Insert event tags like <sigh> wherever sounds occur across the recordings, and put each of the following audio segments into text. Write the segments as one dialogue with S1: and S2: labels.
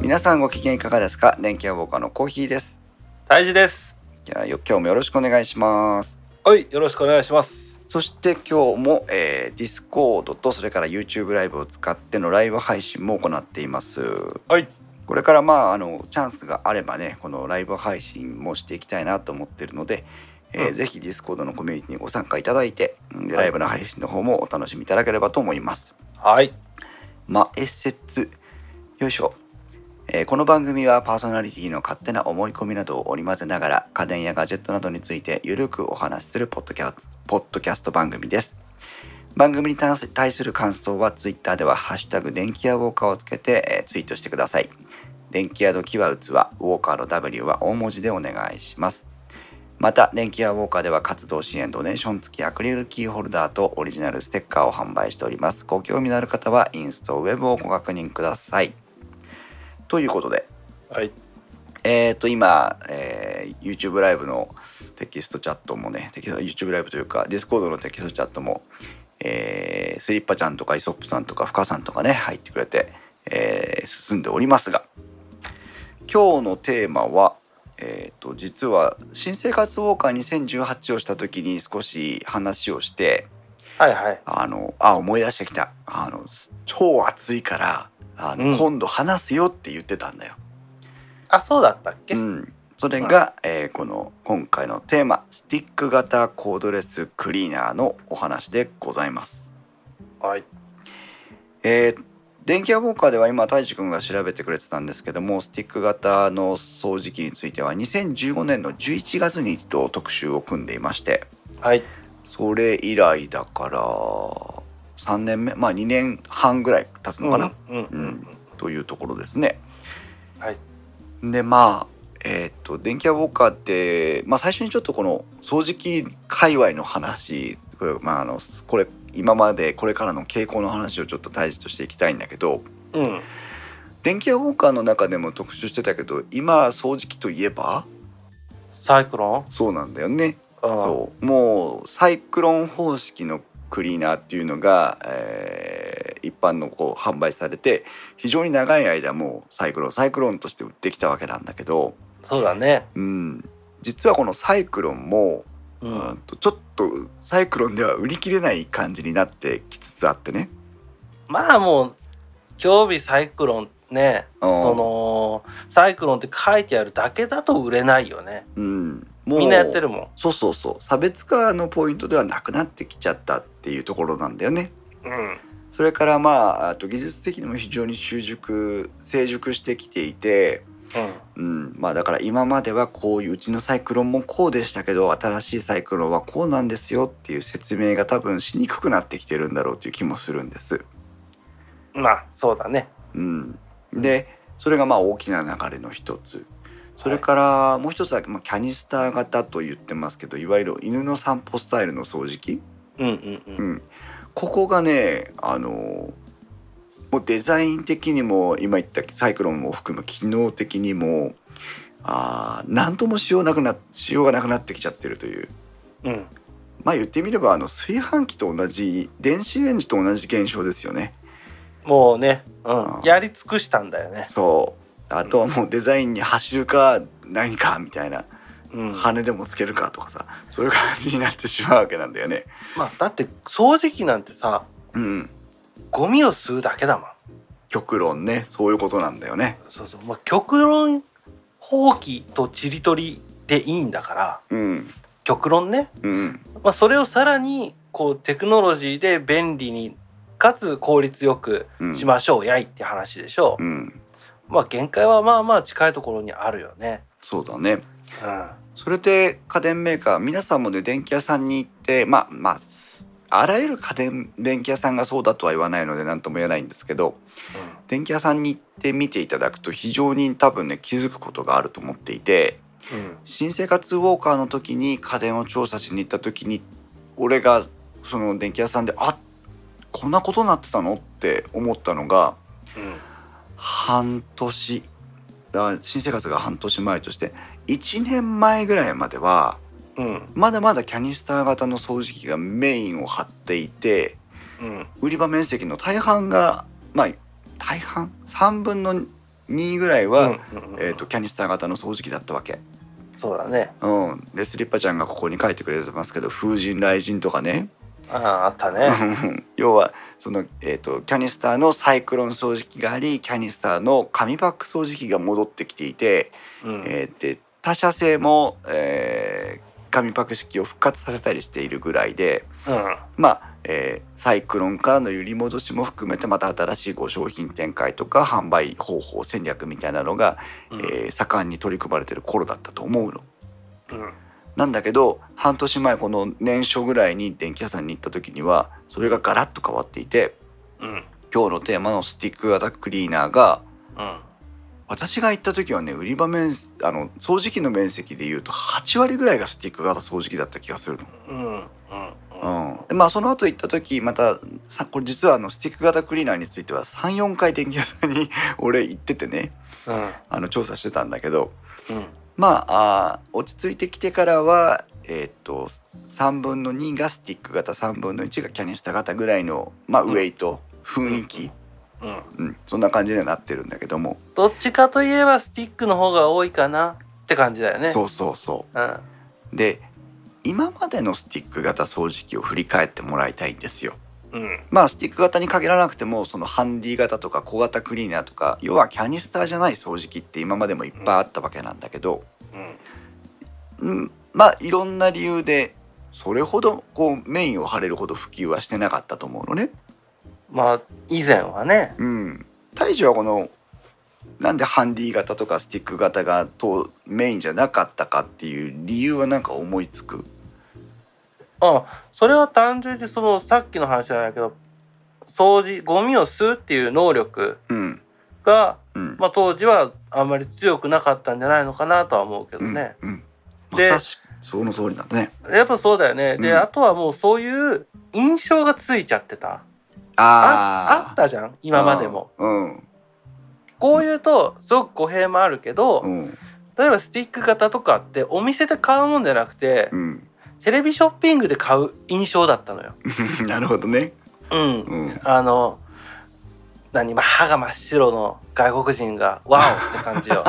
S1: 皆さんご機嫌いかがですか電気予防課のコーヒーです
S2: 大事です。
S1: いやよ今日もよろしくお願いします
S2: はい、よろしくお願いします。
S1: そして今日も、えー、ディスコードとそれから YouTube ライブを使ってのライブ配信も行っています
S2: はい
S1: これからまああのチャンスがあればねこのライブ配信もしていきたいなと思ってるので、えー
S2: うん
S1: ぜひディスコードのコミュニティにご参加いただいてうんで
S2: はい
S1: ライブの配信の方もお楽しみいただければと思います
S2: はい。
S1: マエセツよいしょ、えーこの番組はパーソナリティの勝手な思い込みなどを織り交ぜながら家電やガジェットなどについてゆるくお話しするポッドキャスポッドキャスト番組です番組に対す対する感想はツイッターでは「ハッシュタグ電気屋ウォーカー」をつけて、えーツイートしてください電気屋の木は器ウォーカーの W は大文字でお願いしますまた電気屋ウォーカーでは活動支援ドネーション付きアクリルキーホルダーとオリジナルステッカーを販売しておりますご興味のある方はインストウェブをご確認くださいということで
S2: はい。
S1: えっ、と今、えー YouTube ライブのテキストチャットもねテキスト YouTube ライブというか Discord のテキストチャットも、えースリッパちゃんとかイソップさんとかフカさんとかね入ってくれて、えー進んでおりますが今日のテーマは、えー、と実は新生活ウォーカー2018をした時に少し話をして
S2: はいはい。
S1: あのあ思い出してきたあの超暑いからあの、
S2: うん
S1: 今度話すよって言ってたんだよ。
S2: あ、そうだったっけ、
S1: うん、それが、えーこの今回のテーマスティック型コードレスクリーナーのお話でございます。
S2: はい。
S1: えー電気屋ウォーカーでは今たいじくんが調べてくれてたんですけどもスティック型の掃除機については2015年の11月に一度特集を組んでいまして
S2: はい。
S1: それ以来だから3年目まあ2年半ぐらい経つのかな、
S2: うんうんうん
S1: というところですね。
S2: はい
S1: でまあえーっと電気屋ウォーカーって、まあ、最初にちょっとこの掃除機界隈の話これ,、まあ、あのこれ今までこれからの傾向の話をちょっと対峙としていきたいんだけど
S2: うん。うん。
S1: 電気屋ウォーカーの中でも特集してたけど今掃除機といえば
S2: サイクロ
S1: そうなんだよね。
S2: ン。うん
S1: そうもうサイクロン方式のクリーナーっていうのが、えー一般のこう販売されて非常に長い間もうサイクロンサイクロンとして売ってきたわけなんだけど、
S2: そうだね。
S1: うん、実はこのサイクロンも、
S2: う
S1: うん
S2: ん。
S1: とちょっとサイクロンでは売り切れない感じになってきつつあってね。
S2: まあもう、今日日サイクロンね、
S1: うん
S2: その、サイクロンって書いてあるだけだと売れないよね。
S1: うん、もう
S2: みんなやってるもん。
S1: そうそうそう差別化のポイントではなくなってきちゃったっていうところなんだよね。
S2: うん。
S1: それからまああと技術的にも非常に習熟成熟してきていて、
S2: うん。
S1: うん、まあだから今まではこういううちのサイクロンもこうでしたけど新しいサイクロンはこうなんですよっていう説明が多分しにくくなってきてるんだろうという気もするんです。
S2: まあ、そうだね。
S1: うん、でそれがまあ大きな流れの一つ。それからもう一つはまあキャニスター型と言ってますけどいわゆる犬の散歩スタイルの掃除機、
S2: うんうんうん。
S1: うん、ここがねあのもうデザイン的にも今言ったサイクロンを含む機能的にもあー何ともしようなくなしようがなくなってきちゃってるという
S2: うん。
S1: まあ言ってみればあの炊飯器と同じ電子レンジと同じ現象ですよね。
S2: もうね、う
S1: うん
S2: ん。やり尽くしたんだよね。
S1: そうあとはもうデザインに走るか何かみたいな
S2: うん。
S1: 羽でもつけるかとかさそういう感じになってしまうわけなんだよね。
S2: まあ、だって掃除機なんてさ、
S1: うん、
S2: ゴミを吸うだけだもん。
S1: 極論ねそういうことなんだよね。
S2: そうそう、まあ、極論放棄とちりとりでいいんだから
S1: うん、
S2: 極論ね、
S1: うん
S2: まあ、それをさらにこうテクノロジーで便利にかつ効率よく
S1: うん
S2: しましょうやいって話でしょう、
S1: うん
S2: まあ限界はまあまあ近いところにあるよね。
S1: そうだね。
S2: うん
S1: それで家電メーカー皆さんもね電気屋さんに行ってまあまああらゆる家電電気屋さんがそうだとは言わないので何とも言えないんですけど電気屋さんに行って見ていただくと非常に多分ね気づくことがあると思っていて
S2: うん
S1: 新生活ウォーカーの時に家電を調査しに行った時に俺がその電気屋さんであこんなことになってたのって思ったのが
S2: うん
S1: 半年あ新生活が半年前として1年前ぐらいまでは
S2: うん
S1: まだまだキャニスター型の掃除機がメインを張っていて
S2: うん
S1: 売り場面積の大半がまあ大半3分の2ぐらいは、
S2: うんうんうん
S1: えー、とキャニスター型の掃除機だったわけ、
S2: そうだね
S1: うん、でスリッパちゃんがここに書いてくれてますけど風神雷神とかね
S2: あああったね
S1: 要はその、えー、とキャニスターのサイクロン掃除機がありキャニスターの紙パック掃除機が戻ってきていて、
S2: うん
S1: えーで他社製も、えー紙パック式を復活させたりしているぐらいで
S2: うん
S1: まあ、えーサイクロンからの揺り戻しも含めてまた新しいご商品展開とか販売方法戦略みたいなのが、
S2: うん
S1: えー盛んに取り組まれてる頃だったと思うの。
S2: うん
S1: なんだけど半年前この年初ぐらいに電気屋さんに行った時にはそれがガラッと変わっていて
S2: うん
S1: 今日のテーマのスティック型クリーナーが
S2: うん
S1: 私が行った時はね売り場面あの掃除機の面積でいうと8割ぐらいがスティック型掃除機だった気がするの。
S2: うんうん
S1: うんでまあ、その後行った時またさこれ実はあのスティック型クリーナーについては34回電気屋さんに <laughs> 俺行っててね
S2: うん
S1: あの調査してたんだけど
S2: うん
S1: まああー落ち着いてきてからは、えーっと3分の2がスティック型3分の1がキャニスタ型ぐらいの、まあ、
S2: うん
S1: ウェイト、雰囲気、
S2: うん
S1: うん、そんな感じにはなってるんだけども、
S2: どっちかといえばスティックの方が多いかなって感じだよね
S1: そうそうそう
S2: うんは
S1: で今までのスティック型掃除機を振り返ってもらいたいんですよ。
S2: うん
S1: まあスティック型に限らなくてもそのハンディ型とか小型クリーナーとか要はキャニスターじゃない掃除機って今までもいっぱいあったわけなんだけど、
S2: うん
S1: うん、まあいろんな理由でそれほどこうメインを張れるほど普及はしてなかったと思うのね。
S2: まあ以前はね
S1: うん、大樹はこのなんでハンディ型とかスティック型がとメインじゃなかったかっていう理由はなんか思いつく。
S2: あそれは単純にそのさっきの話じゃないけど掃除ゴミを吸うっていう能力
S1: うん
S2: が、
S1: うん
S2: まあ、当時はあんまり強くなかったんじゃないのかなとは思うけどね、
S1: うんうんまあ
S2: で
S1: 確かその通りだね。
S2: やっぱそうだよねで、
S1: うん
S2: あとはもうそういう印象がついちゃってたああっ
S1: あー
S2: たじゃん今までも。。
S1: うん
S2: こういうとすごく語弊もあるけど、
S1: うん
S2: 例えばスティック型とかってお店で買うもんじゃなくて、
S1: うん。 <laughs>
S2: テレビショッピングで買う印象だったのよ。
S1: なるほどね。
S2: うん、
S1: うん。
S2: <laughs> あの何まあ歯が真っ白の外国人が「ワオ!」って感じよ。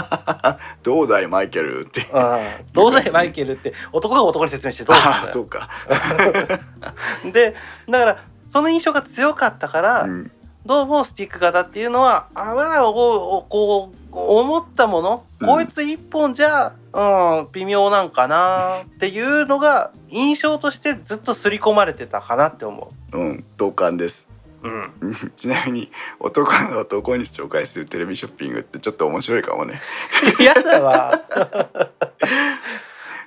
S1: どうだいマイケルって。
S2: うん、どうだいマイケルって男が男に説明してどうだ
S1: ああ
S2: い
S1: <laughs> ーそうか。
S2: でだからその印象が強かったから、
S1: うん
S2: どうもスティック型っていうのはあまあこうこう思ったもの、
S1: うん
S2: こいつ一本じゃ、うん、微妙なんかなっていうのが印象としてずっと刷り込まれてたかなって思
S1: うん同感です。
S2: う。うん、
S1: う
S2: <laughs>
S1: んちなみに男が男に紹介するテレビショッピングってちょっと面白いかもね。
S2: 嫌だわ、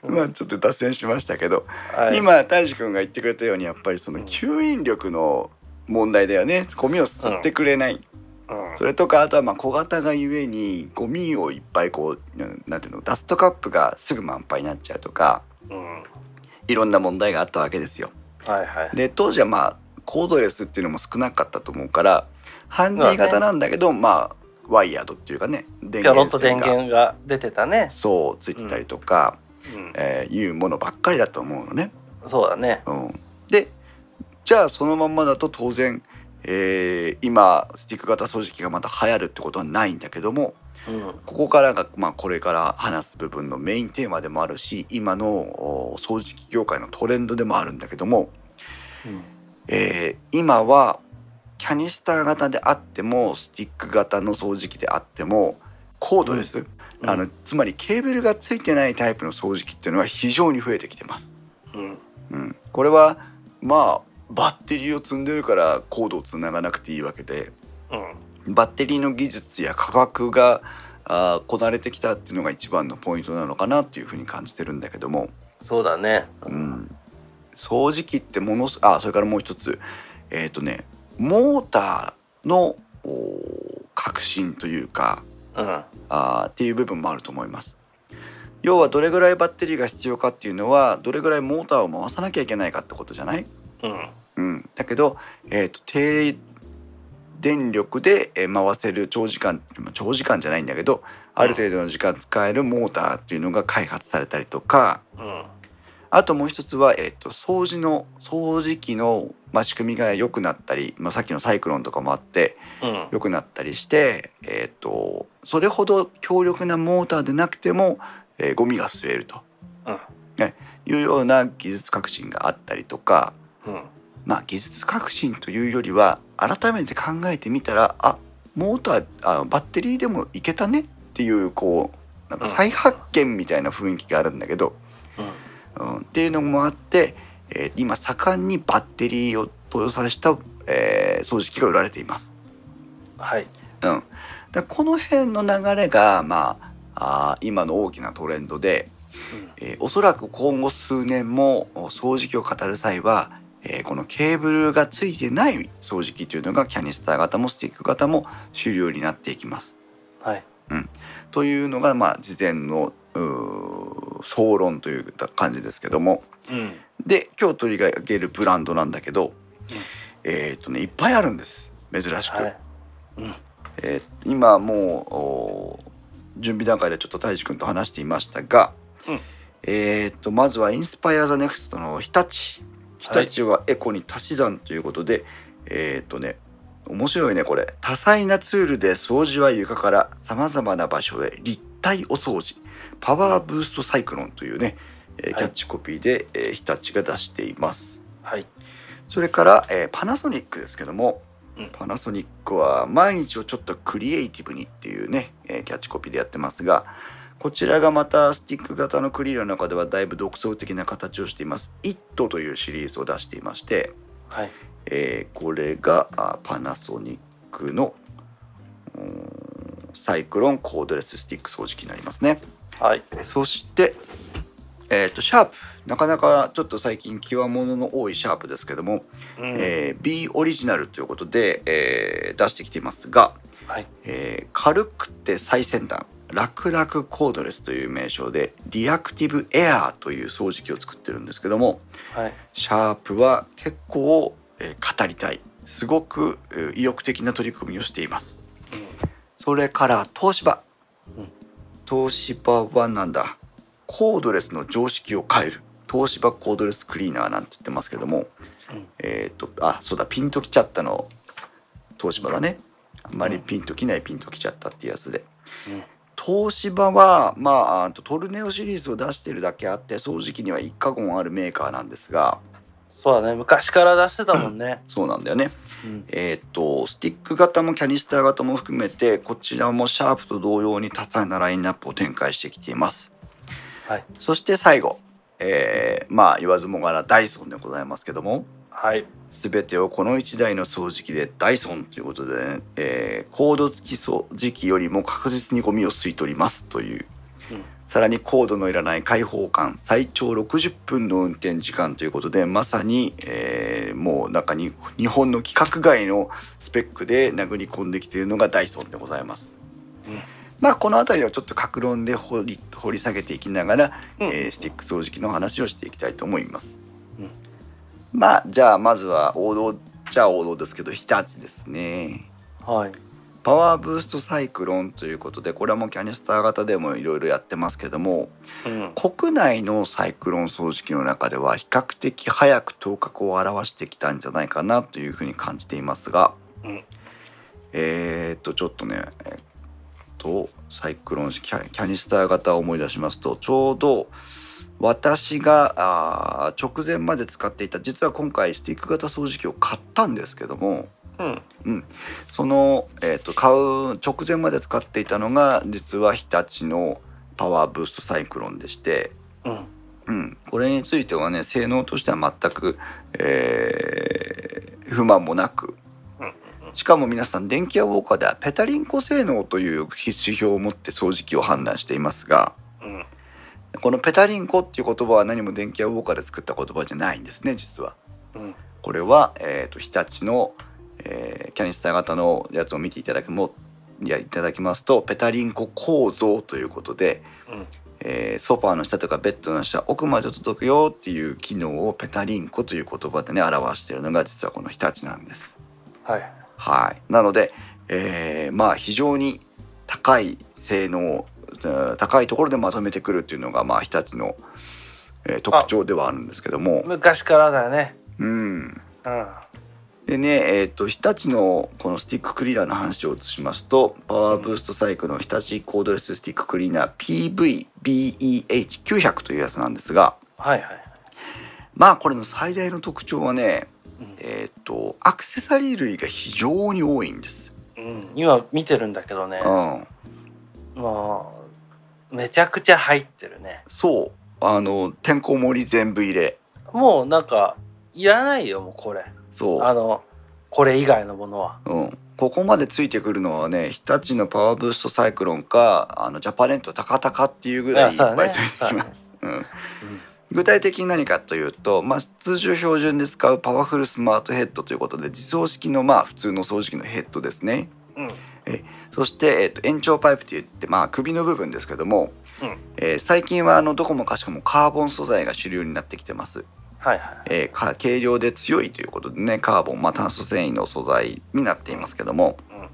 S2: うん
S1: まあちょっと脱線しましたけど、
S2: はい
S1: 今大志くんが言ってくれたようにやっぱりその
S2: うん
S1: 吸引力の問題だよね。ゴミを吸ってくれない。
S2: うん
S1: それとかあとはまあ小型がゆえにゴミをいっぱいこうななんていうのダストカップがすぐ満杯になっちゃうとか
S2: うん、
S1: いろんな問題があったわけですよ。
S2: はいはい。
S1: で当時はまあコードレスっていうのも少なかったと思うからハンディ型なんだけど、まあワイヤードっていうかね電
S2: ピョロッと電
S1: 線が
S2: 源が出てたね。
S1: そうついてたりとか、
S2: うん、
S1: えーいうものばっかりだと思うのね。
S2: そうだね。
S1: うん、でじゃあそのまんまだと当然、えー今スティック型掃除機がまた流行るってことはないんだけども
S2: うん、
S1: ここからが、まあ、これから話す部分のメインテーマでもあるし今のお掃除機業界のトレンドでもあるんだけども、えー今はキャニスター型であってもスティック型の掃除機であってもコードレス、あのつまりケーブルがついてないタイプの掃除機っていうのは非常に増えてきてます。
S2: うん、
S1: うん、これはまあバッテリーを積んでるからコードをつながなくていいわけで
S2: うん、
S1: バッテリーの技術や価格があーこなれてきたっていうのが一番のポイントなのかなっていうふうに感じてるんだけども、
S2: そうだね。
S1: うん、掃除機ってものすあそれからもう一つえっ、とねモーターのおー革新というか
S2: うん、
S1: あーっていう部分もあると思います。要はどれぐらいバッテリーが必要かっていうのはどれぐらいモーターを回さなきゃいけないかってことじゃない
S2: うん、
S1: うん、だけど、えー、と低電力でえー回せる長時間まあ長時間じゃないんだけどある程度の時間使えるモーターっていうのが開発されたりとか
S2: うん、
S1: あともう一つは、えー、と掃除の掃除機の、まあ、仕組みが良くなったり、まあ、さっきのサイクロンとかもあって
S2: うん、
S1: 良くなったりして、えー、とそれほど強力なモーターでなくても、えーゴミが吸えると、
S2: うん
S1: ねいうような技術革新があったりとか、
S2: うん
S1: まあ、技術革新というよりは改めて考えてみたらあモーターあバッテリーでもいけたねっていうこうなんか再発見みたいな雰囲気があるんだけど、
S2: うん
S1: うん、っていうのもあって、えー今盛んにバッテリーを搭載した、えー掃除機が売られています。
S2: はい
S1: うん、だこの辺の流れが、まあ、あー今の大きなトレンドで、えーおそらく今後数年もお掃除機を語る際は、えーこのケーブルがついてない掃除機というのがキャニスター型もスティック型も主流になっていきます。
S2: はい
S1: というのが、まあ、事前のうー総論という感じですけども
S2: うん
S1: で今日取り上げるブランドなんだけど、
S2: うん
S1: えーっとねいっぱいあるんです珍しく。
S2: はい
S1: えー今もうおー準備段階でちょっとたいじくんと話していましたが、
S2: うん
S1: えーっとまずはインスパイア・ザ・ネクストの日立日
S2: はい
S1: 立はエコに足し算ということで、えーっとね面白いねこれ多彩なツールで掃除は床からさまざまな場所へ立体お掃除パワーブーストサイクロンというね、えー
S2: はい
S1: キャッチコピーで、えー日立が出しています
S2: はい
S1: それから、えーパナソニックですけども、
S2: うん
S1: パナソニックは毎日をちょっとクリエイティブにっていうね、えーキャッチコピーでやってますがこちらがまたスティック型のクリーラーの中ではだいぶ独創的な形をしています「イットというシリーズを出していまして、
S2: はい
S1: えーこれがあパナソニックのうーんサイクロンコードレススティック掃除機になりますね。
S2: はい
S1: そして、えー、とシャープなかなかちょっと最近際物の多いシャープですけども、
S2: うん
S1: えー B オリジナルということで、えー出してきていますが、
S2: はい
S1: えー軽くて最先端楽々コードレスという名称でリアクティブエアーという掃除機を作ってるんですけども
S2: はい
S1: シャープは結構、えー語りたいすごくえー意欲的な取り組みをしていますそれから東芝、
S2: うん
S1: 東芝はなんだコードレスの常識を変える東芝コードレスクリーナーなんて言ってますけども、
S2: うん
S1: えっ、とあそうだピンときちゃったの東芝だねあんまりピンときないピンときちゃったってやつで
S2: うん
S1: 東芝はまああとトルネオシリーズを出してるだけあって掃除機には一過言あるメーカーなんですが
S2: そうだね昔から出してたもんね
S1: そうなんだよね
S2: うん
S1: えー、とスティック型もキャニスター型も含めてこちらもシャープと同様に多彩なラインナップを展開してきています
S2: はい
S1: そして最後、えーまあ言わずもがなダイソンでございますけども
S2: はい
S1: 全てをこの1台の掃除機でダイソンということでね、えーコード付き掃除機よりも確実にゴミを吸い取りますという、
S2: うん
S1: さらにコードのいらない開放感最長60分の運転時間ということでまさに、えーもう中に日本の規格外のスペックで殴り込んできているのがダイソンでございます。
S2: うん
S1: まあこの辺りをちょっと格論で掘り掘り下げていきながら、
S2: うん
S1: えースティック掃除機の話をしていきたいと思います。
S2: うん
S1: まあじゃあまずは王道じゃあ王道ですけど日立ですね。
S2: はい
S1: パワーブーストサイクロンということでこれはもうキャニスター型でもいろいろやってますけども
S2: うん
S1: 国内のサイクロン掃除機の中では比較的早く頭角を現してきたんじゃないかなというふうに感じていますが、
S2: うん
S1: えーっとちょっとねえっとサイクロンキャキャニスター型を思い出しますとちょうど私があー直前まで使っていた実は今回スティック型掃除機を買ったんですけども
S2: うん
S1: その、えーっと買う直前まで使っていたのが実は日立のパワーブーストサイクロンでして。
S2: うん
S1: うん、これについてはね性能としては全く、えー不満もなく
S2: うん
S1: しかも皆さん電気屋ウォーカーではペタリンコ性能という必須表を持って掃除機を判断していますが
S2: うん
S1: このペタリンコっていう言葉は何も電気屋ウォーカーで作った言葉じゃないんですね実は。
S2: うん
S1: これは、えー、と日立の、えーキャニスター型のやつを見ていただくもいやいただきますとペタリンコ構造ということで、
S2: うん
S1: えーソファーの下とかベッドの下奥まで届くよっていう機能をペタリンコという言葉でね表しているのが実はこの日立なんです。
S2: はい
S1: はい、なので、えーまあ非常に高い性能うん高いところでまとめてくるっていうのが、まあ、日立の、えー特徴ではあるんですけども。
S2: 昔からだよね
S1: うん
S2: うん
S1: でね、えっ、と、日立のこのスティッククリーナーの話を移しますと、パワーブーストサイクの日立コードレススティッククリーナー PVBEH900 というやつなんですが、
S2: はいはい。
S1: まあこれの最大の特徴はね、
S2: うん
S1: えっ、と、アクセサリー類が非常に多いんです。
S2: うん、今見てるんだけどね、
S1: うん。
S2: もうめちゃくちゃ入ってるね
S1: そう。あの、てんこ盛り全部入れ。
S2: もうなんかいらないよもうこれ
S1: そう。
S2: あのこれ以外のものは
S1: うん、ここまでついてくるのはね日立のパワーブーストサイクロンかあのジャパネットタカタカっていうぐらいいっ
S2: そ
S1: ぱ
S2: うだ
S1: い
S2: ね
S1: ついてき
S2: そうだ
S1: ま
S2: ね
S1: す。うん具体的に何かというと、まあ、通常標準で使うパワフルスマートヘッドということで自走式のまあ普通の掃除機のヘッドですね
S2: うん、うん
S1: そして、えっと延長パイプといって、まあ、首の部分ですけども、
S2: うん
S1: えー最近はあのどこもかしこもカーボン素材が主流になってきてます、
S2: はいはい
S1: えーか軽量で強いということでねカーボン、まあ、炭素繊維の素材になっていますけども、
S2: うん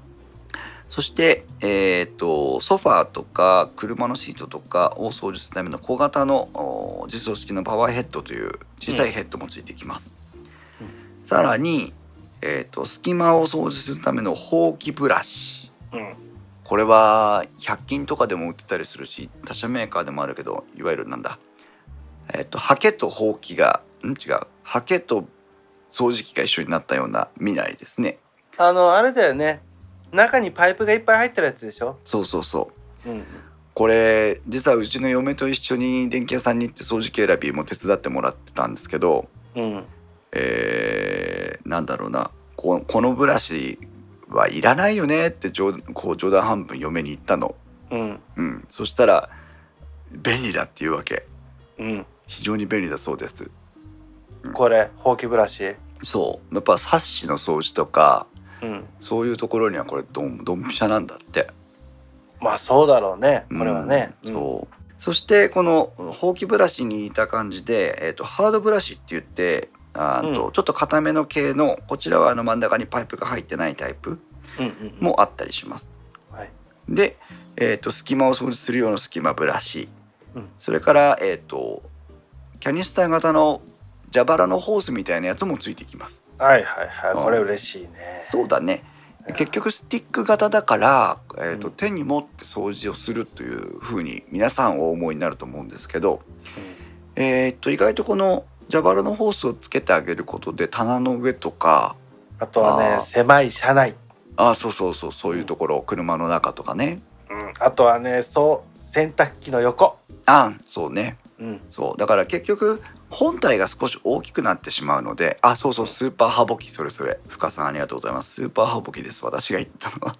S1: そして、えー、とソファーとか車のシートとかを掃除するための小型のお自走式のパワーヘッドという小さいヘッドもついてきます、
S2: うん
S1: さらに、えー、と隙間を掃除するためのほうきブラシ
S2: うん
S1: これは100均とかでも売ってたりするし他社メーカーでもあるけどいわゆるなんだえっ、とハケとほうきがん違うハケと掃除機が一緒になったような見ないですね
S2: あのあれだよね中にパイプがいっぱい入ってるやつでしょ、
S1: そうそうそう
S2: うん、
S1: これ実はうちの嫁と一緒に電気屋さんに行って掃除機選びも手伝ってもらってたんですけど、
S2: うん
S1: えーなんだろうなここのブラシはいらないよねって冗こう冗談半分嫁に言ったの、
S2: うん
S1: うん、そしたら便利だって言うわけ
S2: うん
S1: 非常に便利だそうです
S2: これほうきブラシ
S1: そうやっぱサッシの掃除とか
S2: うん
S1: そういうところにはこれドンドンピシャなんだって
S2: まあそうだろうねこれはね、
S1: うんそうそしてこのほうきブラシに似た感じで、えー、とハードブラシって言ってあーと、ちょっと硬めの系のこちらはあの真ん中にパイプが入ってないタイプ
S2: うん、うんうんうん
S1: もあったりします。
S2: はい
S1: で、えー、と隙間を掃除する用の隙間ブラシ、
S2: うん
S1: それから、えー、とキャニスター型の蛇腹のホースみたいなやつもついてきます。
S2: はいはいはい
S1: うん
S2: これ嬉しいね
S1: そうだね
S2: うん
S1: 結局スティック型だから、えーと
S2: うん
S1: 手に持って掃除をするというふうに皆さんお思いになると思うんですけど、えーっと意外とこの蛇腹のホースをつけてあげることで棚の上とか
S2: あとは
S1: あー
S2: ね狭い車内、
S1: あそうそうそうそういうところ、車の中とかね
S2: うん、あとはねそう洗濯機の横、
S1: あそうね
S2: うん、
S1: そうだから結局本体が少し大きくなってしまうのであそうそうスーパーハボキそれそれ深さんありがとうございますスーパーハボキです私が言ったのは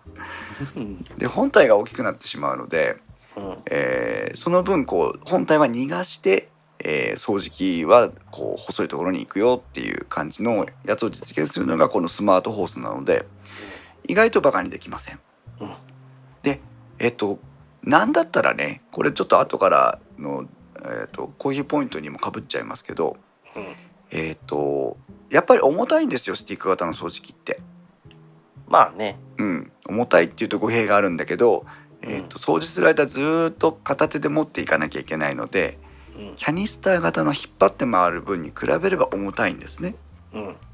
S2: うん
S1: で本体が大きくなってしまうので、
S2: うん
S1: えーその分こう本体は逃がして、えー掃除機はこう細いところに行くよっていう感じのやつを実現するのがこのスマートホースなので意外とバカにできません。
S2: うん
S1: でえっとなんだったらねこれちょっと後からの、えっとコーヒーポイントにもかぶっちゃいますけど、
S2: うん
S1: えっとやっぱり重たいんですよスティック型の掃除機って。
S2: まあね
S1: うん、重たいっていうと語弊があるんだけど、えっと掃除する間ずーっと片手で持っていかなきゃいけないので
S2: うん
S1: キャニスター型の引っ張って回る分に比べれば重たいんですね。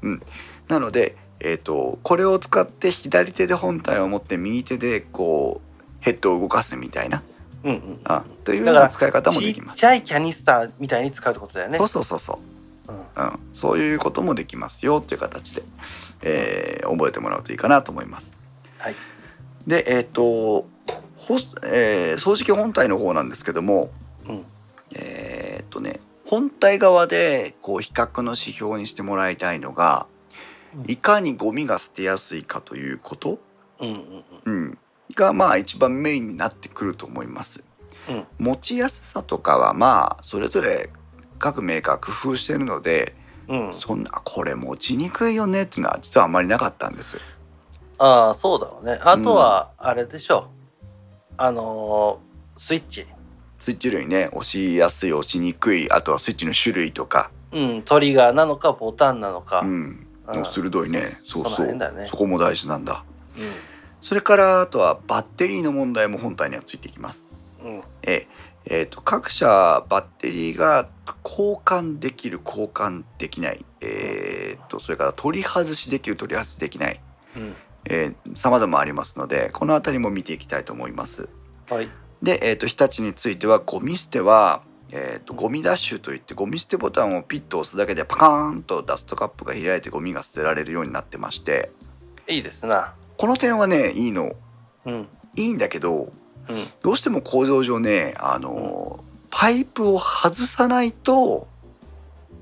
S2: うん
S1: なので、えー、とこれを使って左手で本体を持って右手でこうヘッドを動かすみたいな
S2: うんうん
S1: あというよう
S2: だか
S1: な
S2: ら
S1: 使い方も
S2: ち
S1: できま
S2: っ
S1: す。
S2: ちゃいキャニスターみたいに使うってことだよね
S1: そうそうそうそう、
S2: うん
S1: うん、そういうこともできますよっていう形で、えー覚えてもらうといいかなと思います。
S2: はい、
S1: でえっ、とホス、えー掃除機本体の方なんですけども、
S2: うん
S1: えーっとね本体側でこう比較の指標にしてもらいたいのが
S2: うん
S1: いかにゴミが捨てやすいかということ、
S2: うんうん
S1: うん、がまあ一番メインになってくると思います。
S2: うん
S1: 持ちやすさとかはまあそれぞれ各メーカー工夫してるので
S2: うんうん
S1: そんなこれ持ちにくいよねっていうのは実はあんまりなかったんです。
S2: ああそうだろうねあとはあれでしょあのースイッチ
S1: スイッチ類ね押しやすい押しにくいあとはスイッチの種類とか、
S2: うんトリガーなのかボタンなのか、
S1: うん、
S2: うん
S1: の鋭いねそう
S2: その
S1: そう
S2: 辺だよね
S1: そこも大事なんだ。
S2: うん
S1: それからあとはバッテリーの問題も本体にはついてきます。
S2: うん
S1: ええー、と各社バッテリーが交換できる交換できない、えー、とそれから取り外しできる取り外しできない
S2: うん
S1: さまざまありますのでこの辺りも見ていきたいと思います。
S2: はい
S1: で、えー、と日立についてはゴミ捨ては、えー、とゴミダッシュといってゴミ捨てボタンをピッと押すだけでパカーンとダストカップが開いてゴミが捨てられるようになってまして
S2: いいですな
S1: この点はねいいの
S2: うん
S1: いいんだけど
S2: うん
S1: どうしても構造上ねあのパイプを外さないと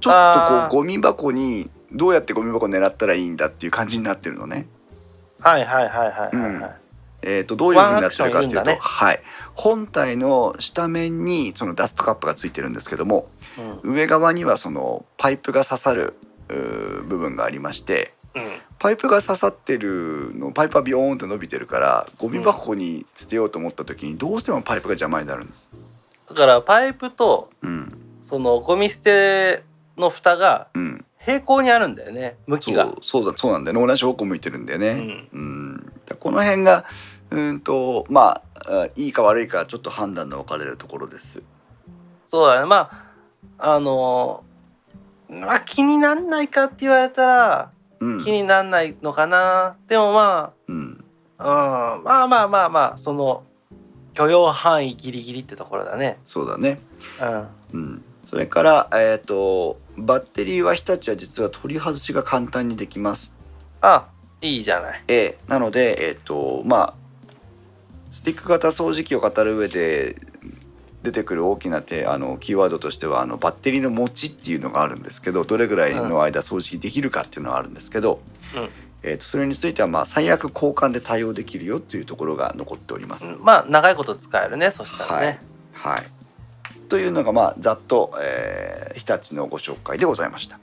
S1: ちょっ
S2: あ
S1: と
S2: ー
S1: こうゴミ箱にどうやってゴミ箱狙ったらいいんだっていう感じになってるのね。
S2: はいはいはいはいはい、
S1: うん
S2: はい
S1: えー、とどういう風になってるかっていう
S2: ワ
S1: と
S2: ンアクションいるんだね
S1: はい、本体の下面にそのダストカップがついてるんですけども
S2: うん
S1: 上側にはそのパイプが刺さるうー部分がありまして
S2: うん
S1: パイプが刺さってるのパイプはビヨーンと伸びてるからゴミ箱に捨てようと思った時にどうしてもパイプが邪魔になるんです。
S2: だからパイプと
S1: うん
S2: そのゴミ捨ての蓋が
S1: うん、
S2: 平行にあるんだよね向
S1: そ
S2: きが
S1: うそうだそうなんだよね同じ方向向いてるんだよ
S2: う
S1: ね。
S2: ん
S1: うん、だこの辺がうーんとまああいいか悪いかちょっと判断の分かれるところです。
S2: そうだねまああのーまあ気になんないかって言われたら
S1: うん
S2: 気になんないのかな、でもま
S1: うん
S2: あ、うん、まあまあまあまあその許容範囲ギリギリってところだね
S1: そうだね。
S2: うん
S1: うん、それから、えー、とバッテリーは日立は実は取り外しが簡単にできます。
S2: あいいじゃない
S1: A、なので、えーとまあ、スティック型掃除機を語る上で出てくる大きな手あのキーワードとしてはあのバッテリーの持ちっていうのがあるんですけどどれぐらいの間掃除機できるかっていうのはあるんですけど、
S2: うん
S1: えー、とそれについては、まあ、最悪交換で対応できるよっていうところが残っております。
S2: まあ長いこと使えるねそしたらね
S1: はい、というのが、まあ、ざっと、えー日立のご紹介でございました。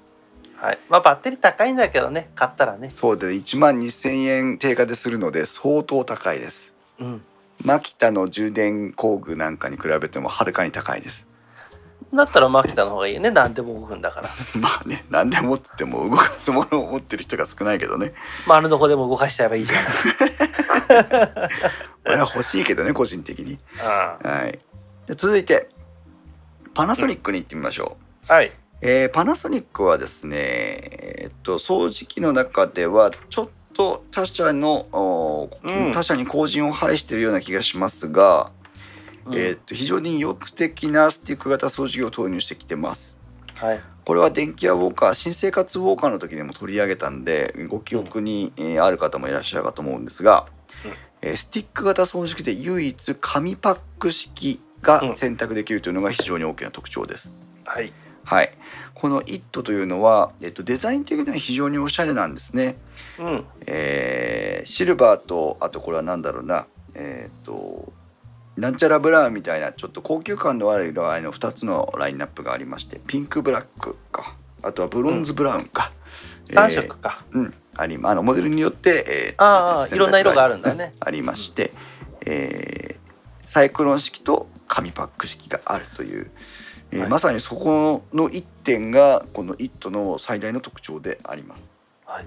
S2: はい、まあバッテリー高いんだけどね買ったらね
S1: そうで1万2000円定価でするので相当高いです
S2: うん
S1: マキタの充電工具なんかに比べてもはるかに高いです <laughs>
S2: だったらマキタの方がいいよね何でも動くんだから <laughs>
S1: まあね何でもっつっても動かすものを持ってる人が少ないけ
S2: <laughs>
S1: どね
S2: 丸のこでも動かしちゃえばいいじゃ
S1: 俺は欲しいけどね個人的に
S2: ない、
S1: はいで続いてパナソニックに行ってみましょう、
S2: うん、はい
S1: えーパナソニックはですねえーっと掃除機の中ではちょっと他社の、おー
S2: うん
S1: 他社に後陣を排しているような気がしますが、
S2: うん
S1: えーっと非常に意欲的なスティック型掃除機を投入してきてます。
S2: はい
S1: これは電気屋ウォーカー新生活ウォーカーの時でも取り上げたんでご記憶に、えーある方もいらっしゃるかと思うんですが、
S2: うん
S1: えースティック型掃除機で唯一紙パック式
S2: う
S1: が
S2: ん
S1: 選択できるというのが非常に大きな特徴です。
S2: はい
S1: はい、この「IT」というのは、えっと、デザイン的には非常におしゃれなんですね。
S2: うん
S1: えーシルバーとあとこれは何だろうなえっ、となんちゃらブラウンみたいなちょっと高級感のある色合いの2つのラインナップがありましてピンクブラックかあとはブロンズブラウンか、
S2: 3色か、
S1: えーうんありあのモデルによって、えー
S2: ああ
S1: 選択
S2: いろんな色があるんだね
S1: ありまして、えーサイクロン式と紙パック式があるという、えー
S2: はい
S1: まさにそこの1点がこの「イット!」の最大の特徴であります。
S2: はい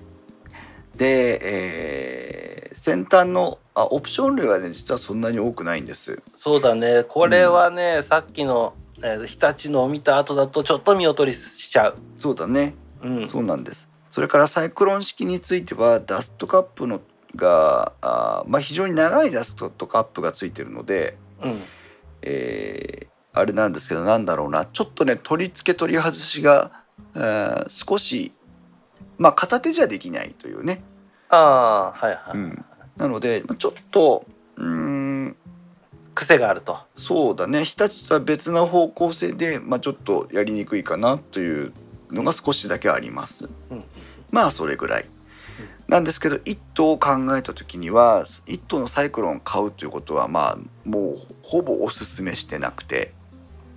S1: で、えー先端のあオプション類はね実はそんなに多くないんです。
S2: そうだねこれはね、さっきの、えー、日立のを見た後だとちょっと見劣りしちゃう、
S1: そうだね、
S2: うん、
S1: そうなんです。それからサイクロン式についてはダストカップのがあーまあ、非常に長いダストカップがついてるので、
S2: うん、
S1: えーあれなんですけどなんだろうなちょっとね取り付け取り外しが、えー少しまあ片手じゃできないというね、
S2: ああーはいはい、
S1: うんなのでまあちょっとうーん
S2: 癖があると
S1: そうだね日立とは別な方向性で、まあ、ちょっとやりにくいかなというのが少しだけあります。
S2: うん
S1: まあそれぐらいなんですけど1頭を考えた時には1頭のサイクロンを買うということはまあもうほぼおすすめしてなくて、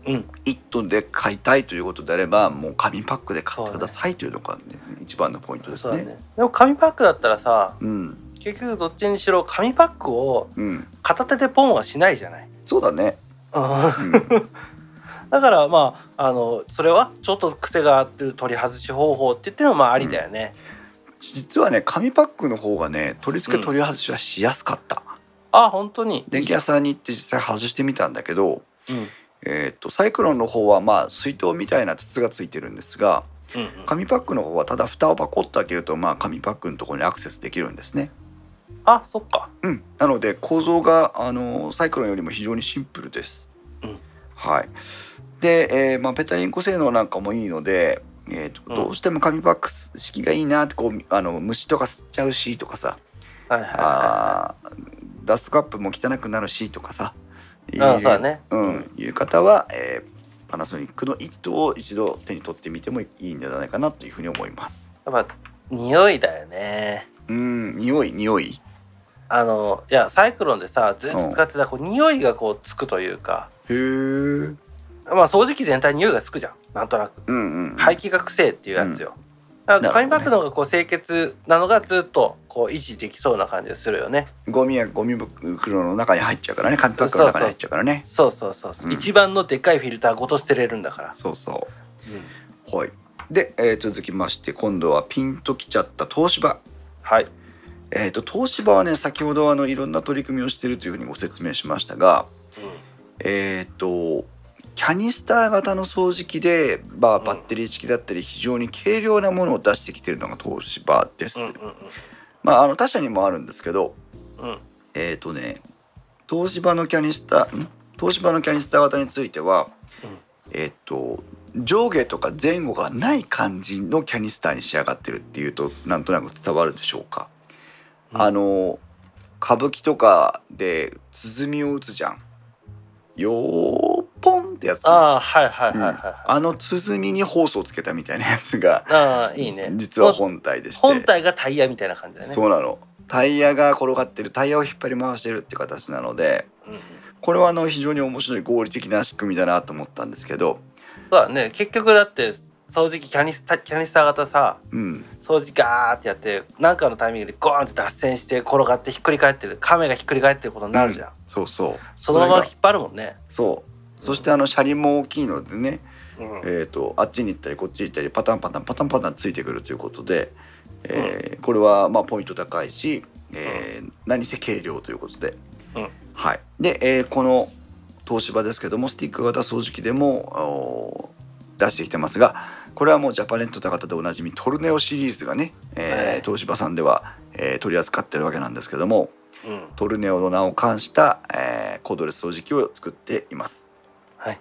S2: うん
S1: 1頭で買いたいということであればもう紙パックで買ってくださいというのが、ね一番のポイントです
S2: そうだ
S1: ね。
S2: ねでも紙パックだったらさ
S1: うん
S2: 結局どっちにしろ紙パックを
S1: うん、
S2: 片手でポンはしないじゃない、
S1: そうだね、
S2: うん
S1: うん、
S2: <laughs> だからまああのそれはちょっと癖があってる取り外し方法って言ってもまあありだよね、
S1: 実はね紙パックの方がね取り付け取り外しはしやすかった、
S2: あ本当に
S1: 電気屋さんに行って実際外してみたんだけど、
S2: うん
S1: えー、とサイクロンの方はまあ水筒みたいな筒がついてるんですが
S2: うんうん
S1: 紙パックの方はただ蓋をパコッと開けるとまあ紙パックのところにアクセスできるんですね。
S2: あそっか
S1: うん、なので構造があのサイクロンよりも非常にシンプルです。
S2: うん
S1: はい、で、えーまあ、ペタリンコ性能なんかもいいので、えーと
S2: うん
S1: どうしても紙パック式がいいなってこうあの虫とか吸っちゃうしとかさ
S2: はいはいはいは
S1: あーダストカップも汚くなるしとかさい
S2: い
S1: うん
S2: あそうだね
S1: いう方は、えーパナソニックの一頭を一度手に取ってみてもいいんじゃないかなというふうに思います。
S2: やっぱ匂いだよね
S1: うん匂い匂い
S2: あのいやサイクロンでさずっと使ってたこう匂いがこうつくというか
S1: へえうん
S2: まあ掃除機全体に匂いがつくじゃんなんとなく
S1: うん
S2: 排気がくせえっていうやつよ、だか
S1: な
S2: ら
S1: るほどね
S2: 紙パックの方がこう清潔なのがずっとこう維持できそうな感じがするよね
S1: ゴミはゴミ袋の中に入っちゃうからね紙パックの中に入っちゃうからね
S2: そうそうそうそう、
S1: うん
S2: 一番のでっかいフィルターごと捨てれるんだから、
S1: そうそうはいで、えー続きまして今度はピンときちゃった東芝
S2: はい
S1: えー、と東芝はね先ほどあのいろんな取り組みをしているというふうにご説明しましたがえっ、とキャニスター型の掃除機で、まあ、
S2: うん
S1: バッテリー式だったり非常に軽量なものを出してきているのが東芝です、
S2: うんうん
S1: まああの他社にもあるんですけど
S2: うんうん
S1: えっ、とね東芝のキャニスターん東芝のキャニスター型については、
S2: うん
S1: えっ、と上下とか前後がない感じのキャニスターに仕上がってるっていうとなんとなく伝わるでしょうか、あの歌舞伎とかで鼓を打つじゃんよーポンってやつね、
S2: ああはいはいはいはい、はい
S1: あの鼓にホースをつけたみたいなやつが
S2: ああいいね
S1: 実は
S2: ほん
S1: 本体でして
S2: 本体がタイヤみたいな感じだね
S1: そうなのタイヤが転がってるタイヤを引っ張り回してるって形なので
S2: うんうん
S1: これはあの非常に面白い合理的な仕組みだなと思ったんですけど、
S2: そうだね結局だって掃除機キャニスタキャニスター型さ
S1: うん、
S2: 掃除機ガーってやって何かのタイミングでゴーンって脱線して転がってひっくり返ってる亀がひっくり返ってることになるじゃん、
S1: そうそう
S2: そのまま引っ張るもんね、
S1: そうそしてあの車輪も大きいのでね、
S2: うん
S1: えー、とあっちに行ったりこっち行ったりパタンパタンパタンパタンついてくるということで、えーこれはまあポイント高いし、えー何せ軽量ということで、
S2: うん
S1: はい、で、えーこの東芝ですけどもスティック型掃除機でもおー出してきてますがこれはもうジャパネット高田でおなじみトルネオシリーズがね、えー
S2: はい
S1: 東芝さんでは、えー取り扱ってるわけなんですけども
S2: うん
S1: トルネオの名を冠した、えーコードレス掃除機を作っています。
S2: はい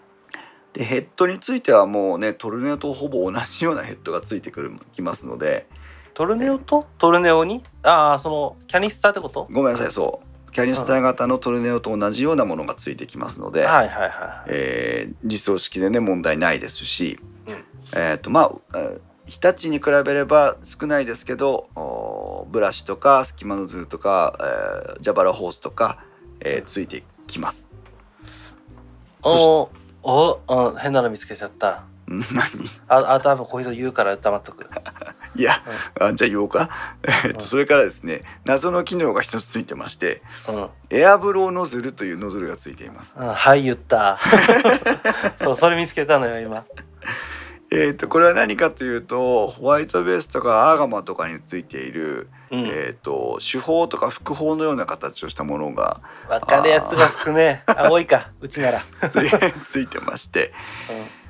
S1: でヘッドについてはもうねトルネオとほぼ同じようなヘッドがついてくるきますので
S2: トルネオとトルネオにああそのキャニスターってこと、
S1: ごめんなさいそうキャニスター型のトルネオと同じようなものがついてきますので、
S2: はいはいはい、
S1: えー実装式でね問題ないですし、
S2: うん
S1: えっ、とまあえー日立に比べれば少ないですけどおーブラシとか隙間ノズルとか、えー、蛇腹ホースとか、えーついてきます。 <laughs>
S2: おーおお変なの見つけちゃった
S1: ん何
S2: ああ多分小日向言うから黙っとく
S1: いや、あじゃあ言おうか、えーと
S2: うん
S1: それからですね謎の機能が一つついてまして、
S2: うん、うん、
S1: エアブローノズルというノズルがついています。
S2: はい言った
S1: <laughs>
S2: そうそれ見つけたのよ今
S1: えー、とこれは何かというとホワイトベースとかアーガマとかについている、
S2: うん、
S1: えー、と手法とか複法のような形をしたものが <laughs>
S2: 分かるやつが少ねえあ多いかうちなら、
S1: ついついてまして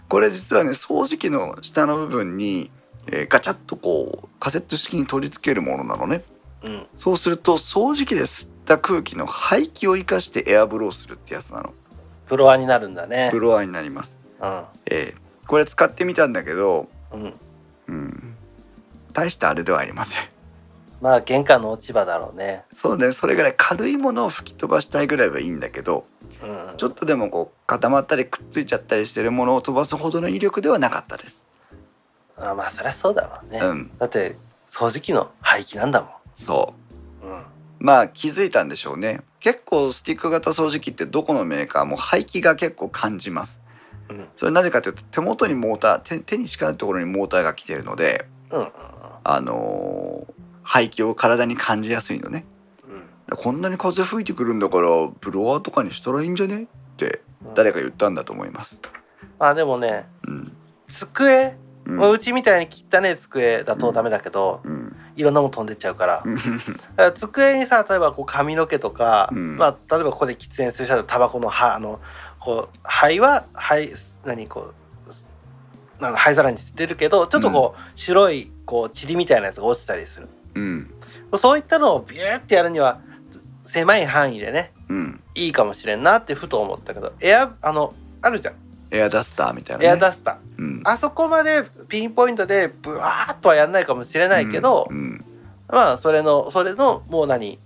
S1: これ実はね掃除機の下の部分に、えーガチャッとこうカセット式に取り付けるものなのね
S2: うんうん、
S1: そうすると掃除機で吸った空気の排気を生かしてエアブローするってやつなの
S2: フロアになるんだね
S1: ブロワーになります、
S2: う
S1: えーこれ使ってみたんだけど、
S2: ん、うん、
S1: うん、大したあれではありません
S2: まあ玄関の落ち葉だろうね、
S1: そうねそれぐらい軽いものを吹き飛ばしたいぐらいはいいんだけど
S2: うん、
S1: ちょっとでもこう固まったりくっついちゃったりしてるものを飛ばすほどの威力ではなかったです。
S2: あまあそりゃそうだろうね、
S1: うん、
S2: だって掃除機の排気なんだ
S1: そう
S2: もん、うん、
S1: まあ気づいたんでしょうね結構スティック型掃除機ってどこのメーカーも排気が結構感じます
S2: うん
S1: それなぜかというと手元にモーター手手に近いところにモーターが来てるので
S2: うんうん
S1: あのー排気を体に感じやすいのねこんなに風吹いてくるんだからブロワーとかにしたらいいんじゃねって
S2: うん
S1: 誰か言ったんだと思います、
S2: まあでもね
S1: うん
S2: 机、
S1: う
S2: うんまあ、うちみたいに汚ね机だとダメだけど、
S1: うん
S2: いろんなもん飛んでっちゃうから,、机にさ例えばこう髪の毛とか、
S1: うん
S2: まあ、例えばここで喫煙する人だったらタバコの葉あのこう灰は灰何こうなんか灰皿に捨てるけどちょっとこう、白いこう塵みたいなやつが落ちたりする
S1: うん
S2: そういったのをビューってやるには狭い範囲でね
S1: うん
S2: いいかもしれんなってふと思ったけどエアあのあるじゃん
S1: エアダスターみたいな、ね、
S2: エアダスター、
S1: うん
S2: あそこまでピンポイントでブワーッとはやんないかもしれないけど、
S1: うん
S2: まあそれのそれのもう何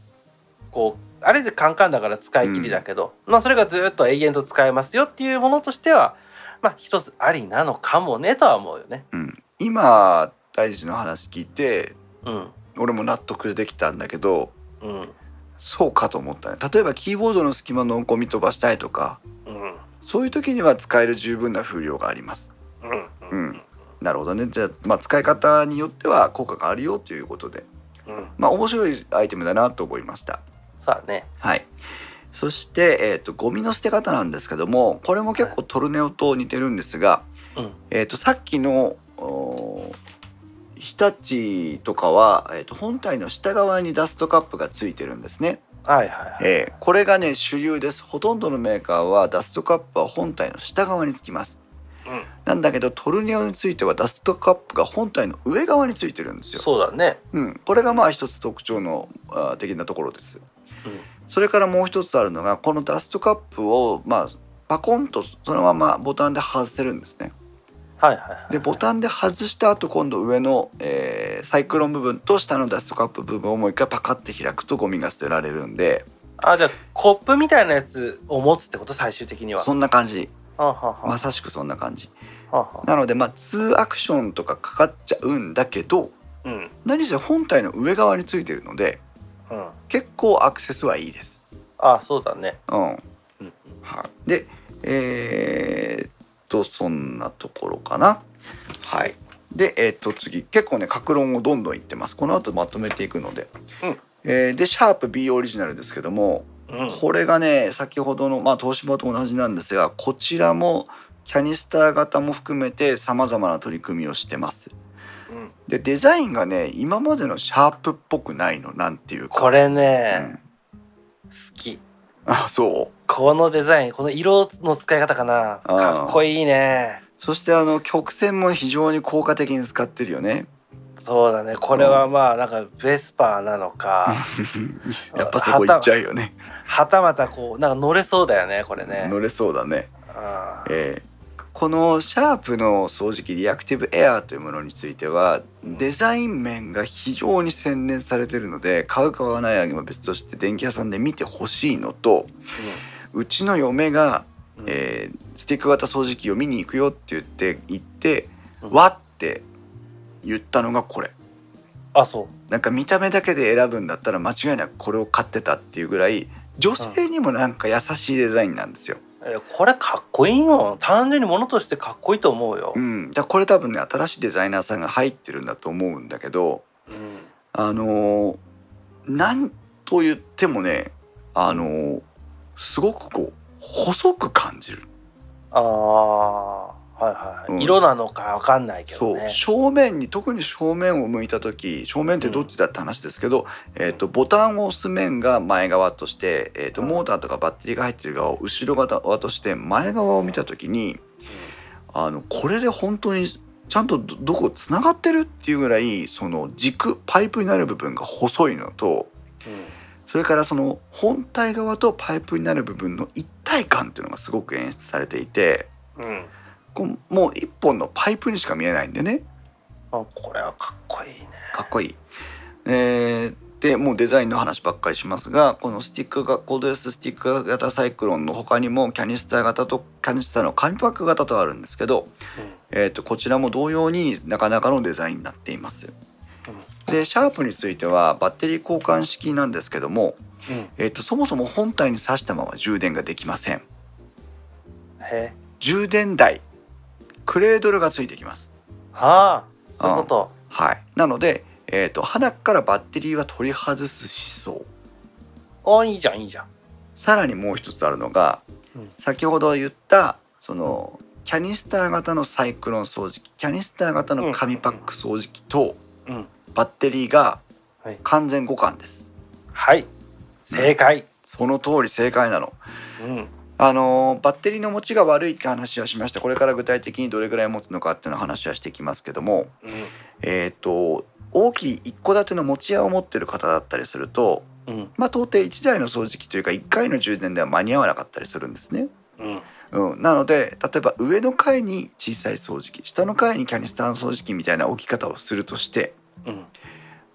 S2: こうあれでカンカンだから使い切りだけど、まあそれがずっと永遠と使えますよっていうものとしてはまあ一つありなのかもねとは思うよね。
S1: うんうん今大地の話聞いて
S2: うん
S1: 俺も納得できたんだけど
S2: うん
S1: そうかと思ったね例えばキーボードの隙間のゴミ飛ばしたいとか
S2: うん
S1: そういう時には使える十分な風量があります
S2: うん
S1: うんなるほどねじゃあ,、まあ使い方によっては効果があるよということで
S2: うん
S1: まあ面白いアイテムだなと思いました
S2: さあね
S1: はいそして、えー、とゴミの捨て方なんですけどもこれも結構トルネオと似てるんですが、
S2: うん
S1: えー、とさっきのおー日立とかは、えー、と本体の下側にダストカップがついてるんですね、
S2: はいはいはい
S1: えーこれがね主流ですほとんどのメーカーはダストカップは本体の下側につきます
S2: うん
S1: なんだけどトルネオについてはダストカップが本体の上側についてるんですよ、
S2: そうだね
S1: うん、これがまあ一つ特徴のあー的なところです
S2: うん
S1: それからもう一つあるのがこのダストカップをまあパコンとそのままボタンで外せるんですね
S2: はいはいはい
S1: でボタンで外した後今度上の、えーサイクロン部分と下のダストカップ部分をもう一回パカッて開くとゴミが捨てられるんで
S2: あじゃあコップみたいなやつを持つってこと最終的には
S1: そんな感じ
S2: はあはあはあ
S1: まさしくそんな感じ
S2: はあはあ
S1: なのでまあ2アクションとかかかっちゃうんだけど
S2: うんうん
S1: 何せ本体の上側についてるので結構アクセスはいいです
S2: あそうだね
S1: うん
S2: うん
S1: はい、でえーっとそんなところかなはいでえーっと次結構ね格論をどんどん言ってますこの後まとめていくので、
S2: うん
S1: えーでシャープ B オリジナルですけども
S2: うん
S1: これがね先ほどの、まあ、東芝と同じなんですがこちらもキャニスター型も含めてさまざまな取り組みをしてます
S2: うん
S1: でデザインがね今までのシャープっぽくないのなんていうか
S2: これ
S1: う
S2: ね
S1: ん
S2: 好き
S1: あそう
S2: このデザインこの色の使い方かな
S1: あー
S2: かっこいいね
S1: そしてあの曲線も非常に効果的に使ってるよね。
S2: そうだねこれはまあなんかベスパーなのか
S1: <laughs> やっぱそこ行っちゃうよね。
S2: はたまたこうなんか乗れそうだよねこれね
S1: 乗れそうだね。
S2: あー
S1: えーこのシャープの掃除機リアクティブエアーというものについてはデザイン面が非常に専念されてるので買う買わないあげも別として電気屋さんで見てほしいのとうちの嫁が、
S2: うん
S1: えースティック型掃除機を見に行くよって言って行って
S2: うん
S1: わって言ったのがこれ。
S2: あそう
S1: なんか見た目だけで選ぶんだったら間違いなくこれを買ってたっていうぐらい女性にもなんか優しいデザインなんですよ。
S2: えこれかっこいいよ単純にものとしてかっこいいと思うよ
S1: うん、だからこれ多分ね新しいデザイナーさんが入ってるんだと思うんだけど
S2: うん
S1: あのーなんと言ってもねあのーすごくこう細く感じる、
S2: あーはいはい
S1: うん
S2: はい色なのかわかんないけ
S1: そ
S2: ど
S1: う
S2: ね
S1: 正面に特に正面を向いた時正面ってどっちだって話ですけど、えー、とボタンを押す面が前側として、えー、と
S2: うん
S1: モーターとかバッテリーが入ってる側を後ろ側として前側を見た時にあのこれで本当にちゃんとどどこつながってるっていうぐらいその軸パイプになる部分が細いのと
S2: うんうん
S1: それからその本体側とパイプになる部分の一体感っていうのがすごく演出されていて
S2: うん
S1: こうもう一本のパイプにしか見えないんでね
S2: あこれはかっこいいね
S1: かっこいい。えーでもうデザインの話ばっかりしますがこのスティックがコードレススティック型サイクロンの他にもキャニスター型とキャニスターの紙パック型とあるんですけど、えー、とこちらも同様になかなかのデザインになっています。でシャープについてはバッテリー交換式なんですけども、
S2: うんうん
S1: えー、とそもそも本体に挿したまま充電ができません
S2: へ
S1: 充電台クレードルがついてきます
S2: はあそういうこと
S1: はいなので、えー、と鼻からバッテリーは取り外す思想
S2: あいいじゃんいいじゃん
S1: さらにもう一つあるのが、
S2: うん
S1: 先ほど言ったそのキャニスター型のサイクロン掃除機キャニスター型の紙パック掃除機と
S2: うん
S1: バッテリーが
S2: はい
S1: 完全互換です、
S2: はい正解
S1: その通り正解なの
S2: うん
S1: あのーバッテリーの持ちが悪いって話はしましたこれから具体的にどれぐらい持つのかっていうの話はしていきますけども
S2: うん
S1: えっ、と大きい一戸建ての持ち屋を持ってる方だったりすると、
S2: うん
S1: まあ、到底1台の掃除機というか1回の充電では間に合わなかったりするんですね。
S2: うん
S1: うん、なので例えば上の階に小さい掃除機下の階にキャニスターの掃除機みたいな置き方をするとして
S2: うん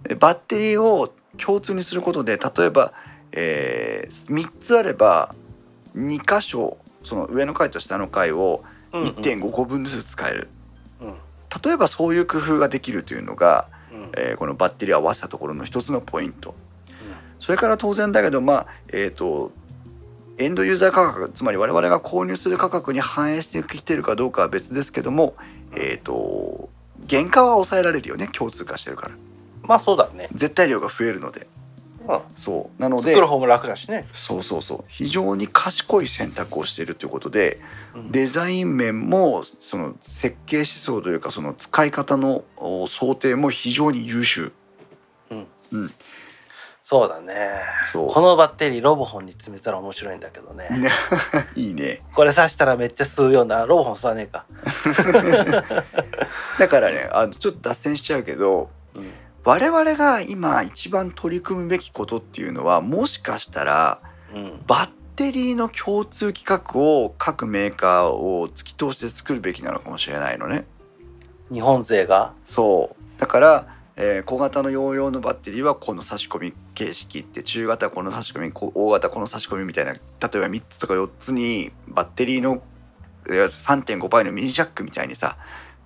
S1: えバッテリーを共通にすることで例えば、え3つあれば2箇所その上の階と下の階を
S2: うん
S1: 1.5個分ずつ使える、
S2: うん
S1: 例えばそういう工夫ができるというのが、
S2: うん
S1: えーこのバッテリーを合わせたところの一つのポイントそれから当然だけどまあえっ、とエンドユーザー価格つまり我々が購入する価格に反映してきてるかどうかは別ですけどもえっ、と原価は抑えられるよね共通化してるから
S2: まあそうだね
S1: 絶対量が増えるので
S2: うん
S1: そうなので
S2: 作る方も楽だしね
S1: そうそうそう非常に賢い選択をしているということで
S2: うん
S1: デザイン面もその設計思想というかその使い方のお想定も非常に優秀
S2: そうだね
S1: そう
S2: このバッテリーロボホンに詰めたら面白いんだけどね
S1: ね <laughs> いいね
S2: これ刺したらめっちゃ吸うようなロボホン吸わねえか、
S1: だからねあのちょっと脱線しちゃうけど
S2: うん
S1: 我々が今一番取り組むべきことっていうのはもしかしたら
S2: うん
S1: バッテリーの共通規格を各メーカーを突き通して作るべきなのかもしれないのね。
S2: 日本勢が
S1: そうだから、えー小型の容量のバッテリーはこの差し込み形式って中型はこの差し込みこ大型はこの差し込みみたいな例えば3つとか4つにバッテリーのえー3.5倍のミニジャックみたいにさ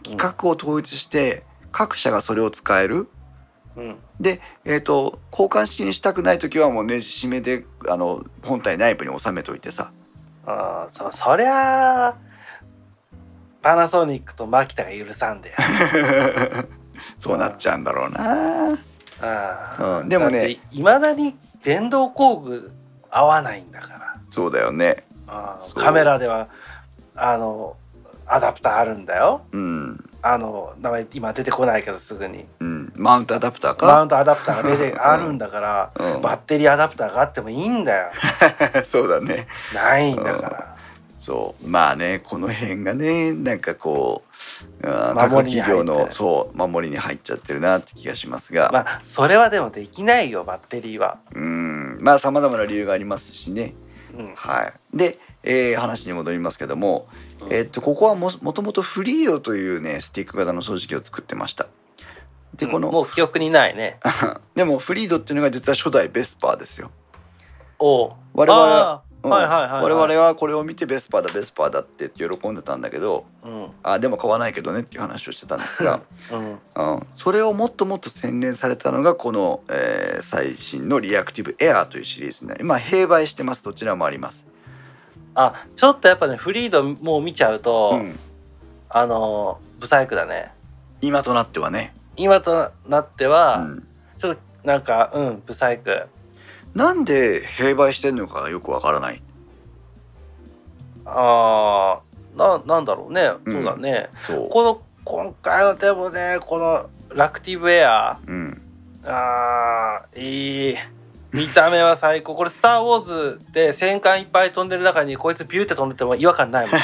S1: 規格を統一して各社がそれを使える、
S2: うん
S1: えー、と交換式にしたくない時はもうネジ締めであの本体内部に収めといてさ <laughs>
S2: あーそそりゃあパナソニックとマキタが許さん <laughs> で
S1: そうなっちゃうんだろうな。
S2: あー
S1: うん、でもね
S2: いまだに電動工具合わないんだから
S1: そうだよね。
S2: あー
S1: そう
S2: カメラではあのアダプターあるんだよ
S1: うん、
S2: あの名前今出てこないけどすぐに
S1: うん、マウントアダプターか。
S2: マウントアダプターが
S1: <laughs>
S2: 出てあるんだから、
S1: うん
S2: バッテリーアダプターがあってもいいんだよ
S1: <laughs> そうだね
S2: ないんだから、
S1: そうまあねこの辺がねなんかこう、うん、各
S2: 守り
S1: 企
S2: に入って
S1: 業のそう守りに入っちゃってるなって気がしますが、
S2: まあそれはでもできないよバッテリーは、
S1: うんまあさまざまな理由がありますしね
S2: うん
S1: はいで、えー話に戻りますけども、
S2: うん
S1: えーっとここはももともとフリードというねスティック型の掃除機を作ってましたでこの、
S2: うんもう記憶にないね
S1: でもフリードっていうのが実は初代ベスパーですよ
S2: おう
S1: 我々は
S2: あ
S1: う
S2: ー
S1: ん
S2: はいはいはいはい
S1: 我々はこれを見てベスパーだベスパーだってって喜んでたんだけど
S2: ーうん
S1: あでも買わないけどねっていう話をしてたんですが
S2: うん
S1: うん、それをもっともっと洗練されたのがこの、えー最新のリアクティブエアーというシリーズになりまあ併売してますどちらもあります。
S2: あちょっとやっぱねフリードもう見ちゃうと、
S1: うん、
S2: あのブサイクだね
S1: 今となってはね、
S2: 今となって
S1: う
S2: は、
S1: ん、
S2: ちょっとなんかうんブサイク
S1: なんで併売してるのかよくわからない。
S2: あーななんだろうね、
S1: うん
S2: そうだね
S1: そう
S2: この今回のでもねこのラクティブエア
S1: うん、
S2: あーいい見た目は最高これ「スター・ウォーズ」で戦艦いっぱい飛んでる中にこいつビューって飛んでても違和感ないもん、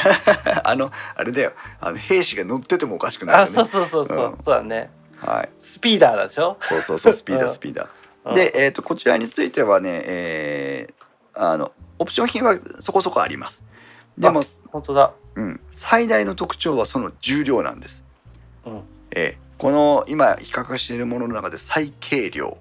S1: あのあれだよあの兵士が乗っててもおかしく <laughs> ないよ
S2: あ
S1: ね
S2: そうそうそうそう、
S1: うん
S2: そうだね
S1: はい、
S2: スピーダーでしょ、
S1: そうそうそうスピー
S2: <laughs> う
S1: ダー
S2: ん
S1: スピーダー。
S2: うん
S1: で、えー、とこちらについてはね、えーあのオプション品はそこそこあります。でも、
S2: 本当だ
S1: うん、最大の特徴はその重量なんです。
S2: うん
S1: えーこの今比較しているものの中で最軽量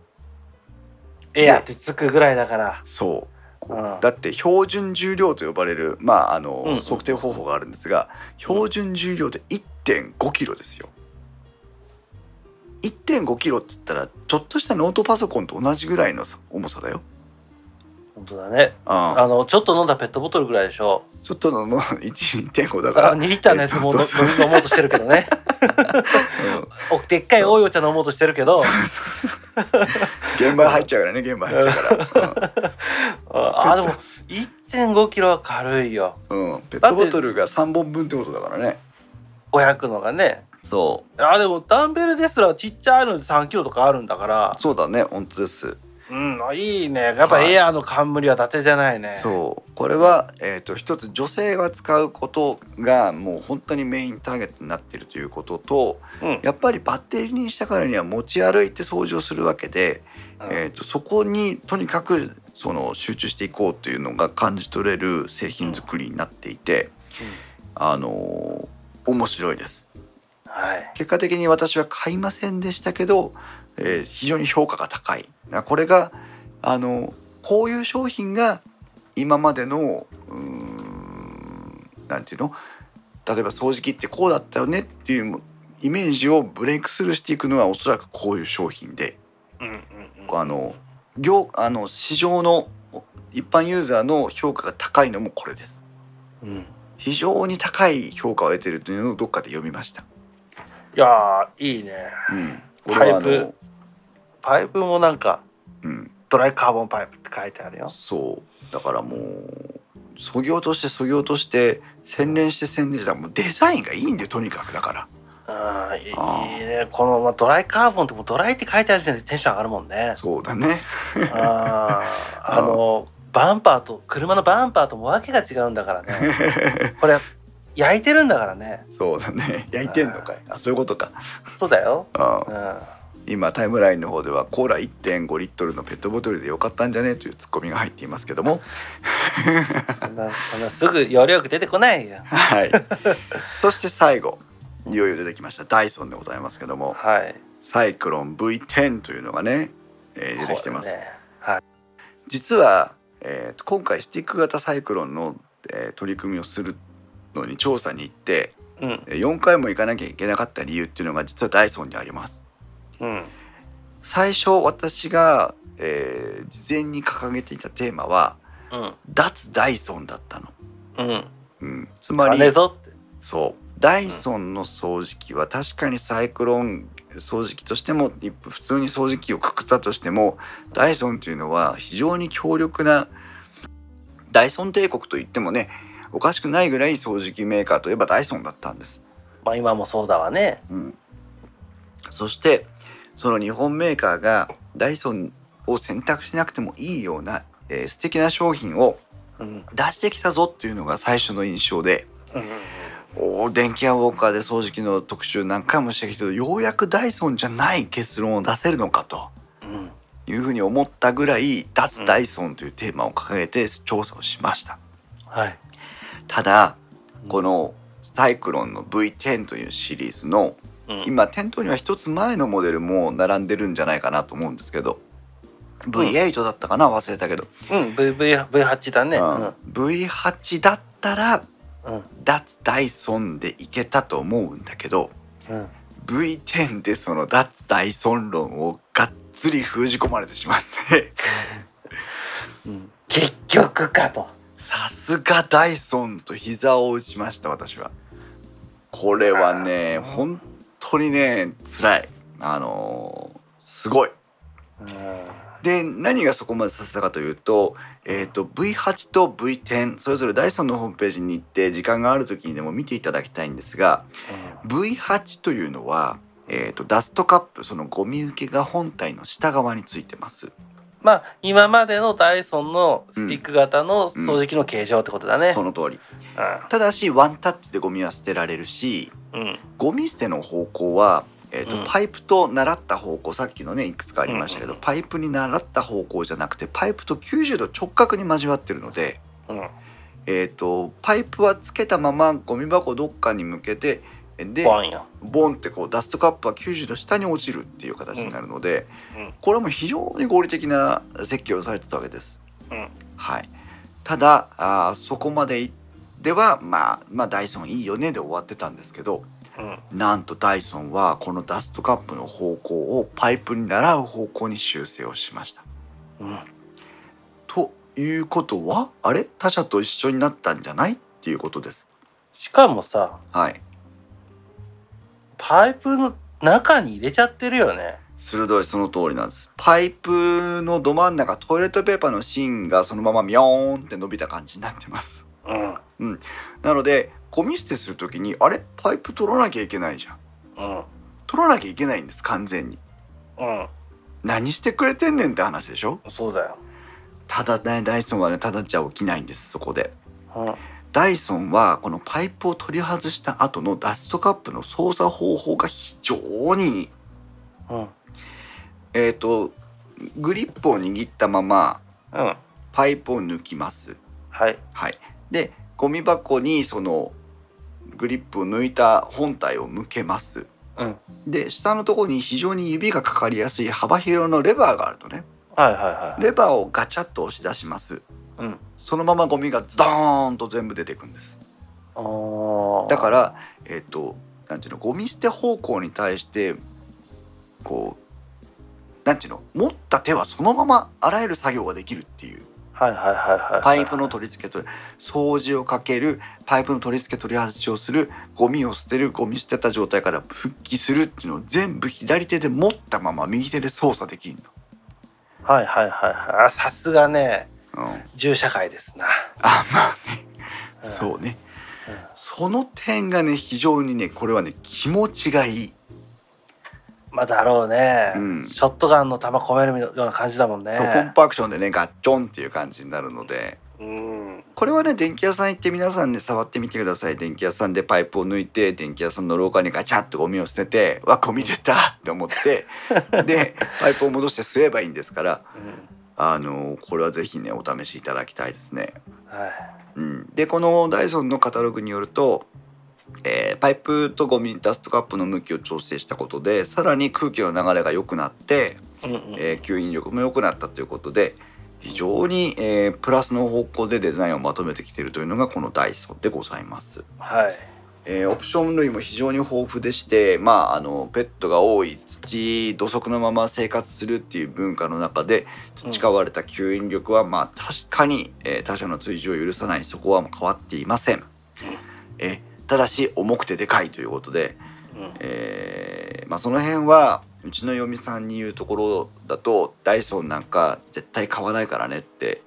S2: エアってつくぐらいだから
S1: そう、
S2: うん
S1: だって標準重量と呼ばれる、まああの
S2: うんうん
S1: 測定方法があるんですが標準重量で1 5キロですよ。1 5キロって言ったらちょっとしたノートパソコンと同じぐらいのさ重さだよ。
S2: 本当だね
S1: あ
S2: あのちょっと飲んだペットボトルぐらいでしょ
S1: ちょっとのもう1.5だ
S2: だ
S1: か
S2: から
S1: ら、
S2: 2リッターのやつもの
S1: えっとそう
S2: 飲み飲もうとしてるけどね
S1: うん
S2: おでっかい多いお茶飲もうとしてるけど
S1: 現場入っちゃうからね現場入っちゃうから。うん
S2: ああでも1 5キロは軽いよ
S1: うん、ペットボトルが3本分ってことだからね
S2: 500のがね
S1: そ
S2: あでもダンベルですらちっちゃいので3キロとかあるんだか
S1: う
S2: ら
S1: そうだね本当です
S2: うんあいいねやっぱ
S1: はい
S2: エアーの冠は伊達じゃないね、
S1: そうこれは、えー、と一つ女性が使うことがもう本当にメインターゲットになってるということと
S2: うん
S1: やっぱりバッテリーにしたからには持ち歩いて掃除をするわけで、
S2: うん
S1: えー、とそこにとにかくその集中していこうというのが感じ取れる製品作りになっていて、あのー面白いです。
S2: はい
S1: 結果的に私は買いませんでしたけど、えー非常に評価が高いなこれがあのこういう商品が今までのうーんなんていうの例えば掃除機ってこうだったよねっていうイメージをブレイクスルーしていくのはおそらくこういう商品で
S2: うんうんうん
S1: あの業あの市場の一般ユーザーの評価が高いのもこれです
S2: うん
S1: 非常に高い評価を得てるというのをどっかで読みました、
S2: いやーいいね
S1: うん、これはあ
S2: タイ
S1: の
S2: プ、パイプもなんか
S1: うん、
S2: ドライカーボンパイプって書いてあるよ
S1: そうだからもうそぎ落としてそぎ落として洗練して洗練してだからもうデザインがいいんだよとにかくだから
S2: あーいい
S1: あー
S2: いいねこの、まあ、ドライカーボンってもうドライって書いてある時点でテンション上がるもんね
S1: そうだね
S2: あーあのバンパーと車のバンパーともわけが違うん
S1: <laughs>
S2: だからねこれ焼いてるんだからね
S1: そうだね <laughs> 焼いてんのかいあそういうことか
S2: そうだよ、う
S1: あ
S2: ん、
S1: 今タイムラインの方ではコーラ1.5リットルのペットボトルでよかったんじゃねというツッコミが入っていますけども
S2: そんなそんなすぐ容量よく出てこないよ
S1: はい <laughs> そして最後いよいよ出てきましたダイソンでございますけども
S2: はい
S1: サイクロン V10 というのがね、えー出てきてます
S2: これねはい
S1: 実は、えーと今回スティック型サイクロンの、えー取り組みをするのに調査に行って
S2: うん
S1: えー4回も行かなきゃいけなかった理由っていうのが実はダイソンにあります
S2: うん
S1: 最初私が、えー事前に掲げていたテーマは
S2: うん
S1: 脱ダイソンだったの、
S2: うん
S1: うん、つまり
S2: 金ぞって
S1: そうダイソンの掃除機は確かにサイクロン掃除機としても一普通に掃除機をくくったとしてもダイソンというのは非常に強力なダイソン帝国といってもねおかしくないぐらい掃除機メーカーといえばダイソンだったんです。
S2: まあ今もそうだわね
S1: うん、そしてその日本メーカーがダイソンを選択しなくてもいいような、えー素敵な商品を
S2: うん
S1: 出してきたぞっていうのが最初の印象で。
S2: うん
S1: おー電気屋ウォーカーで掃除機の特集何回もしてきたけどようやくダイソンじゃない結論を出せるのかと
S2: うん
S1: いうふうに思ったぐらい脱ダイソンというテーマを掲げて調査をしました
S2: はい
S1: ただこ
S2: の
S1: のサイクロンの V10 というシリーズの
S2: うん
S1: 今店頭には一つ前のモデルも並んでるんじゃないかなと思うんですけど V8 だったかな忘れたけど、
S2: うん VV V8 だね
S1: う
S2: うんん
S1: V8 だったら
S2: うん
S1: 脱ダイソンでいけたと思うんだけど、
S2: うん
S1: V10 でその脱大損論をがっつり封じ込まれてしまって <laughs>
S2: うん結局かと
S1: さすがダイソンと膝を打ちました私はこれはね
S2: あー
S1: 本当にね辛いあのーすごい
S2: うん
S1: で何がそこまでさせたかというと,、えー、と V8 と V10 それぞれダイソンのホームページに行って時間がある時にでも見ていただきたいんですが V8 というのは、えー、とダストカップそのゴミ受けが本体の下側についてます。
S2: まあ今までのダイソンのスティック型の掃除機の形状ってことだね。
S1: そ
S2: うん
S1: の通りただしワンタッチでゴミは捨てられるし
S2: うん
S1: ゴミ捨ての方向は、えーと
S2: うん
S1: パイプと習った方向さっきのねいくつかありましたけど、
S2: うんうん
S1: パイプに習った方向じゃなくてパイプと90度直角に交わってるので、
S2: うん
S1: えー、とパイプはつけたままゴミ箱どっかに向けてで
S2: ボンよ。
S1: ボンってこうダストカップは90度下に落ちるっていう形になるので、
S2: うんうん
S1: これも非常に合理的な設計をされてたわけです。
S2: うん
S1: はい、ただあーそこまでいでは、まあ、まあダイソンいいよねで終わってたんですけど
S2: うん
S1: なんとダイソンはこのダストカップの方向をパイプに習う方向に修正をしました。
S2: うん
S1: ということはあれ他社と一緒になったんじゃないっていうことです。
S2: しかもさ
S1: はい、
S2: パイプの中に入れちゃってるよね。
S1: 鋭いその通りなんですパイプのど真ん中トイレットペーパーの芯がそのままミョーンって伸びた感じになってます
S2: うん
S1: なのでゴミ捨てする時にあれパイプ取らなきゃいけないじゃん
S2: うん
S1: 取らなきゃいけないんです完全に
S2: うん
S1: 何してくれてんねんって話でしょ
S2: そうだよ、
S1: ただねダイソンはねただじゃ起きないんですそこで
S2: うん、
S1: ダイソンはこのパイプを取り外した後のダストカップの操作方法が非常に
S2: うん
S1: えっ、とグリップを握ったまま
S2: うん
S1: パイプを抜きます
S2: はい
S1: はいでゴミ箱にそのグリップを抜いた本体を向けます
S2: うん
S1: で下のところに非常に指がかかりやすい幅広のレバーがあるとね
S2: はいはいはい
S1: レバーをガチャッと押し出します
S2: うん
S1: そのままゴミがズドーンと全部出てくんです
S2: あー
S1: だからえっ、となんていうのゴミ捨て方向に対してこうなんていうの持った手はそのまま洗える作業ができるっていう
S2: はいはいはいはい
S1: パイプの取り付けと掃除をかけるパイプの取り付け取り外しをするゴミを捨てるゴミ捨てた状態から復帰するっていうのを全部左手で持ったまま右手で操作できる
S2: はいはいはいはいあさすがね
S1: の。うん、
S2: 銃社会ですな、
S1: あまあね
S2: うん
S1: そうね
S2: うん
S1: その点がね非常にねこれはね気持ちがいい。
S2: まあだろうね、
S1: うん
S2: ショットガンの弾込めるような感じだもんね
S1: そうコンパクションでねガッチョンっていう感じになるので
S2: うん
S1: これはね電気屋さん行って皆さんで、触ってみてください電気屋さんでパイプを抜いて電気屋さんの廊下にガチャッとゴミを捨てて「わゴミ出た!」って思って
S2: <laughs>
S1: でパイプを戻して吸えばいいんですから
S2: うん
S1: あのこれはぜひねお試しいただきたいですね。
S2: はい
S1: うん、でこのダイソンのカタログによると、えーパイプとゴミダストカップの向きを調整したことでさらに空気の流れが良くなって
S2: うんうん
S1: えー吸引力も良くなったということで非常に、えープラスの方向でデザインをまとめてきているというのがこのダイソーでございます、
S2: はい
S1: えーオプション類も非常に豊富でして、まあ、あのペットが多い土土足のまま生活するっていう文化の中で培われた吸引力は、まあ、確かに、えー他者の追従を許さないそこは変わっていません、えーただし重くてでかいということで、
S2: うん
S1: えーまあ、その辺はうちの嫁さんに言うところだとダイソンなんか絶対買わないからねって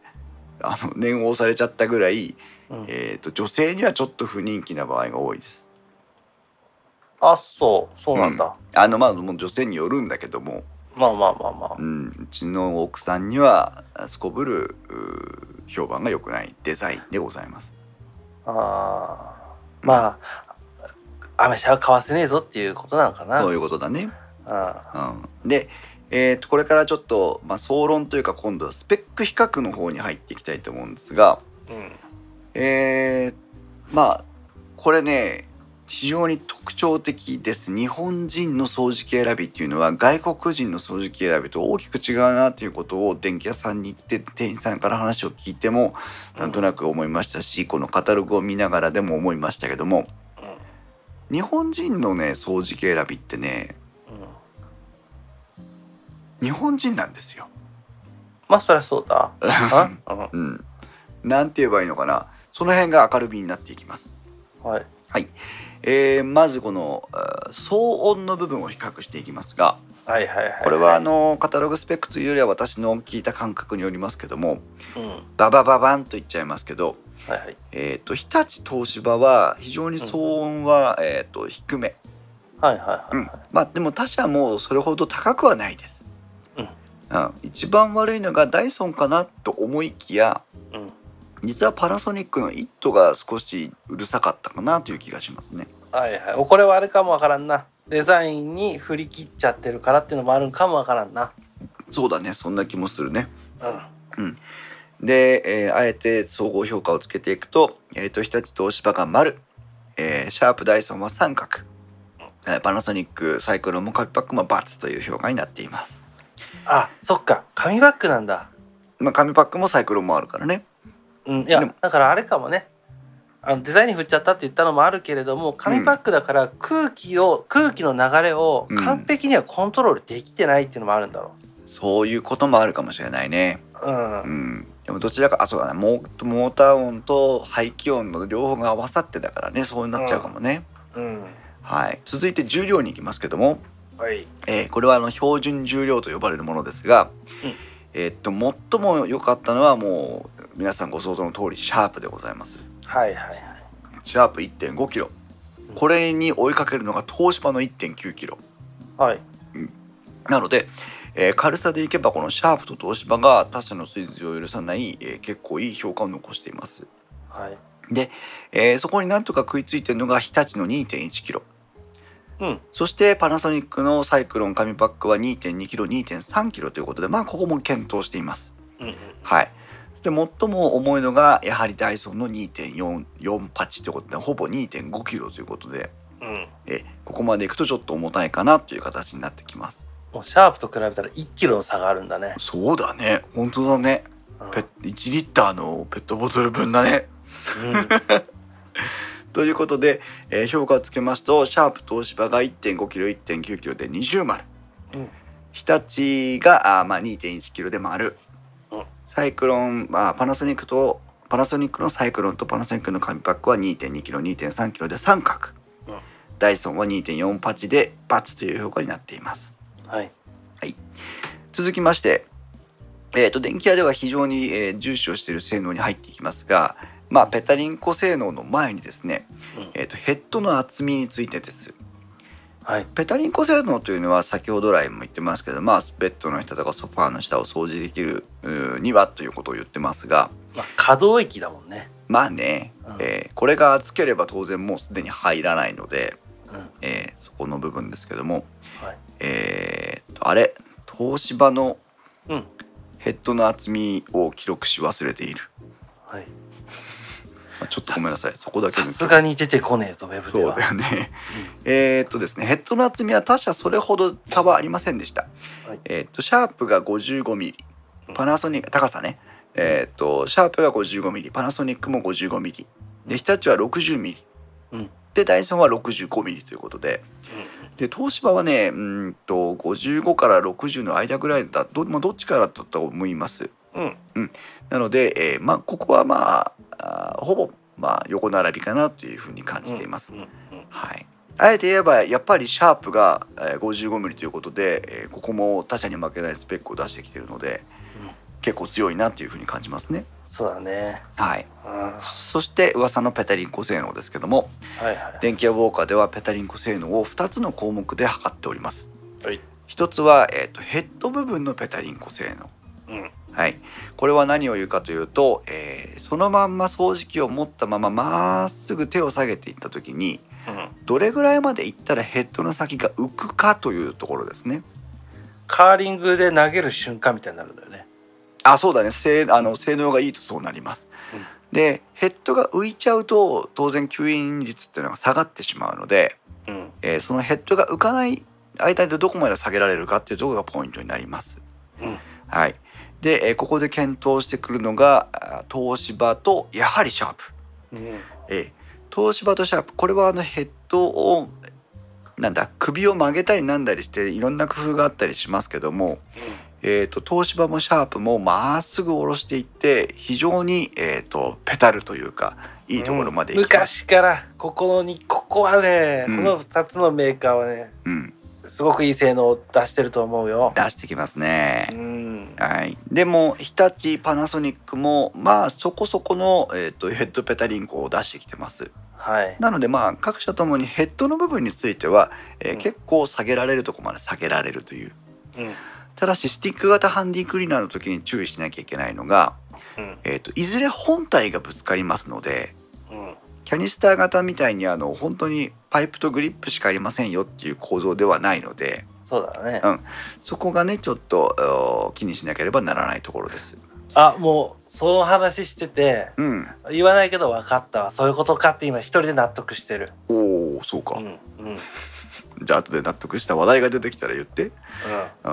S1: あの念を押されちゃったぐらい、
S2: うん
S1: えー、と女性にはちょっと不人気な場合が多いです。
S2: あそうそうなんだ、
S1: あのまあもう女性によるんだけども、
S2: まあまあまあま
S1: うん、うちの奥さんにはあすこぶるうー評判が良くないデザインでございます。
S2: ああーまあアメ車は買わせねえぞっていうことなのかな
S1: そういうことだね。
S2: あ
S1: うん、で、えー、とこれからちょっと、まあ、総論というか今度はスペック比較の方に入っていきたいと思うんですが。
S2: ーうん
S1: えーまあこれね非常に特徴的です日本人の掃除機選びっていうのは外国人の掃除機選びと大きく違うなということを電気屋さんに行って店員さんから話を聞いてもなんとなく思いましたしこのカタログを見ながらでも思いましたけども
S2: うんうん
S1: 日本人のね掃除機選びってね日本人なんですよ。
S2: まあそりゃそうだあうん
S1: うん、なんて言えばいいのかなその辺が明るみになっていきます。
S2: はい
S1: えーまずこのあー騒音の部分を比較していきますが
S2: はいはいはい
S1: これはあのカタログスペックというよりは私の聞いた感覚によりますけども
S2: うんは
S1: ババババンと言っちゃいますけど、
S2: いはい
S1: えー、と日立東芝は非常に騒音は、えー、と低め、
S2: はいはいはいはい
S1: まあでも他社もそれほど高くはないです。
S2: うん
S1: うん、一番悪いのがダイソンかなと思いきや
S2: うん
S1: 実はパナソニックの「イット!」が少しうるさかったかなという気がしますね。
S2: はいはいおこれはあれかもわからんなデザインに振り切っちゃってるからっていうのもあるんかもわからんな
S1: そうだねそんな気もするね。
S2: うん
S1: で、えーあえて総合評価をつけていくと,、えー、と日立東芝が丸、えーシャープダイソンは三角、えーパナソニックサイクロンも紙パックも×という評価になっています。
S2: あそっか紙バッグなんだ
S1: まあ、紙パックもサイクロンもあるからね
S2: うんい
S1: でも
S2: やだからあれかもねあのデザインに振っちゃったって言ったのもあるけれども紙パックだから空気を、空気の流れを完璧にはコントロールできてないっていうのもあるんだろ
S1: そういうこともあるかもしれないね。
S2: ううん、
S1: うん、でもどちらかあそうだねモーモーター音と排気音の両方が合わさってだからねそうなっちゃうかもね。
S2: うん、
S1: はい、続いて重量に行きますけども、
S2: はい
S1: えーこれはあの標準重量と呼ばれるものですが、
S2: うん
S1: えーっと最も良かったのはもう皆さんご想像の通りシャープでございます
S2: はいはいはい
S1: シャープ1 5キロ
S2: うん
S1: これに追いかけるのが東芝の1 9キロ
S2: はい
S1: なので、えー軽さでいけばこのシャープと東芝が他社の追随を許さない、えー結構いい評価を残しています、
S2: はい。
S1: えーそこになんとか食いついてるのが日立の2 1キロ
S2: うん。
S1: そしてパナソニックのサイクロン紙パックは2 2キロ2 3キロということでまあここも検討しています
S2: うんうん。
S1: はいそして最も重いのがやはりダイソンの2.448ということでほぼ2 5キロということで
S2: うん。
S1: えーここまでいくとちょっと重たいかなという形になってきます
S2: もうシャープと比べたら1キロの差があるんだね。
S1: そうだね本当だね
S2: うん
S1: ペ1リッターのペットボトル分だね
S2: うん
S1: ということで、えー評価をつけますとシャープ東芝が1 5キロ1 9キロで20丸、
S2: うん
S1: 日立があー、まあ、2 1キロで丸、
S2: うん
S1: サイクロン、まあ、パナソニックとパナソニックのサイクロンとパナソニックの紙パックは2 2キロ2 3キロで三角、
S2: うん
S1: ダイソンは2.48でバツという評価になっています。
S2: はい。
S1: 続きまして、えー、と電気屋では非常に、えー重視をしている性能に入っていきますが、まあ、ペタリンコ性能の前にですね、
S2: うん
S1: えー、とヘッドの厚みについてです
S2: はい。
S1: ペタリンコ性能というのは先ほど来も言ってますけど、まあ、ベッドの下とかソファーの下を掃除できるうーにはということを言ってますが
S2: まあ、可動域だもんね。
S1: まあね、
S2: うん
S1: えーこれが厚ければ当然もうすでに入らないので、
S2: うん。
S1: えーそこの部分ですけども、
S2: はい
S1: えーとあれ東芝の
S2: うん。
S1: ヘッドの厚みを記録し忘れている。
S2: はい。
S1: まあちょっとごめんなさい。そこだけ
S2: さ
S1: の
S2: すがに出てこねえぞ、ウェブ
S1: そ
S2: で
S1: う
S2: は。
S1: だよね。えーっとですね、ヘッドの厚みは他社それほど差はありませんでした。
S2: はい
S1: えーっとシャープが55ミリ、パナソニック高さね。えーっとシャープが55ミリ、パナソニックも55ミリ、で日立は60ミリ、
S2: うん
S1: でダイソンは65ミリということで、で東芝はね、うーんと55から60の間ぐらいだ、どまあどっちからだったと思います。
S2: うん。うん。
S1: なので、えーまあここはまああーほぼまあ横並びかなというふうに感じています。
S2: うん。うんうん
S1: はい、あえて言えばやっぱりシャープが5 5ミリということで、えーここも他社に負けないスペックを出してきているので、
S2: うん
S1: 結構強いなというふうに感じますね。
S2: そうだね。
S1: はい、
S2: うん。は
S1: そして噂のペタリンコ性能ですけども
S2: いはい。
S1: 電気屋ウォーカーではペタリンコ性能を2つの項目で測っております。
S2: はい
S1: 一つは、えーとヘッド部分のペタリンコ性能
S2: うん。
S1: はい、これは何を言うかというと、えーそのまんま掃除機を持ったまままっすぐ手を下げていった時に
S2: うん。
S1: どれぐらいまでいったらヘッドの先が浮くかというところですね。
S2: カーリングで投げる瞬間みたいになるんだよね。
S1: あそうだね性あの性能がいいとそうなります。
S2: うん
S1: でヘッドが浮いちゃうと当然吸引率っていうのが下がってしまうので、
S2: うん。
S1: えーそのヘッドが浮かない間でどこまで下げられるかっていうところがポイントになります。
S2: うん
S1: はい、で、えーここで検討してくるのがあー東芝とやはりシャープ。
S2: うん。
S1: えー東芝とシャープこれはあのヘッドをなんだ首を曲げたりなんだりしていろんな工夫があったりしますけども、えー、と東芝もシャープもまっすぐ下ろしていって非常に、えー、とペタルというかいいところまで行きます、
S2: 昔からここにここはね、
S1: うん
S2: この2つのメーカーはね
S1: うん
S2: すごくいい性能を出してると思うよ。
S1: 出してきます
S2: う
S1: ね、
S2: ん、
S1: はい、でも日立パナソニックもまあそこそこの、えー、とヘッドペタリンコを出してきてます
S2: はい、
S1: なのでまあ各社ともにヘッドの部分については、えー
S2: うん
S1: 結構下げられるとこまで下げられるという
S2: うん
S1: ただしスティック型ハンディクリーナーの時に注意しなきゃいけないのが、
S2: うん
S1: えー、といずれ本体がぶつかりますので
S2: うん
S1: キャニスター型みたいにあの本当にパイプとグリップしかありませんよっていう構造ではないので
S2: そうだね
S1: う。んそこがねちょっとお気にしなければならないところです。
S2: あもうその話してて
S1: うん、
S2: 言わないけど分かったわそういうことかって今一人で納得してる。
S1: おおそうか、
S2: うんうん
S1: じゃあ後で納得した話題が出てきたら言って。う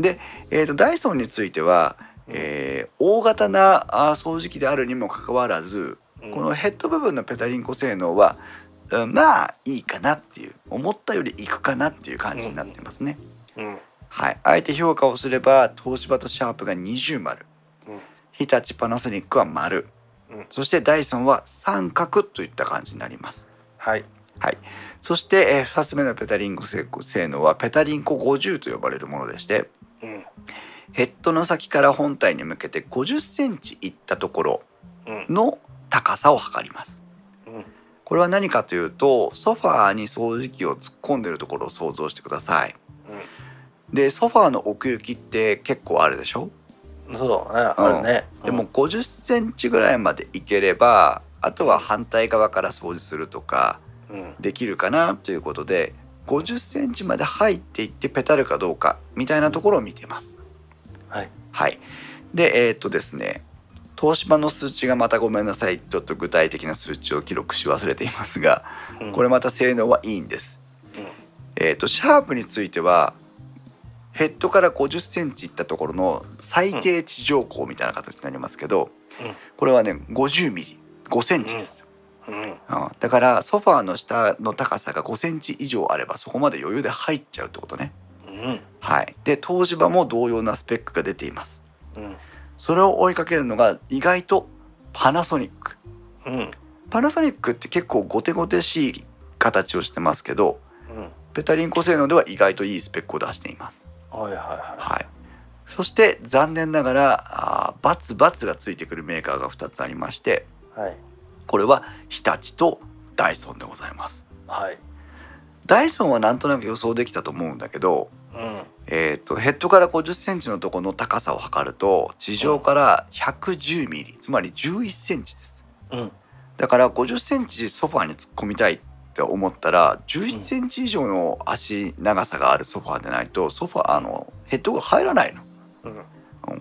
S1: ん、で、えー、とダイソンについては、えー大型なあー掃除機であるにもかかわらず、
S2: うん、
S1: このヘッド部分のペタリンコ性能はうんまあいいかなっていう思ったよりいくかなっていう感じになってますね。
S2: うん
S1: はい、あえて評価をすれば東芝とシャープが20丸、
S2: うん
S1: 日立パナソニックは丸、
S2: うん
S1: そしてダイソンは三角といった感じになります。
S2: はい
S1: そして、え2つ目のペタリンコ性性能はペタリンコ50と呼ばれるものでして
S2: うん
S1: ヘッドの先から本体に向けて50センチいったところ
S2: うん
S1: の高さを測ります。
S2: うん
S1: これは何かというとソファーに掃除機を突っ込んでるところを想像してください。でソファーの奥行きって結構あるでしょ
S2: そうだね、
S1: うん
S2: あるね
S1: でも5 0センチぐらいまでいければあとは反対側から掃除するとか
S2: うん
S1: できるかなということで5 0センチまで入っていってペタるかどうかみたいなところを見てます。
S2: はい、
S1: はい、でえーっとですね東芝の数値がまたごめんなさいちょっと具体的な数値を記録し忘れていますが
S2: うん
S1: これまた性能はいいんです。
S2: うん
S1: えー、とシャープについてはヘッドから5 0センチいったところの最低地上高みたいな形になりますけど、
S2: うん
S1: これはね5 0ミリ5センチです、
S2: うん
S1: うんだからソファーの下の高さが5センチ以上あればそこまで余裕で入っちゃうってことね
S2: うん
S1: はいで東芝も同様なスペックが出ています
S2: うん
S1: それを追いかけるのが意外とパナソニック
S2: うん
S1: パナソニックって結構ゴテゴテしい形をしてますけど
S2: うん
S1: ペタリンコ性能では意外といいスペックを出しています
S2: はいはいは
S1: はい、そして残念ながらあーバツバツがついてくるメーカーが2つありまして
S2: いはい
S1: これは日立とダイソンでございます
S2: はい
S1: ダイソンはなんとなく予想できたと思うんだけど、
S2: うん
S1: えー、とヘッドから5 0センチのとこの高さを測ると地上から110ミリつまり11センチです
S2: うん
S1: だから5 0センチソファーに突っ込みたいって思ったら11センチ以上の足長さがあるソファーでないとソファーあのヘッドが入らないの。
S2: うん
S1: うん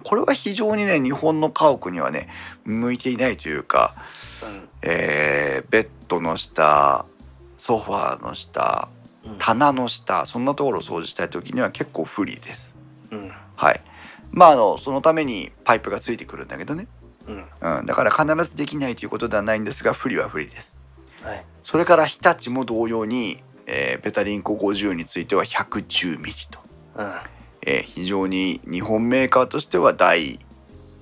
S1: これは非常にね日本の家屋にはね向いていないというか、えーベッドの下ソファーの下
S2: うん
S1: 棚の下そんなところを掃除したい時には結構不利です。
S2: うん
S1: はいまあ、あのそのためにパイプがついてくるんだけどね、
S2: うん
S1: うん、だから必ずできないということではないんですが不利は不利です
S2: はい
S1: それから日立も同様に、えーベタリンコ50については110ミリと、
S2: うん
S1: えー非常に日本メーカーとしては大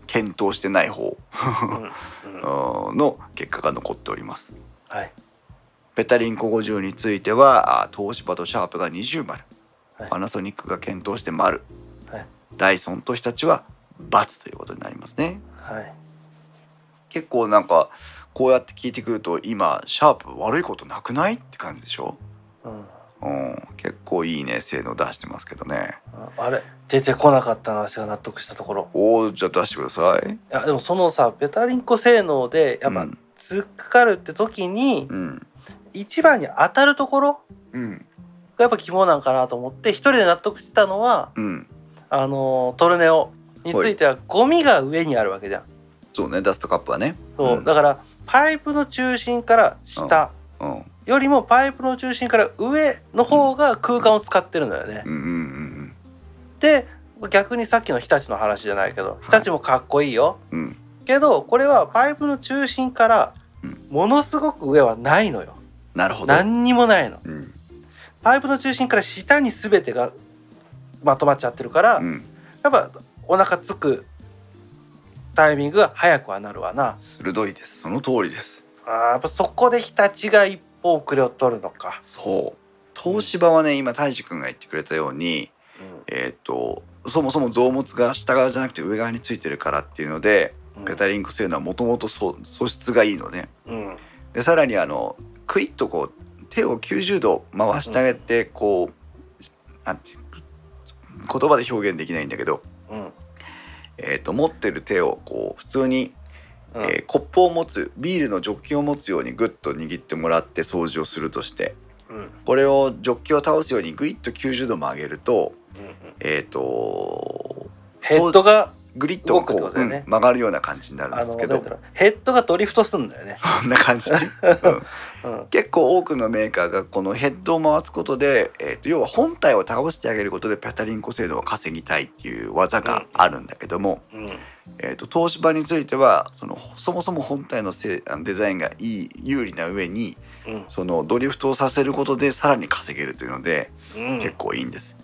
S1: 検討してない方
S2: うんうん
S1: あーの結果が残っております。
S2: はい
S1: ペタリンコ50についてはあー東芝とシャープが20丸、
S2: はい
S1: パナソニックが検討して丸、
S2: はい
S1: ダイソンと日立は×ということになりますね。
S2: はい
S1: 結構なんかこうやって聞いてくると今シャープ悪いことなくないって感じでしょ、
S2: うん
S1: うん、結構いいね性能出してますけどね。
S2: ああれ出てこなかったの私が納得したところ
S1: おおじゃあ出してください。
S2: いやでもそのさベタリンコ性能でやっ
S1: う
S2: ぱ
S1: ん
S2: 突っかかるって時に、
S1: うん
S2: 一番に当たるところ
S1: うん
S2: がやっぱ肝なんかなと思って一人で納得してたのは
S1: うん
S2: あのトルネオについてはゴミが上にあるわけじゃん。
S1: そうねダストカップはね。
S2: そう、
S1: うん
S2: だからパイプの中心から下
S1: うんうん
S2: よりもパイプの中心から上の方が空間を使ってるんだよね。
S1: うんうん
S2: で逆にさっきの日立の話じゃないけど日立もかっこいいよ。
S1: うんうん
S2: けどこれはパイプの中心から
S1: うん
S2: ものすごく上はないのよ。
S1: なるほど。
S2: 何にもないの。
S1: うん
S2: パイプの中心から下に全てがまとまっちゃってるから、
S1: うん
S2: やっぱお腹つくタイミングが早くはなるわな
S1: 鋭いですその通りです
S2: あーやっぱそこで日立が一歩遅れを取るのか、
S1: そう東芝はね今大志くんが言ってくれたようにえっ、とそもそも増物が下側じゃなくて上側についてるからっていうので
S2: うん
S1: ペタリンク性能はもともと素素質がいいのね
S2: うん
S1: でさらにあのクイッとこう手を90度回してあげてこうなんていう言葉で表現できないんだけど、
S2: うん
S1: えー、と持ってる手をこう普通に、
S2: うん
S1: えーコップを持つビールのジョッキを持つようにグッと握ってもらって掃除をするとして
S2: うんうん
S1: これをジョッキを倒すようにグイッと90度曲げると,、
S2: うん
S1: えー、と
S2: ヘッドが
S1: グリッと
S2: 動くって
S1: こ
S2: こと
S1: う、
S2: だ
S1: う
S2: よ
S1: ん
S2: ね
S1: 曲がるような感じになるん
S2: あ
S1: です
S2: の
S1: け
S2: どうや
S1: ど
S2: ったらヘッドがドリフトすんだよね。
S1: <laughs> そんな感じ、うん
S2: うん
S1: 結構多くのメーカーがこのヘッドを回すことで、えー、と要は本体を倒してあげることでペタリンコ精度を稼ぎたいっていう技があるんだけども、
S2: うん
S1: えー、と東芝についてはそのそもそも本体のせいあのデザインがいい有利な上に
S2: うん
S1: そのドリフトをさせることでさらに稼げるというので
S2: うん
S1: 結構いいんです。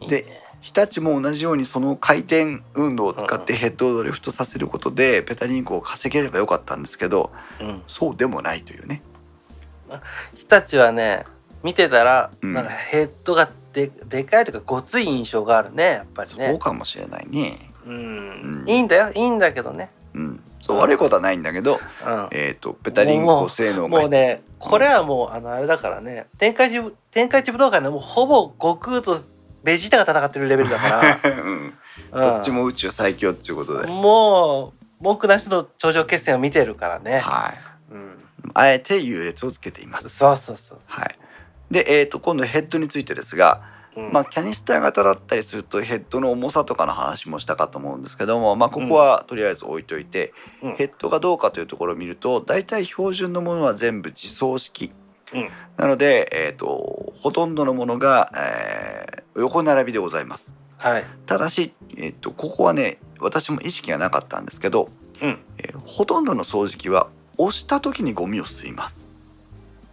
S2: いい
S1: で
S2: ね
S1: 日立も同じようにその回転運動を使って
S2: う
S1: ヘッドをドリフトさせることでペタリンコを稼げればよかったんですけど
S2: うん
S1: そうでもないというね
S2: 日立はね見てたら
S1: うん
S2: なんかヘッドがででかいというかごつい印象があるねやっぱり
S1: そう
S2: ね。
S1: かもしれないね。
S2: うん
S1: うん
S2: いいんだよいいんだけどね。
S1: うん、そう悪いことはないんだけど、
S2: うん
S1: えー、とペタリンコ性能が
S2: もうねこれはもうあのあれだからね天下一武天下一武道館でもうほぼ悟空とベジータが戦ってるレベル
S1: <laughs>
S2: だから、
S1: <laughs> うん
S2: うん
S1: どっちも宇宙最強っていうことで、
S2: もう文句なしの頂上決戦を見てるからね、
S1: はい
S2: うん、
S1: あえて優劣をつけています
S2: そうそうそう、
S1: はいで、えー、と今度ヘッドについてですが、
S2: うん
S1: まあ、キャニスター型だったりするとヘッドの重さとかの話もしたかと思うんですけども、まあ、ここはとりあえず置いといて、
S2: うん
S1: ヘッドがどうかというところを見ると大体標準のものは全部自走式、
S2: うん
S1: なので、えー、とほとんどのものが、えー横並びでございます
S2: はい、
S1: ただし、えー、とここはね私も意識がなかったんですけど、
S2: うん
S1: えーほとんどの掃除機は押した時にゴミを吸います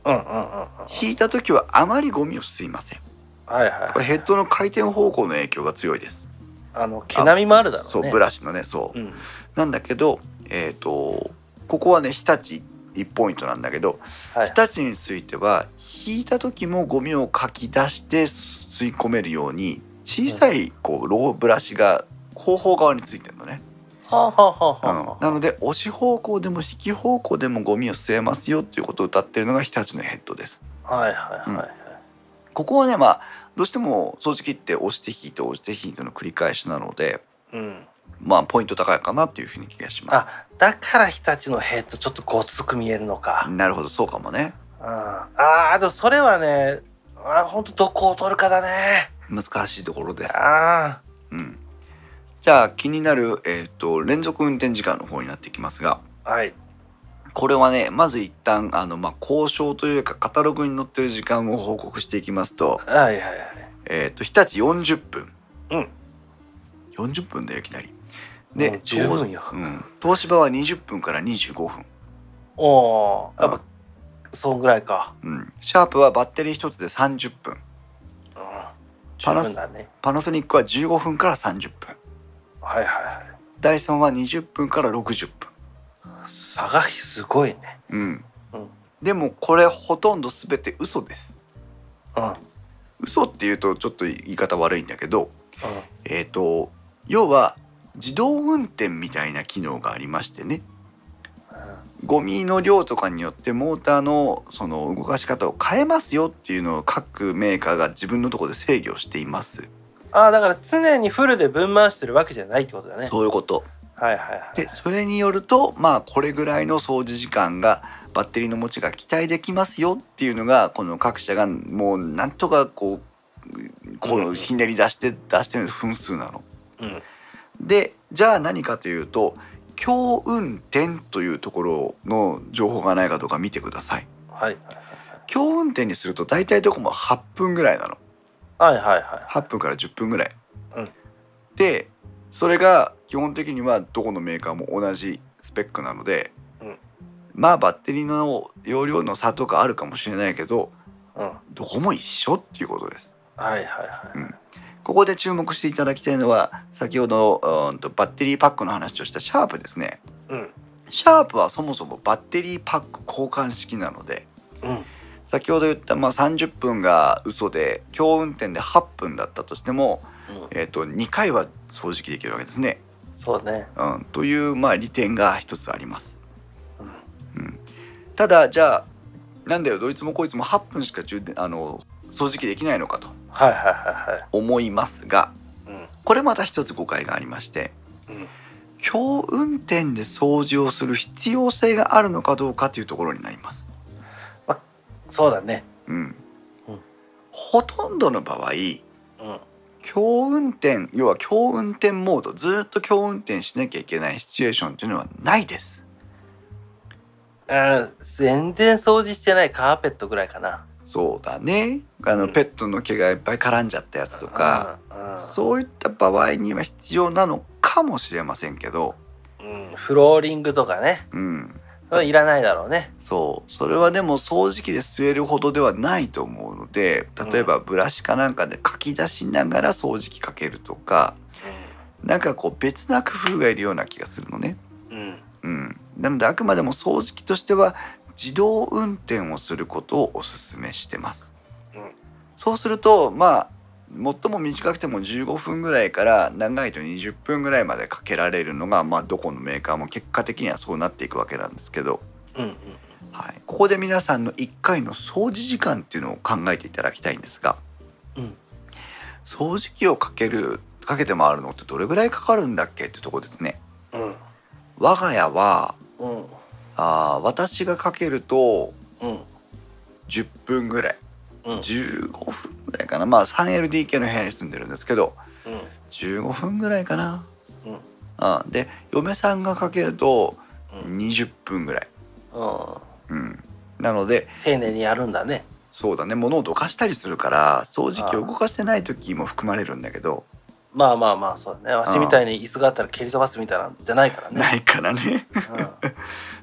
S2: うんうんうんうん
S1: 引いた時はあまりゴミを吸いません
S2: はい
S1: こ
S2: は
S1: れ
S2: い
S1: ヘッドの回転方向の影響が強いです
S2: あの毛並みもあるだろうね
S1: そうブラシのねそう
S2: うん
S1: なんだけど、えー、とここはね日立1ポイントなんだけど
S2: はい
S1: 日立については引いた時もゴミをかき出して吸い込めるように小さいこうローブラシが後方側についてるのね、
S2: はあはあはあ
S1: う
S2: は
S1: ん
S2: あ
S1: なので押し方向でも引き方向でもゴミを吸えますよっていうことを歌ってるのが日立のヘッドです
S2: はいはいはい、
S1: ここはねまあどうしても掃除機って押して引いて押して引いての繰り返しなので
S2: うん、
S1: まあポイント高いかなっていうふうに気がします
S2: あだから日立のヘッドちょっとごつく見えるのか、
S1: なるほどそうかもね
S2: ああーでもそれはねあ本当どこを取るかだね
S1: 難しいところです
S2: あ
S1: うんじゃあ気になる、えー、と連続運転時間の方になってきますが
S2: あはい
S1: これはねまず一旦あの、まあ、交渉というかカタログに載ってる時間を報告していきますと,、
S2: はいはいはい
S1: えー、と日立40分、
S2: うん、
S1: 40分だよいきなり
S2: もう
S1: で
S2: 十分よ、
S1: 東うん、東芝は20分から25分、
S2: おおーやっぱ、そんぐらいか、
S1: うん、シャープはバッテリー1つで30分
S2: うん、十分だね
S1: パナソニックは15分から30分
S2: はいはいは
S1: ダイソンは20分から60分
S2: い差がすごいね
S1: うん、
S2: うん
S1: でもこれほとんど全て嘘です
S2: うんうん
S1: 嘘っていうとちょっと言い方悪いんだけどえっ、と要は自動運転みたいな機能がありましてねゴミの量とかによってモーターのその動かし方を変えますよっていうのを各メーカーが自分のところで制御しています、
S2: ああだから常にフルで分回してるわけじゃないってことだね
S1: そういうこと
S2: はいはいはい
S1: でそれによるとまあこれぐらいの掃除時間がバッテリーの持ちが期待できますよっていうのがこの各社がもうなんとかこうこ
S2: う
S1: うんひねり出して出してる分数なの。
S2: うん
S1: でじゃあ何かというと強運転というところの情報がないかどうか見てください。
S2: はい
S1: 強運転にすると大体どこも8分ぐらいなの
S2: はいはいはいは
S1: 8分から10分ぐらい。
S2: うん
S1: でそれが基本的にはどこのメーカーも同じスペックなので、
S2: うん
S1: まあバッテリーの容量の差とかあるかもしれないけど
S2: いうん
S1: どこも一緒っていうことです。
S2: はいはいはい
S1: ここで注目していただきたいのは先ほどうーんとバッテリーパックの話をしたシャープですね。
S2: うん
S1: シャープはそもそもバッテリーパック交換式なので
S2: うん
S1: 先ほど言ったまあ30分が嘘で強運転で8分だったとしても、
S2: うん
S1: えー、と2回は掃除機できるわけですね。
S2: そうね
S1: うん、というまあ利点が一つあります。
S2: うん
S1: うん、ただじゃあなんだよどいつもこいつも8分しか充電あの掃除機できないのかと
S2: はいはいはいはい
S1: 思いますが
S2: うん
S1: これまた一つ誤解がありまして
S2: うん
S1: 強運転で掃除をする必要性があるのかどうかというところになります。
S2: そうだね
S1: うん
S2: うん
S1: ほとんどの場合
S2: うん
S1: 強運転要は強運転モードずーっと強運転しなきゃいけないシチュエーションというのはないです。
S2: うん全然掃除してないカーペットぐらいかな
S1: そうだねあの、
S2: うん
S1: ペットの毛がいっぱい絡んじゃったやつとか、
S2: うんうん
S1: そういった場合には必要なのかもしれませんけど、
S2: うんフローリングとかね
S1: うん、
S2: それいらないだろうね
S1: そうそれはでも掃除機で吸えるほどではないと思うので例えばブラシかなんかでかき出しながら掃除機かけるとかなんかこう別な工夫がいるような気がするのね。
S2: うんうん
S1: うん、なのであくまでも掃除機としては自動運転をすることをお勧めしてます、
S2: うん
S1: そうするとまあ最も短くても15分ぐらいから長いと20分ぐらいまでかけられるのが、まあ、どこのメーカーも結果的にはそうなっていくわけなんですけど、
S2: うんうん
S1: はい、ここで皆さんの1回の掃除時間っていうのを考えていただきたいんですが、
S2: うん
S1: 掃除機をかけるかけて回るのってどれぐらいかかるんだっけってとこですね
S2: うん
S1: 我が家は
S2: うん
S1: あー私がかけると
S2: うん
S1: 10分ぐらい
S2: うん
S1: 15分ぐらいかなまあ 3LDK の部屋に住んでるんですけど
S2: うん
S1: 15分ぐらいかな、
S2: うん
S1: あで嫁さんがかけると
S2: うん
S1: 20分ぐらい、
S2: うん
S1: うん、なので
S2: 丁寧にやるんだね
S1: そうだね物をどかしたりするから掃除機を動かしてない時も含まれるんだけど
S2: まあまあまあそうだねわしみたいに椅子があったら蹴り飛ばすみたいなんじゃないから
S1: な
S2: ね
S1: いからね <laughs>
S2: うん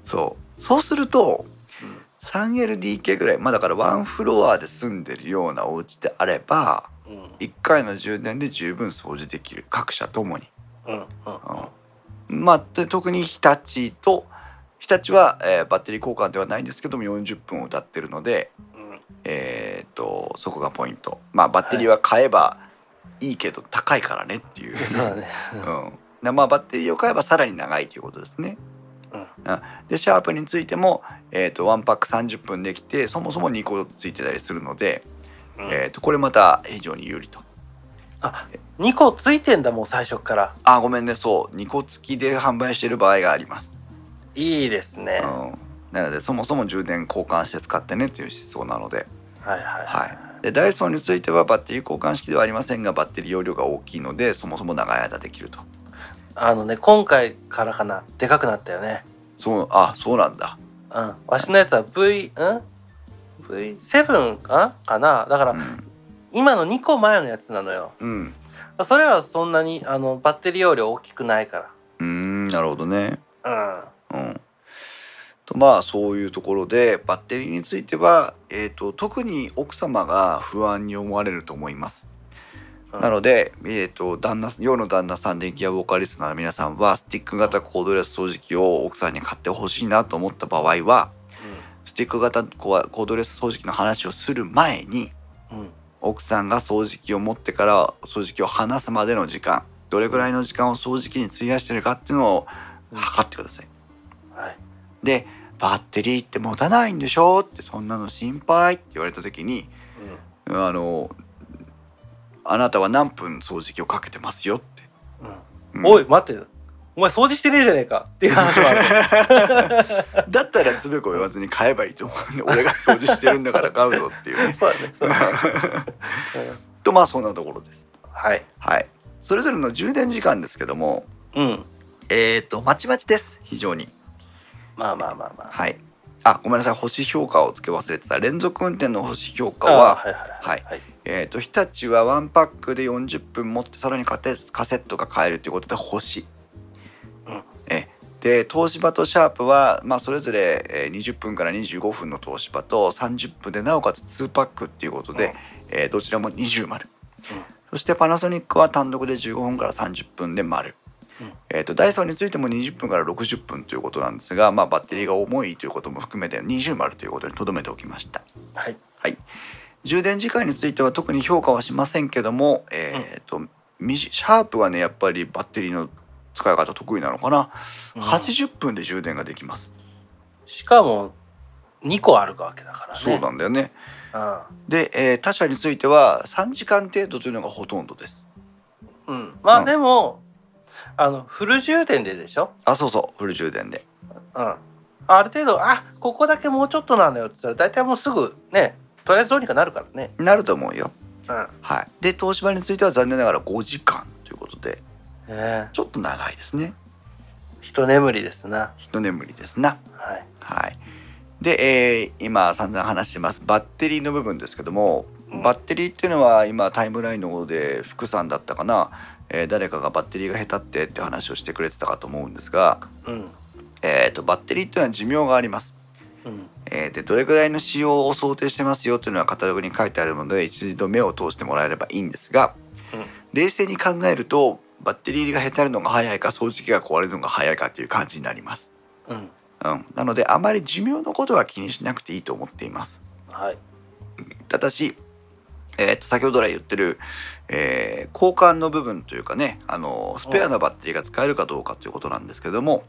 S1: そうそうすると
S2: うん
S1: 3LDK ぐらいまあだからワンフロアで住んでるようなお家であれば
S2: うん
S1: 1回の充電で十分掃除できる各社ともに。
S2: うんうん
S1: うんまあ、で特に日立と日立は、えーバッテリー交換ではないんですけども40分を歌ってるので、
S2: うん
S1: えー、とそこがポイント、まあ、バッテリーは買えばいいけど高いからねっていう、
S2: <laughs> そうだね
S1: うんでまあ、バッテリーを買えばさらに長いということですね。
S2: うん
S1: でシャープについても、えー、と1パック30分できてそもそも2個ついてたりするので、
S2: うん
S1: えー、とこれまた非常に有利と。
S2: あ2個ついてんだもう最初から
S1: あごめんねそう2個付きで販売してる場合があります。
S2: いいですねは
S1: うんなのでそもそも充電交換して使ってねという思想なので,、
S2: いはい
S1: はい、でダイソーについてはバッテリー交換式ではありませんがバッテリー容量が大きいのでそもそも長い間できると
S2: あのね今回からかなでかくなったよね
S1: そうあそうなんだ
S2: うんわしのやつは V うん V7 かかなだから今の2個前のやつなのよ
S1: うん
S2: それはそんなにあのバッテリー容量大きくないか
S1: うんうーんなるほどね
S2: らうん
S1: うんとまあそういうところでバッテリーについては、えー、と特に奥様が不安に思われると思います
S2: うん
S1: なので、えー、と旦那世の旦那さん電気屋ボーカリスナーの皆さんはスティック型コードレス掃除機を奥さんに買ってほしいなと思った場合はスティック型コアコードレス掃除機の話をする前に
S2: うんうん
S1: 奥さんが掃除機を持ってから掃除機を離すまでの時間どれぐらいの時間を掃除機に費やしてるかっていうのを
S2: うん
S1: 測ってください。
S2: はい
S1: でバッテリーって持たないんでしょってそんなの心配って言われた時にあのあなたは何分掃除機をかけてますよって。
S2: うんうん
S1: うん
S2: おい待ってよお前掃除してねえじゃねえかっていう
S1: <laughs>
S2: 話もある
S1: だったらつべこ言わずに買えばいいと思うね俺が掃除してるんだから買うぞっていうね <laughs>
S2: そうだねそうだねうん
S1: とまあそんなところです
S2: はい
S1: はいそれぞれの充電時間ですけども
S2: うん
S1: えっ、とまちまちです非常に
S2: まあまあまあまあ
S1: はいあごめんなさい星評価をつけ忘れてた連続運転の星評価
S2: あ
S1: は
S2: はいはいはい
S1: えっ、と日立はワンパックで40分持ってさらにカテカセットが買えるということで星、
S2: うん
S1: えで東芝とシャープは、まあ、それぞれえー20分から25分の東芝と30分でなおかつ2パックっていうことで、えーどちらも20丸、
S2: うん
S1: そしてパナソニックは単独で15分から30分で丸、
S2: うん
S1: えー、とダイソーについても20分から60分ということなんですが、まあ、バッテリーが重いということも含めて20丸ということにとどめておきました
S2: はい
S1: 充電時間については特に評価はしませんけども、えーとみじシャープはねやっぱりバッテリーの使い方得意なのかな、
S2: うん
S1: 80分で充電ができます、
S2: しかも2個あるわけだからね
S1: そうなんだよね
S2: うん
S1: で、えー他社については3時間程度というのがほとんどです
S2: うん、ま
S1: う
S2: あ
S1: ん
S2: でも、あのフル充電ででしょ、
S1: あそうそうフル充電で
S2: うん、ある程度あここだけもうちょっとなのよって言ったら大体もうすぐねとりあえずどうにかなるからね、
S1: なると思うよ
S2: うん
S1: はいで東芝については残念ながら5時間ということで
S2: ええ
S1: ちょっと長いですね
S2: 一眠りですな、
S1: 一眠りですな
S2: はい
S1: はいで、えー今散々話してますバッテリーの部分ですけども
S2: うん
S1: バッテリーっていうのは今タイムラインの方で福さんだったかな、えー誰かがバッテリーが下手ってって話をしてくれてたかと思うんですが、
S2: うん
S1: えー、とバッテリーっていうのは寿命があります。
S2: うん
S1: えーでどれぐらいの使用を想定してますよっていうのはカタログに書いてあるので一度目を通してもらえればいいんですが、
S2: うん
S1: 冷静に考えるとバッテリーが下手るのが早いか掃除機が壊れるのが早いかっていう感じになります。
S2: うん
S1: うん、なのであまり寿命のことは気にしなくていいと思っています。
S2: はい
S1: ただし、えー、と先ほど来言ってる、えー交換の部分というかねあのスペアのバッテリーが使えるかどうかということなんですけども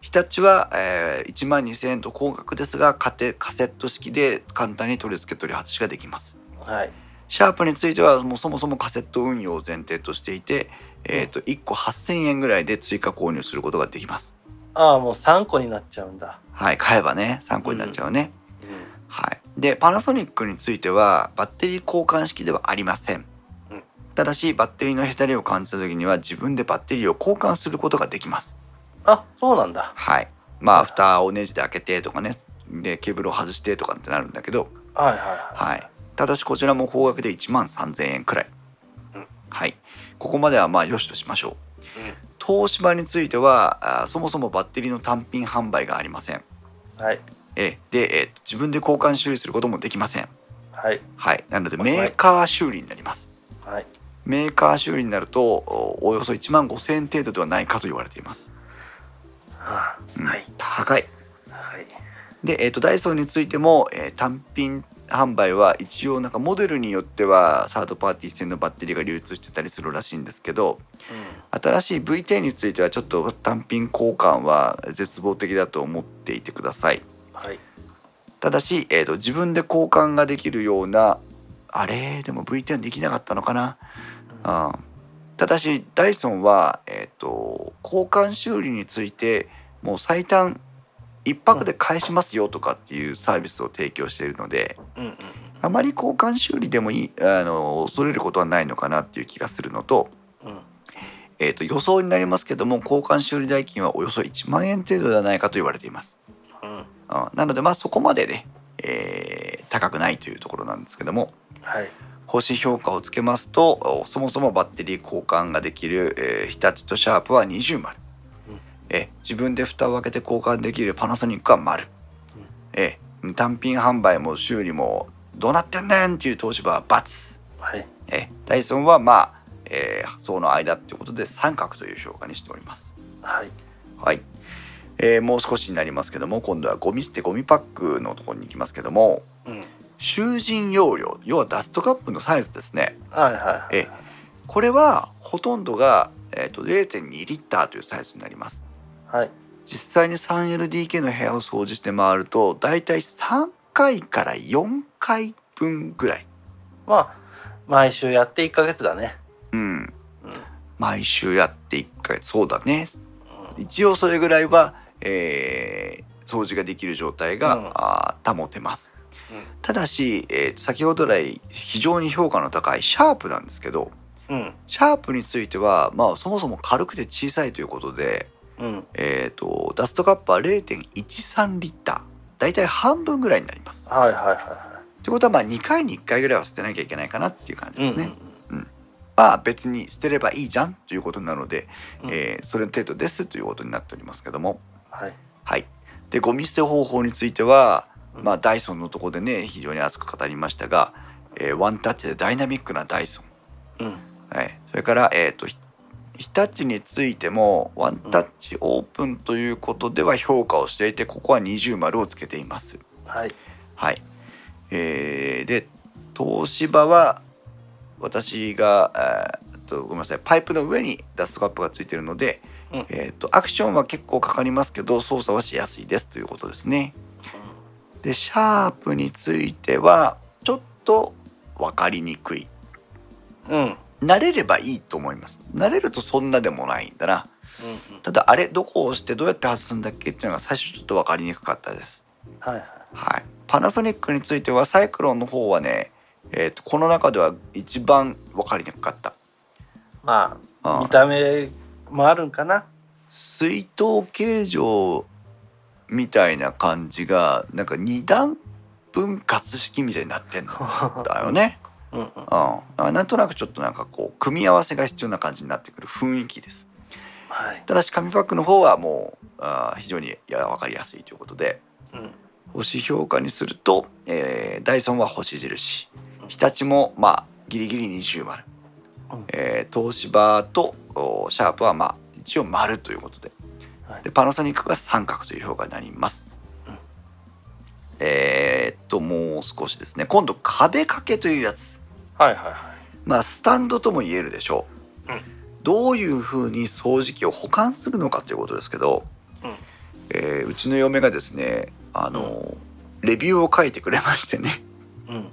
S1: 日立は、えー1万2,000円と高額ですがカテカセット式で簡単に取り付け取り外しができます。
S2: うんはい
S1: シャープについてはもうそもそもカセット運用を前提としていて、えー、と1個8,000円ぐらいで追加購入することができます。
S2: ああもう3個になっちゃうんだ、
S1: はい、買えばね参考になっちゃうね、
S2: うん
S1: はい、でパナソニックについてはバッテリー交換式ではありません、
S2: うん
S1: ただしバッテリーのへたりを感じた時には自分でバッテリーを交換することができます
S2: あそうなんだ
S1: はいま
S2: は
S1: あ
S2: い
S1: 蓋をネジで開けてとかねでケーブルを外してとかってなるんだけど、
S2: はいはいは
S1: はい、ただしこちらも高額で1万3,000円くらい、
S2: うん
S1: はいここまではまあよしとしましょう
S2: い、
S1: 東芝についてはあそもそもバッテリーの単品販売がありません
S2: うん、はい
S1: えーで、えー自分で交換修理することもできません。
S2: はい
S1: はい、なので
S2: はい
S1: メーカー修理になります。
S2: はい
S1: メーカー修理になるとおおよそ1万5,000円程度ではないかと言われています。
S2: は
S1: う
S2: い
S1: ん
S2: はい
S1: 高い。
S2: はい
S1: で、えー、とダイソーについても、えー単品販売は一応なんかモデルによってはサードパーティー製のバッテリーが流通してたりするらしいんですけど新しい V10 についてはちょっと単品交換は絶望的だと思っていてください。
S2: うんはい
S1: ただし、えー、と自分で交換ができるようなあれでも V10 できなかったのかな、うん、ただしダイソンは、えー、と交換修理についてもう最短1泊で返しますよとかっていうサービスを提供しているので
S2: うんうんうん
S1: あまり交換修理でもいいあの恐れることはないのかなっていう気がするのと,、
S2: うん
S1: えー、と予想になりますけども交換修理代金はおよそ1万円程度ではないかと言われています。
S2: うん
S1: うんなのでまあそこまでね、えー高くないというところなんですけども
S2: はい
S1: 星評価をつけますとおそもそもバッテリー交換ができる、えー日立とシャープは20丸、
S2: うん
S1: え自分で蓋を開けて交換できるパナソニックは丸、
S2: うん
S1: え単品販売も修理もどうなってんねんっていう東芝は×
S2: はい
S1: えダイソンはまあ、えーその間っていうことで三角という評価にしております。
S2: はい
S1: はい、えーもう少しになりますけども今度はゴミ捨てゴミパックのところに行きますけども
S2: うんはい
S1: 囚人容量要はダストカップのサイズですね
S2: はいはい
S1: えこれはほとんどが、えー、と0.2リッターというサイズになります
S2: はい
S1: 実際に 3LDK の部屋を掃除して回るとだいたい3回から4回分ぐらい、
S2: まあ毎週やって1ヶ月だね
S1: うん、
S2: うん
S1: 毎週やって1回そうだね
S2: うん
S1: 一応それぐらいは、えー掃除ができる状態が、
S2: うん
S1: あー保てます、
S2: うん
S1: ただし、えー先ほど来非常に評価の高いシャープなんですけど
S2: うん
S1: シャープについては、まあ、そもそも軽くて小さいということで、
S2: うん
S1: えー、とダストカップは0.13リッター大体半分ぐらいになります。
S2: はいはいは
S1: ということはまあ2回に1回ぐらいは捨てなきゃいけないかなっていう感じ
S2: いは
S1: で
S2: い
S1: すね。
S2: うん
S1: まあ別に捨てればいいじゃんということなので、
S2: うん
S1: えーそれ程度ですということになっておりますけども。
S2: はい
S1: はい、でゴミ捨て方法については、
S2: うん
S1: まあ、ダイソンのところでね非常に熱く語りましたが、えーワンタッチでダイナミックなダイソン、
S2: うん
S1: はい、それから、えー、とひ日立についてもワンタッチオープンということでは評価をしていてここは二重丸をつけています。
S2: はい
S1: はいえーで東芝は私がえーっとごめんなさいパイプの上にダストカップがついているので、
S2: うん
S1: えーっとアクションは結構かかりますけど操作はしやすいですということですね。でシャープについてはちょっと分かりにくい
S2: うんうん
S1: 慣れればいいと思います慣れるとそんなでもないんだな
S2: うんうん
S1: ただあれどこを押してどうやって外すんだっけっていうのが最初ちょっと分かりにくかったです
S2: はいはい
S1: はい、パナソニックについてはサイクロンの方はね、えー、とこの中では一番分かりにくかった、
S2: まあ
S1: う
S2: 見
S1: ん、
S2: た目もあるんかな
S1: 水筒形状みたいな感じがなんか2段分割式みたいになってんのだよね、
S2: <laughs> うんうん
S1: うん、だからなんとなくちょっとなんかこう組み合わせが必要な感じになってくる雰囲気です
S2: はい
S1: ただし紙パックの方はもうあー非常にいや分かりやすいということで
S2: うん
S1: 星評価にすると、えーダイソンは星印
S2: うん
S1: 日立もまあギリギリ20丸、
S2: うん
S1: えー東芝とおシャープはまあ一応丸ということで,、
S2: はい
S1: でパナソニックが三角という評価になります、
S2: うん
S1: えーっともう少しですね今度壁掛けというやつ
S2: はいはいはい
S1: まあスタンドとも言えるでしょう、
S2: うん
S1: どういうふうに掃除機を保管するのかということですけど、
S2: うん
S1: えーうちの嫁がですねあの、レビューを書いてくれましてね
S2: うん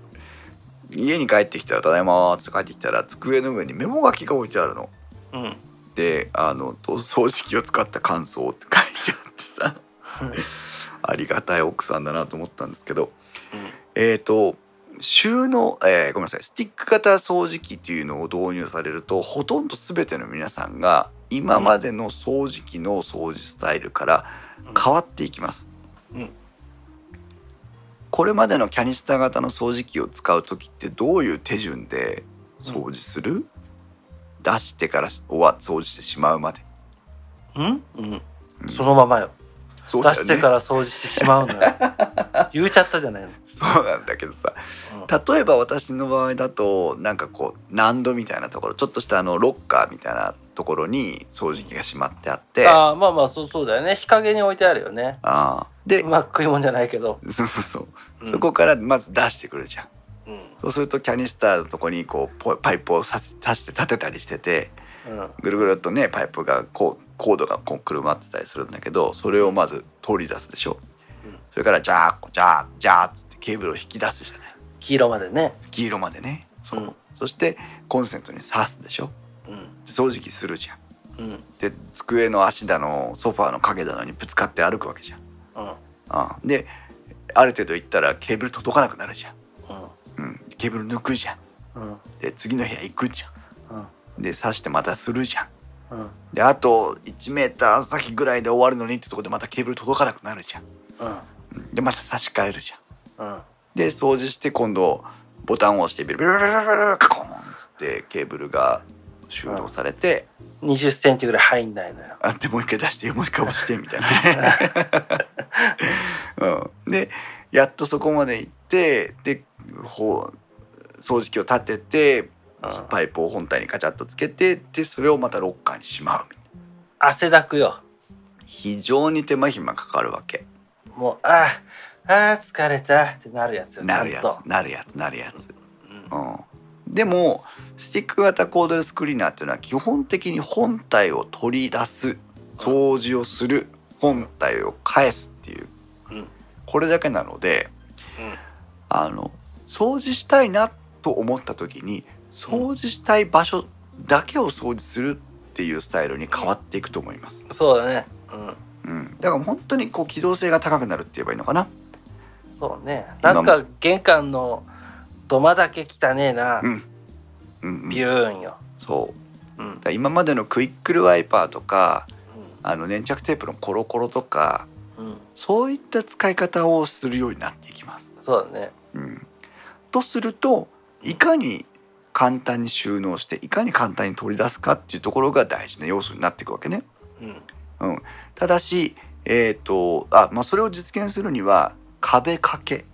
S1: <laughs> 家に帰ってきたら「ただいま」って帰ってきたら机の上にメモ書きが置いてあるの。
S2: うん
S1: で「あのと掃除機を使った感想」って書いてあってさ <laughs> ありがたい奥さんだなと思ったんですけどえっ、と収納、えーごめんなさいスティック型掃除機っていうのを導入されるとほとんど全ての皆さんが今までの掃除機の掃除スタイルから変わっていきます。
S2: うん
S1: これまでのキャニスタ型の掃除機を使う時ってどういう手順で掃除する、出してから終わ掃除してしまうまで、
S2: うん、うん、
S1: うん
S2: そのままよ
S1: そうだ
S2: 出
S1: よね
S2: してから掃除してし
S1: <laughs>
S2: まうのよ言っちゃったじゃないの、
S1: そうなんだけどさ
S2: うん
S1: 例えば私の場合だとなんかこう難度みたいなところちょっとしたあのロッカーみたいなところに掃除機がしまってあってあ
S2: ああまあまあそうそうだよね日陰に置いてあるよね
S1: あで、
S2: まあ食い物じゃないけど、
S1: そうそうそう、
S2: うん
S1: そこからまず出してくるじゃん
S2: うん
S1: そうするとキャニスターのとこにこうポパイプをさし刺して立てたりしてて
S2: うん
S1: ぐるぐるっとねパイプがこうコードがこうくるまってたりするんだけどそれをまず取り出すでしょ、
S2: うん
S1: それからジャージャージャーっつってケーブルを引き出すじゃない
S2: 黄色までね
S1: 黄色までねそう、
S2: うん
S1: そしてコンセントに刺すでしょ
S2: うん
S1: 掃除機するじゃん
S2: うんうん
S1: で机の足だのソファーの影だのにぶつかって歩くわけじゃん
S2: うん
S1: ああである程度行ったらケーブル届かなくなるじゃん、うん、ケーブル抜くじゃん
S2: うん
S1: で次の部屋行くじゃ
S2: うん
S1: んで刺してまたするじゃん
S2: うん
S1: であと1メーター先ぐらいで終わるのにってとこでまたケーブル届かなくなるじゃん
S2: うん
S1: うんでまた差し替えるじゃん
S2: うん
S1: で掃除して今度ボタンを押してビルビルビルビルビルカコーンっつってケーブルが収納されて、
S2: 20センチぐらい入んないのよ。
S1: あってもう一回出してもう一回押してみ
S2: <laughs>
S1: たいな、うん、でやっとそこまで行ってでほう掃除機を立てて
S2: うん
S1: パイプを本体にカチャッとつけてでそれをまたロッカーにしまう
S2: 汗だくよ。
S1: 非常に手間暇かかるわけ
S2: もう、ああ、ああ、疲れたってなるやつよ。
S1: なるや
S2: ちゃんと
S1: つなるやつなるやつ、
S2: うん
S1: うん、でもスティック型コードレスクリーナーっていうのは基本的に本体を取り出す掃除をする本体を返すっていう、
S2: うん
S1: これだけなので、あの掃除したいなと思った時に掃除したい場所だけを掃除するっていうスタイルに変わっていくと思います、
S2: うんそうだね。うん。
S1: うん、だから本当にこう機動性が高くなるって言えばいいのかな、
S2: そうね。
S1: 今
S2: な
S1: も
S2: んか玄関の土間だけ汚ねえな
S1: う。んうんう
S2: ビ
S1: ん、
S2: ューンよ。
S1: そう
S2: うん。
S1: だから今までのクイックルワイパーとか
S2: うん
S1: あの粘着テープのコロコロとか
S2: うん。
S1: そういった使い方をするようになっていきます。
S2: そうだね。
S1: うん、とするといかに簡単に収納していかに簡単に取り出すかっていうところが大事な要素になっていくわけね。
S2: うん。
S1: ただし、えーとあまあ、それを実現するには壁掛け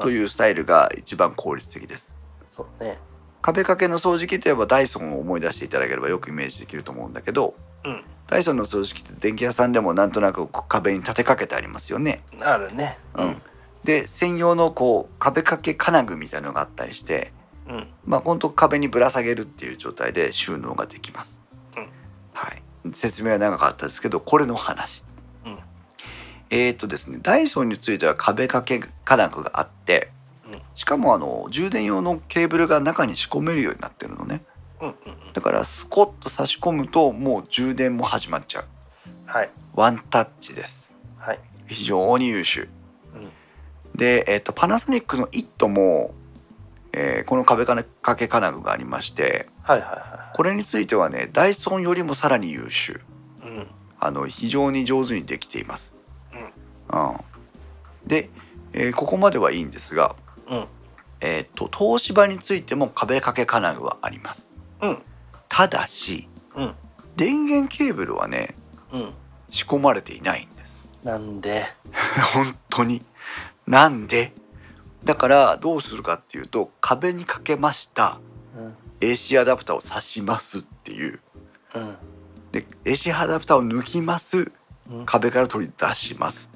S1: と
S2: うん。
S1: いうスタイルが一番効率的です。
S2: そうね。
S1: 壁掛けの掃除機といえばダイソンを思い出していただければよくイメージできると思うんだけど
S2: うん。
S1: ダイソンの掃除機って電気屋さんでもなんとなく壁に立てかけてありますよね。
S2: あるね。
S1: うん。で専用のこう壁掛け金具みたいなのがあったりして、
S2: うん。
S1: まあ、本当壁にぶら下げるっていう状態で収納ができます。
S2: うん
S1: はい、説明は長かったですけどこれの話。
S2: うん
S1: えー、とですねダイソンについては壁掛け金具があって
S2: うん
S1: しかもあの充電用のケーブルが中に仕込めるようになってるのね
S2: うん。うん。
S1: だからスコッと差し込むともう充電も始まっちゃう
S2: はい。
S1: ワンタッチです
S2: はい。
S1: 非常に優秀
S2: うん。
S1: で、えー、とパナソニックの「イットも、えーこの壁掛け金具がありまして
S2: はいはいは
S1: これについてはねダイソンよりもさらに優秀
S2: い。うん。
S1: あの非常に上手にできています。うんで、えーここまではいいんですが、
S2: うん。
S1: えー、と東芝についても壁掛け金具はあります。
S2: うん。
S1: ただし
S2: うん。
S1: 電源ケーブルはね
S2: うん。
S1: 仕込まれていないんです。 <laughs>
S2: なんで。
S1: 本当になんでだからどうするかっていうと壁にかけました
S2: うん。
S1: AC アダプターを挿しますっていう
S2: うん。
S1: で AC アダプターを抜きます
S2: うん
S1: 壁から取り出します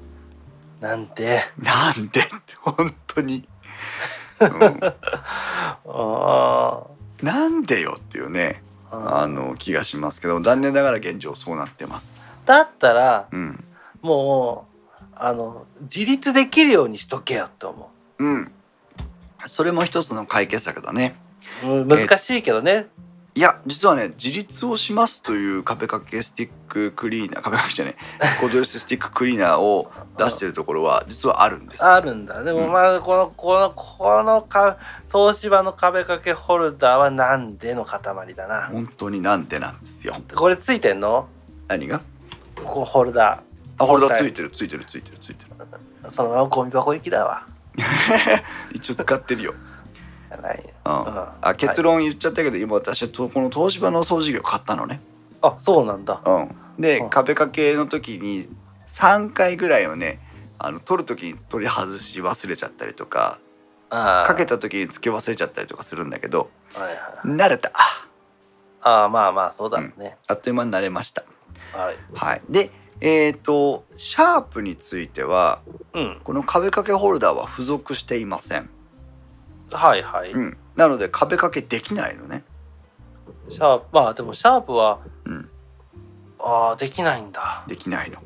S2: なんで。
S1: なんで <laughs> 本当に、う
S2: あ
S1: んなんでよっていうね
S2: あ
S1: あの気がしますけど残念ながら現状そうなってます、
S2: だったら
S1: うん、
S2: もうあの自立できるようにしとけよって思
S1: うんそれも一つの解決策だね
S2: うん難しいけどね。
S1: いや実はね自立をしますという壁掛けスティッククリーナー壁掛けじゃないコードレススティッククリーナーを出してるところは実はあるんです
S2: あるんだ。でもまあこのこのこのか東芝の壁掛けホルダーはなんでの塊だな。
S1: 本当になんでなんですよ
S2: これついてんの？
S1: 何が
S2: ここホルダ
S1: あホルダーついてるついてるついてるついてる <laughs>
S2: ー。そのままゴミ箱行きだわ。
S1: 一応使ってるよ、
S2: じゃない。
S1: うん
S2: うん
S1: あ結論言っちゃったけど、今私はとこの東芝の総事業買ったのね、
S2: はいあそうなんだ。
S1: うん、で、
S2: うん
S1: 壁掛けの時に3回ぐらいをねあの取る時に取り外し忘れちゃったりとか
S2: あー
S1: かけた時につけ忘れちゃったりとかするんだけど
S2: はいはい。
S1: 慣れた
S2: ああまあまあそうだろうね。
S1: あっという間に慣れました
S2: はい。
S1: はいでえっ、とシャープについては
S2: うん。
S1: この壁掛けホルダーは付属していません、
S2: はいはい。
S1: うん、なので壁掛けできないのね
S2: シャープまあでもシャープは
S1: うん
S2: ああできないんだ。
S1: できないの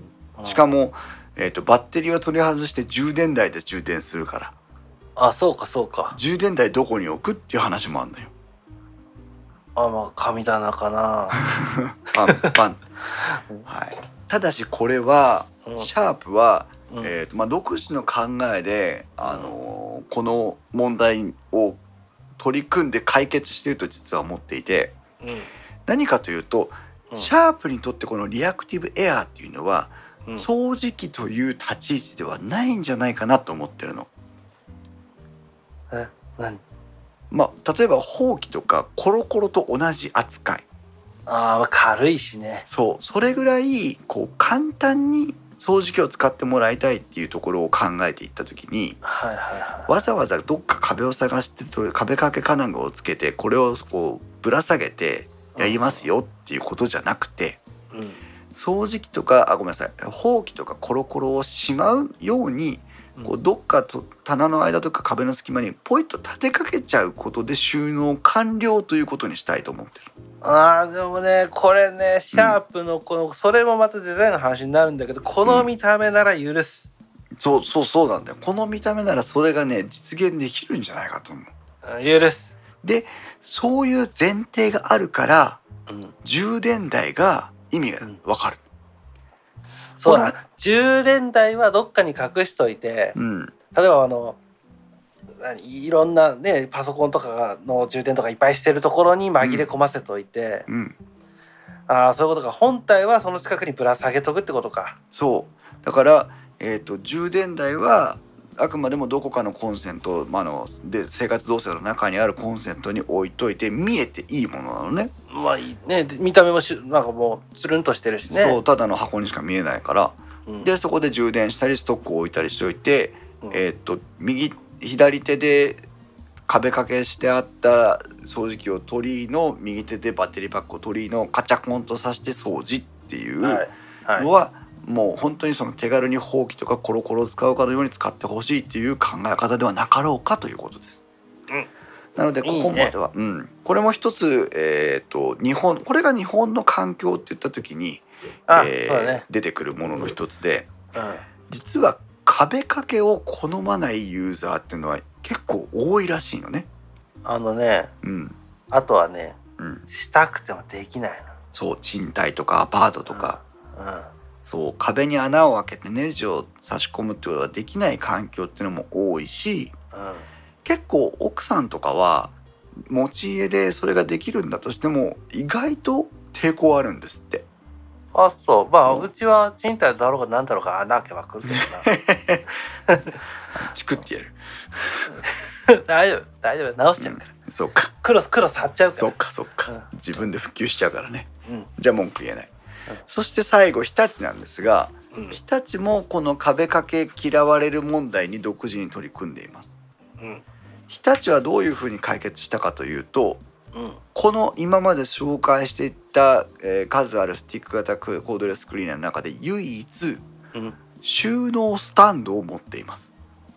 S1: しか
S2: も。
S1: も、えー、とバッテリーを取り外して充電台で充電するから
S2: あそうかそうか。
S1: 充電台どこに置くっていう話もあるのよ
S2: あまあ神棚かな。
S1: パ <laughs> ンパン、はい、ただしこれは <laughs>
S2: うん
S1: シャープは、
S2: うん
S1: えーとまあ、独自の考えで、あのーこの問題を取り組んで解決してると実は思っていて
S2: うん
S1: 何かというと
S2: うん
S1: シャープにとってこのリアクティブエアーっていうのは
S2: うん
S1: 掃除機という立ち位置ではないんじゃないかなと思ってるの。
S2: え何
S1: まあ、例えばほうきとかコロコロと同じ扱い
S2: あーまあ軽いしね。
S1: そうそれぐらいこう簡単に掃除機を使ってもらいたいっていうところを考えていった時に
S2: はいはいはい。
S1: わざわざどっか壁を探してと壁掛け金具をつけてこれをこうぶら下げてやりますよっていうことじゃなくて
S2: うん。
S1: 掃除機とかあごめんなさいほうきとかコロコロをしまうように
S2: うん
S1: こうどっかと棚の間とか壁の隙間にポイッと立てかけちゃうことで収納完了ということにしたいと思ってる。
S2: あーでもねこれねシャープのこの、それもまたデザインの話になるんだけどこの見た目なら許す、
S1: そうそうそうなんだよこの見た目ならそれがね実現できるんじゃないかと思う
S2: うん許す、
S1: そういう前提があるから
S2: うん、
S1: 充電台が意味がわかる
S2: そうだ充電台はどっかに隠しといて
S1: うん
S2: 例えばあの何いろんなねパソコンとかの充電とかいっぱいしてるところに紛れ込ませといて、
S1: うん
S2: ああそういうことか本体はその近くにぶら下げとくってことか
S1: そうだからえっ、と充電台はあくまでもどこかのコンセント、まあ、あので生活動線の中にあるコンセントに置いといて見えていいものなのね
S2: まあいいねで見た目もしなんかもうつるんとしてるしね
S1: そうただの箱にしか見えないから
S2: うん
S1: でそこで充電したりストックを置いたりしておいて
S2: うん
S1: えーっと右左手で壁掛けしてあった掃除機を取りの右手でバッテリーパックを取りのカチャコンとさして掃除っていうの
S2: は
S1: は、
S2: いはい
S1: もう本当にその手軽にほうきとかコロコロを使うかのように使ってほしいっていう考え方ではなかろうかということです。
S2: うん
S1: なのでここまではうん、これも一つ、えーっと日本これが日本の環境って言った時に、
S2: あ、
S1: えー
S2: そうだね、
S1: 出てくるものの一つで。
S2: うん、
S1: 実は壁掛けを好まないユーザーっていうのは結構多いらしいのね。
S2: あのね
S1: うん、
S2: あとはね
S1: うん、
S2: したくてもできない
S1: そう賃貸とかアパート
S2: の
S1: とか、、
S2: うんうん
S1: そう壁に穴を開けてネジを差し込むってことができない環境っていうのも多いし
S2: うん、
S1: 結構奥さんとかは持ち家でそれができるんだとしても意外と抵抗あるんですって。
S2: あそうまあ、
S1: う
S2: うんちは賃貸だろうが何だろうが穴開けば来るけ
S1: チクってやる。
S2: どな <laughs> 大丈夫大丈夫直しちゃうから、
S1: そうか
S2: クロスクロス貼っちゃうから
S1: そうかそうか自分で復旧しちゃうからね
S2: うん
S1: じゃあ文句言えない
S2: うん。
S1: そして最後日立なんですが
S2: うん
S1: 日立もこの壁掛け嫌われる問題に独自に取り組んでいます
S2: うん
S1: 日立はどういうふうに解決したかというと
S2: うん
S1: この今まで紹介していった、えー数あるスティック型コードレスクリーナーの中で唯一
S2: うん
S1: 収納スタンドを持っています、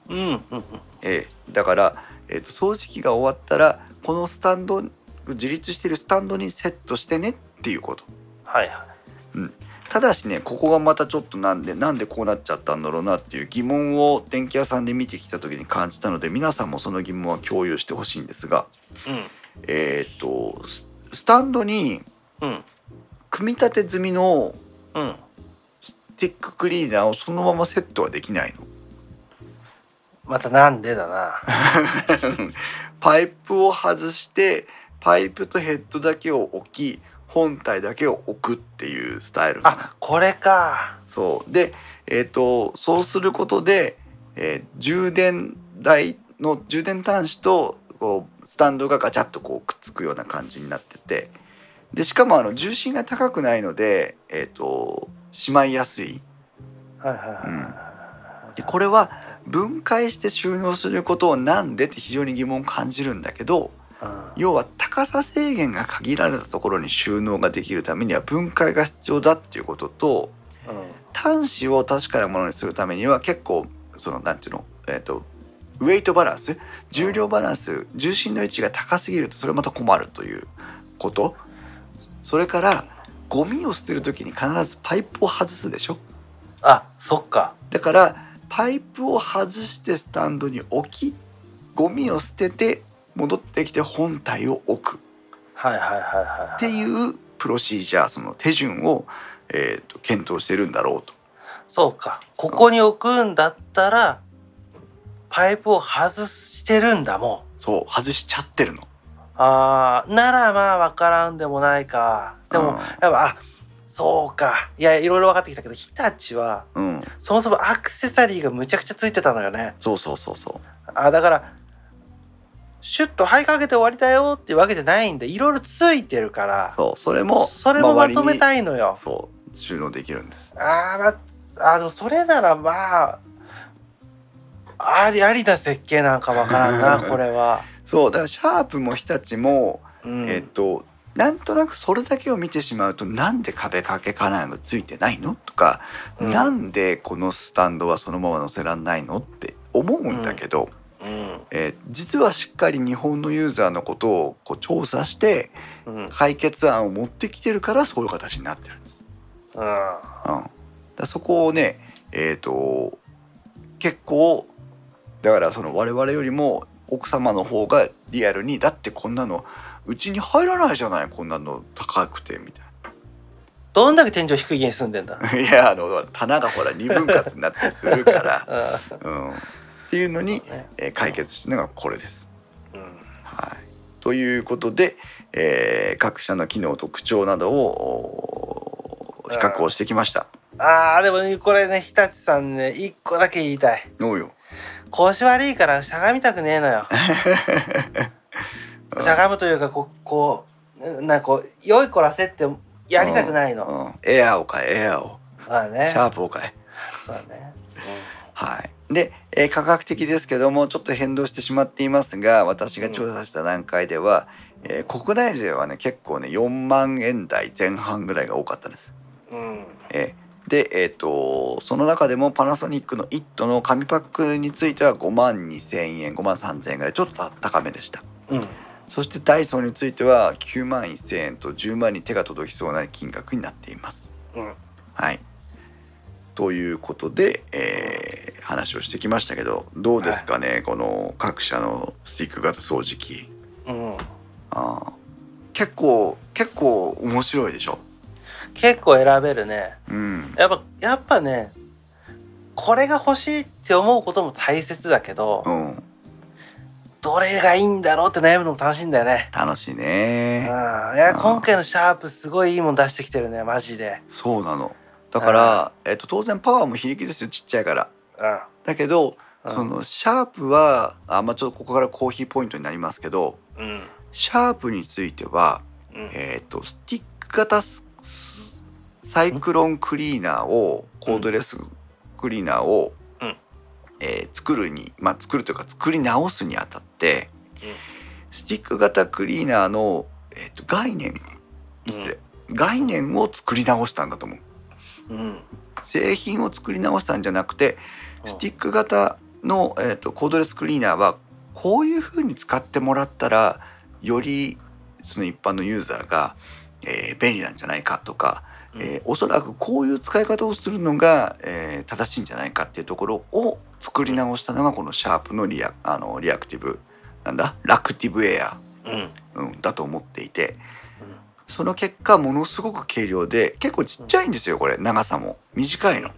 S2: うんうんうん
S1: えーだから、えー、と掃除機が終わったらこのスタンド自立しているスタンドにセットしてねっていうこと
S2: はいは
S1: ただしねここがまたちょっとなんでなんでこうなっちゃったんだろうなっていう疑問を電気屋さんで見てきた時に感じたので皆さんもその疑問は共有してほしいんですが
S2: うん
S1: えーっとススタンドに
S2: うん
S1: 組み立て済みの
S2: うん
S1: スティッククリーナーをそのままセットはできないの
S2: またなんでだな <laughs>
S1: <laughs> パイプを外してパイプとヘッドだけを置き本体だけを置くっていうスタイルかな
S2: あこれか
S1: そうで、えー、とそうすることで、えー充電台の充電端子とこうスタンドがガチャッとこうくっつくような感じになっててでしかもあの重心が高くないので、えー、としまいやすい
S2: はいはいはい、
S1: うんでこれは分解して収納することをなんでって非常に疑問を感じるんだけど
S2: うん
S1: 要は高さ制限が限られたところに収納ができるためには分解が必要だっていうことと
S2: うん
S1: 端子を確かなものにするためには結構そのなんていうのえっ、とウェイトバランス重量バランス重心の位置が高すぎるとそれまた困るということそれからゴミを捨てる時に必ずパイプを外すでしょ
S2: あそっか
S1: だからパイプを外してスタンドに置きゴミを捨てて戻ってきて本体を置く
S2: はいはいはいはい、はい、
S1: っていうプロシージャーその手順を、えーと検討してるんだろうと。
S2: そうかここに置くんだったらパイプを外してるんだも
S1: そう外しちゃってるの。
S2: んあーならまあ分からんでもないかでも、
S1: うん
S2: やっぱあそうかいやいろいろ分かってきたけど日立は
S1: うん、
S2: そもそもアクセサリーがむちゃくちゃついてたのよね
S1: そうそうそうそう。
S2: あだからシュッとはいかけて終わりだよっていうわけじゃないんでいろいろついてるから
S1: そう、それも
S2: それもまとめ
S1: い。
S2: たいのよ
S1: そう、収納できるんです。
S2: あー、まあ、あのそれならまあありありな設計なんかわからんな
S1: <laughs>
S2: これは。
S1: そう、だからシャープも日立も、
S2: うん、
S1: えっと。なんとなくそれだけを見てしまうとなんで壁掛け金具がついてないのとか、
S2: うん
S1: なんでこのスタンドはそのまま載せらんないのって思うんだけど、
S2: うん
S1: えー実はしっかり日本のユーザーのことをこう調査して
S2: うんうん
S1: 解決案を持ってきてるからそういう形になってるんです。
S2: は
S1: うん、だからそこをねえっ、と結構だからその我々よりも奥様の方がリアルにだってこんなのうちに入らないじゃないこんなの高くてみたい
S2: どんだけ天井低い家に住んで
S1: <laughs>
S2: んだ。
S1: ないやあの棚がほら二分割になってする <laughs> から、
S2: う
S1: うん、っていうの
S2: ん
S1: に、えー解決したのがこれです。
S2: うん
S1: はい、ということで、えー各社の機能特徴などをおー比較をしてきました。
S2: あーでもねこれね日立さんね一個だけ言いたい
S1: どうよ、
S2: 腰悪いからしゃがみたくねえの
S1: <laughs>
S2: よ
S1: うん
S2: しゃがむというかこうこうなんかこう良いこらせってやりたくないの、
S1: うん、エアーを買えエアーを
S2: まあ
S1: シ
S2: ね
S1: ャープを買え。
S2: そうだね、
S1: はい、で、えー価格的ですけどもちょっと変動してしまっていますが私が調査した段階では、えー国内勢はね結構ね4万円台前半ぐらいが多かったです。
S2: うんうん
S1: えーで、えー、とその中でもパナソニックの「イット!」の紙パックについては5万2,000円5万3,000円ぐらいちょっと高めでした。
S2: うん
S1: そしてダイソーについては9万1,000円と10万に手が届きそうな金額になっています。
S2: うん
S1: はい、ということで、えー話をしてきましたけどどうですかね、この各社のスティック型掃除機
S2: うん、
S1: あー結構結構面白いでしょ。
S2: 結構選べるね
S1: うん、
S2: やっぱやっぱねこれが欲しいって思うことも大切だけど、
S1: うん、
S2: どれがいいんだろうって悩むのも楽しいんだよね
S1: 楽しい
S2: うんい
S1: ね。
S2: や今回のシャープすごいいいもん出してきてるねマジで
S1: そうなのだから、えっと、当然パワーも非力ですよちっちゃいから。だけど、
S2: うん
S1: そのシャープはあまあ、ちょっとここからコーヒーポイントになりますけど、
S2: うん
S1: シャープについては、
S2: うん
S1: えー、とスティック型ススサイクロンクリーナーをコードレスクリーナーを、
S2: うん
S1: えー作るに、まあ、作るというか作り直すにあたって、
S2: うん
S1: スティック型クリーナーの、えー、と概念
S2: うん
S1: 失礼、概念を作り直したんだと思う
S2: うん
S1: 製品を作り直したんじゃなくてスティック型の、えー、とコードレスクリーナーはこういうふうに使ってもらったらよりその一般のユーザーが、えー便利なんじゃないかとか、
S2: うん
S1: えーおそらくこういう使い方をするのが、えー正しいんじゃないかっていうところを作り直したのがこのシャープのリアあのリアクティブなんだラクティブエア、
S2: うんうん
S1: うん、だと思っていてその結果ものすごく軽量で結構ちっちゃいんですよこれ長さも短いの、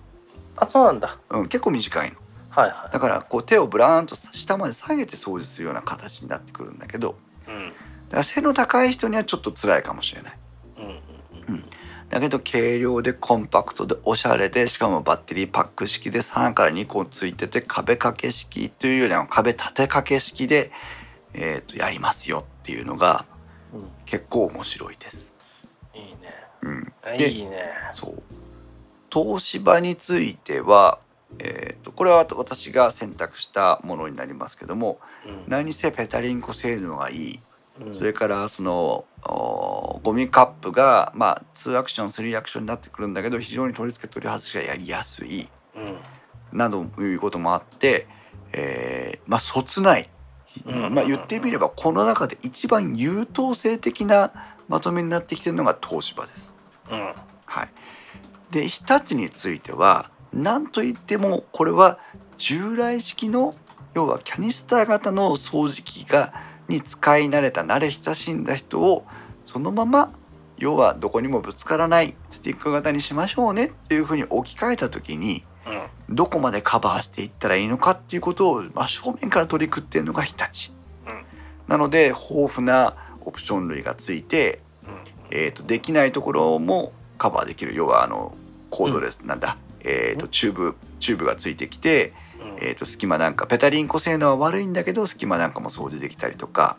S2: あそうなんだ
S1: うん、結構短いの
S2: はいは
S1: だからこう手をブラーンと下まで下げて掃除するような形になってくるんだけど
S2: いうん
S1: だから背の高い人にはちょっと辛いかもしれない
S2: うん
S1: だけど軽量でコンパクトでおしゃれでしかもバッテリーパック式で3から2個ついてて壁掛け式というよりは壁立て掛け式で、えー、とやりますよっていうのが
S2: うんうん
S1: 結構面白いです。
S2: いいね
S1: うん、
S2: あ
S1: で
S2: いいね
S1: そう東芝については、えー、とこれは私が選択したものになりますけども
S2: うん
S1: 何せペタリンコ性能がいい
S2: うん
S1: それからそのおーゴミカップが、まあ、2アクション3アクションになってくるんだけど非常に取り付け取り外しがやりやすい
S2: うん
S1: などいうこともあって、えーまあ、そつない、
S2: うん
S1: まあ、言ってみればこの中で一番優等生的なまとめになってきてるのが東芝です。
S2: うん
S1: はい、で日立については何といってもこれは従来式の要はキャニスター型の掃除機がに使い慣れた慣れ親しんだ人をそのまま要はどこにもぶつからないスティック型にしましょうねっていうふうに置き換えた時に
S2: うん
S1: どこまでカバーしていったらいいのかっていうことを真正面から取り組っているのが日立。
S2: うん
S1: なので豊富なオプション類がついてえー、とできないところもカバーできる要はあのコードレス、なんだ、えー、とチューブチューブがついてきて、
S2: うんうん
S1: えー、と隙間なんかペタリンコ性能は悪いんだけど隙間なんかも掃除できたりとか、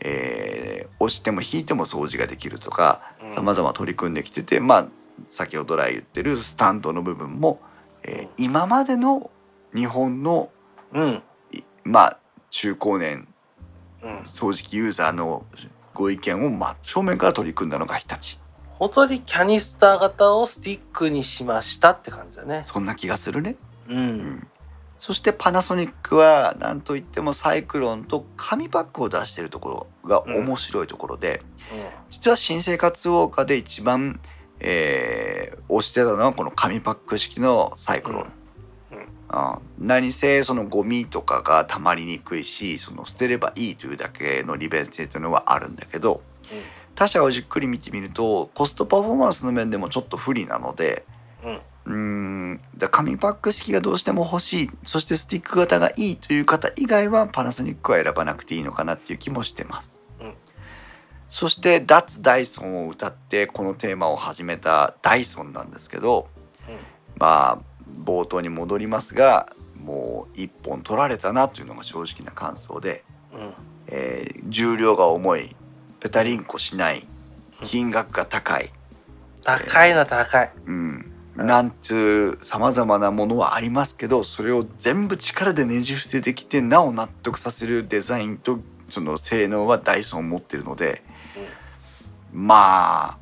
S1: えー押しても引いても掃除ができるとか
S2: うん
S1: さまざま取り組んできてて、まあ、先ほど来言ってるスタンドの部分も、えー今までの日本の、
S2: うん
S1: いまあ、中高年
S2: うん
S1: 掃除機ユーザーのご意見を真正面から取り組んだのが日立
S2: 本当にキャニスター型をスティックにしましたって感じだね
S1: そんな気がするね。
S2: う
S1: うんんそしてパナソニックは何といってもサイクロンと紙パックを出しているところが面白いところで、実は新生活ウォーカーで一番、えー推してたのはこの紙パック式のサイクロン。
S2: うんうん
S1: あ何せそのゴミとかが溜まりにくいしその捨てればいいというだけの利便性というのはあるんだけど他社をじっくり見てみるとコストパフォーマンスの面でもちょっと不利なので、
S2: うんうん
S1: うーんだ紙パック式がどうしても欲しいそしてスティック型がいいという方以外はパナソニックは選ばなくていいのかなっていう気もしてます、
S2: うん
S1: そして脱ダイソンを歌ってこのテーマを始めたダイソンなんですけど、
S2: うん
S1: まあ冒頭に戻りますがもう一本取られたなというのが正直な感想で、
S2: うん
S1: えー重量が重いペタリンコしない金額が高い
S2: 高いな高い
S1: うん、
S2: うん
S1: なんつうさまざまなものはありますけどそれを全部力でねじ伏せてきてなお納得させるデザインとその性能はダイソン持ってるのでまあ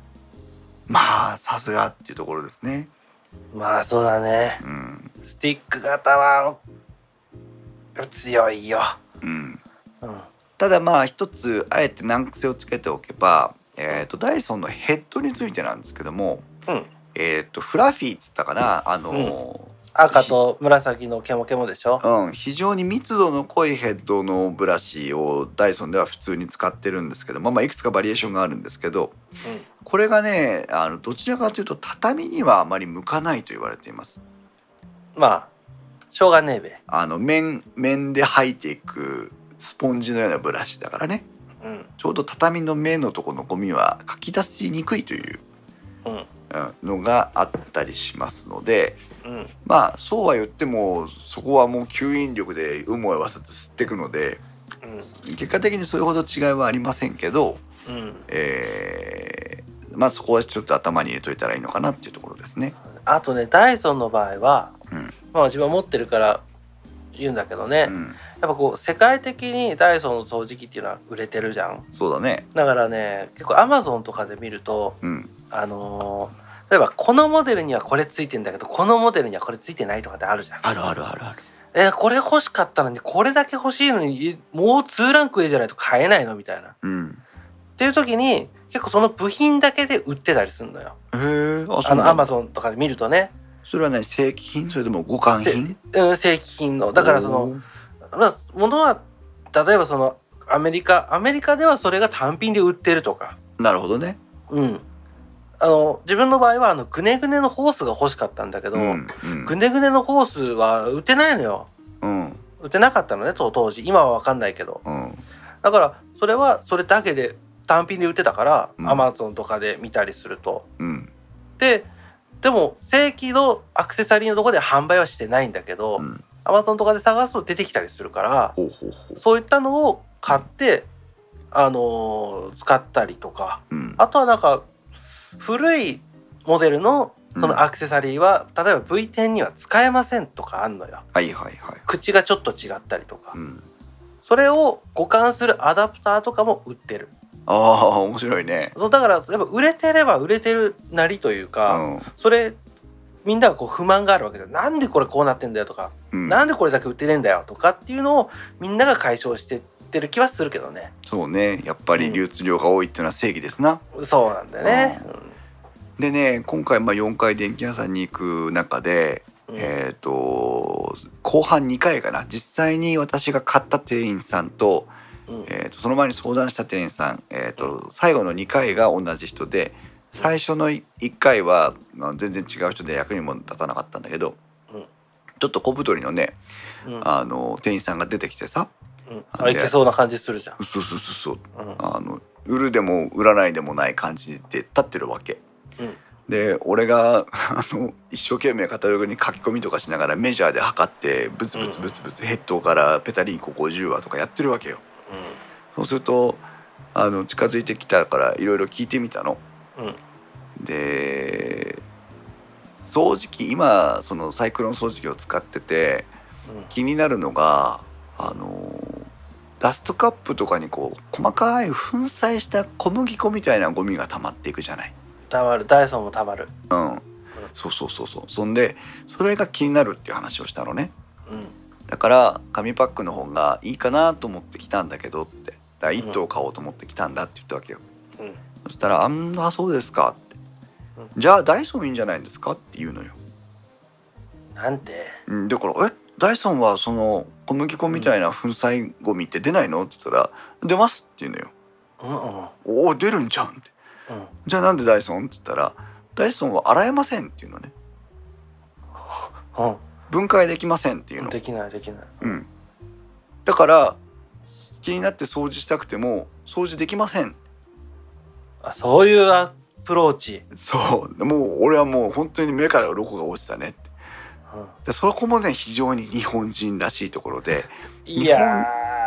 S1: まあさすがっていうところですね。
S2: まあそうだね
S1: うん
S2: スティック型は強いよ
S1: うん、
S2: うん
S1: ただまあ一つあえて難癖をつけておけば、えー、とダイソンのヘッドについてなんですけども、
S2: うん
S1: えー、とフラフィーっつったかなあのー、
S2: 赤と紫のケモケモでしょ
S1: うん、非常に密度の濃いヘッドのブラシをダイソンでは普通に使ってるんですけど、まあ、まあいくつかバリエーションがあるんですけど
S2: うん
S1: これがねあのどちらかというと畳にはあまり向かないと言われています。
S2: まあしょうがねえべ
S1: あの面面で入っていくスポンジのようなブラシだからね
S2: うん
S1: ちょうど畳の面のところのゴミはかき出しにくいという
S2: うん
S1: うんのがあったりしますので
S2: うん
S1: まあそうは言ってもそこはもう吸引力で有無を言わさず吸っていくので。
S2: うん
S1: 結果的にそれほど違いはありませんけど、
S2: うん
S1: えーまあそこはちょっと頭に入れといたらいいのかなっていうところですね。
S2: あとねダイソンの場合は、
S1: うん
S2: まあ自分は持ってるから言うんだけどね、
S1: う
S2: やっ
S1: ん、
S2: ぱこう世界的にダイソンの掃除機っていうのは売れてるじゃん
S1: そうだね。
S2: だからね結構アマゾンとかで見ると
S1: うん、
S2: あのー例えばこのモデルにはこれついてんだけどこのモデルにはこれついてないとかってあるじゃん
S1: あるあるあるある。
S2: えこれ欲しかったのにこれだけ欲しいのにもう2ランク上じゃないと買えないのみたいなっ
S1: うん、
S2: てっていう時に結構その部品だけで売ってたりするのよ
S1: へえあ
S2: あのアマ
S1: ゾ
S2: ゾンとかで見るとね、
S1: ンそれはね正規品それとも互換品
S2: うん、正規品のだからその
S1: おー
S2: まあものは例えばそのアメリカアメリカではそれが単品で売ってるとか
S1: なるほどね
S2: うんあの自分の場合はあのグネグネのホースが欲しかったんだけど、
S1: うん
S2: グネグネのホースは売ってないのよ
S1: うんうん
S2: 売ってなかったのねと当時今は分かんないけど
S1: うん
S2: だからそれはそれだけで単品で売ってたから、
S1: うん
S2: アマゾンとかで見たりすると
S1: うん
S2: ででも正規のアクセサリーのところで販売はしてないんだけど、
S1: うん
S2: アマゾンとかで探すと出てきたりするから
S1: ほうほうほう
S2: そういったのを買って、あのー使ったりとか
S1: うん
S2: あとはなんか古いモデルのそのアクセサリーは、例えば V10 には使えませんとかあんのよ
S1: はいはいはい
S2: 口がちょっと違ったりとか、
S1: うん
S2: それを互換するアダプターとかも売ってる
S1: ああ面白いね
S2: そうだからやっぱ売れてれば売れてるなりという
S1: う
S2: か、
S1: ん
S2: それみんながこう不満があるわけだよなんでこれこうなってんだよとか、
S1: うん
S2: なんでこれだけ売ってねえんだよとかっていうのをみんなが解消してってる気はするけどね
S1: そうねやっぱり流通量が多いっていうのは正義ですな、
S2: そうなんだよね、
S1: でね今回まあ4回電気屋さんに行く中で、
S2: うん
S1: えっ、と後半2回かな実際に私が買った店員さんと,、
S2: うん
S1: えーとその前に相談した店員さん、えーと最後の2回が同じ人で最初の1回は、まあ、全然違う人で役にも立たなかったんだけど、
S2: うん
S1: ちょっと小太りのね
S2: うんうん
S1: あの店員さんが出てきてさ
S2: うんあいけそうな感じするじゃん、
S1: そうそうそうそう
S2: うん
S1: あの売るでも売らないでもない感じで立ってるわけ。
S2: うん
S1: で俺が <laughs> あの一生懸命カタログに書き込みとかしながらメジャーで測ってブツブツブツブツヘッドからペタリンコ50話とかやってるわけよ。そうするとあの近づいてきたからいろいろ聞いてみたの。
S2: うん
S1: で掃除機今そのサイクロン掃除機を使ってて
S2: うん
S1: 気になるのがあのダストカップとかにこう細かい粉砕した小麦粉みたいなゴミが溜まっていくじゃない。
S2: たまるダイソンもたまる、
S1: うん、そうそうそうそうそんでそれが気になるっていう話をしたのね
S2: うん
S1: だから紙パックの方がいいかなと思ってきたんだけどってだ1頭買おうと思ってきたんだって言ったわけよ、
S2: うん
S1: そしたら「あんあそうですか」って
S2: うん
S1: 「じゃあダイソンいいんじゃないんですか?」って言うのよ、
S2: なんて
S1: うん、だから「えダイソンはその小麦粉みたいな粉砕ゴミって出ないの?」って言ったら「出ます」って言うのよ
S2: うんうん
S1: 「おお出るんじゃん」って
S2: うん
S1: 「じゃあなんでダイソン?」って言ったら「ダイソンは洗えません」っていうのね
S2: うん
S1: 分解できませんっていうの
S2: できないできない、
S1: うん、だから気になって掃除したくても掃除できません
S2: あそういうアプローチ、
S1: そうもう俺はもう本当に目から鱗が落ちたねって
S2: うん
S1: でそこもね非常に日本人らしいところで
S2: いや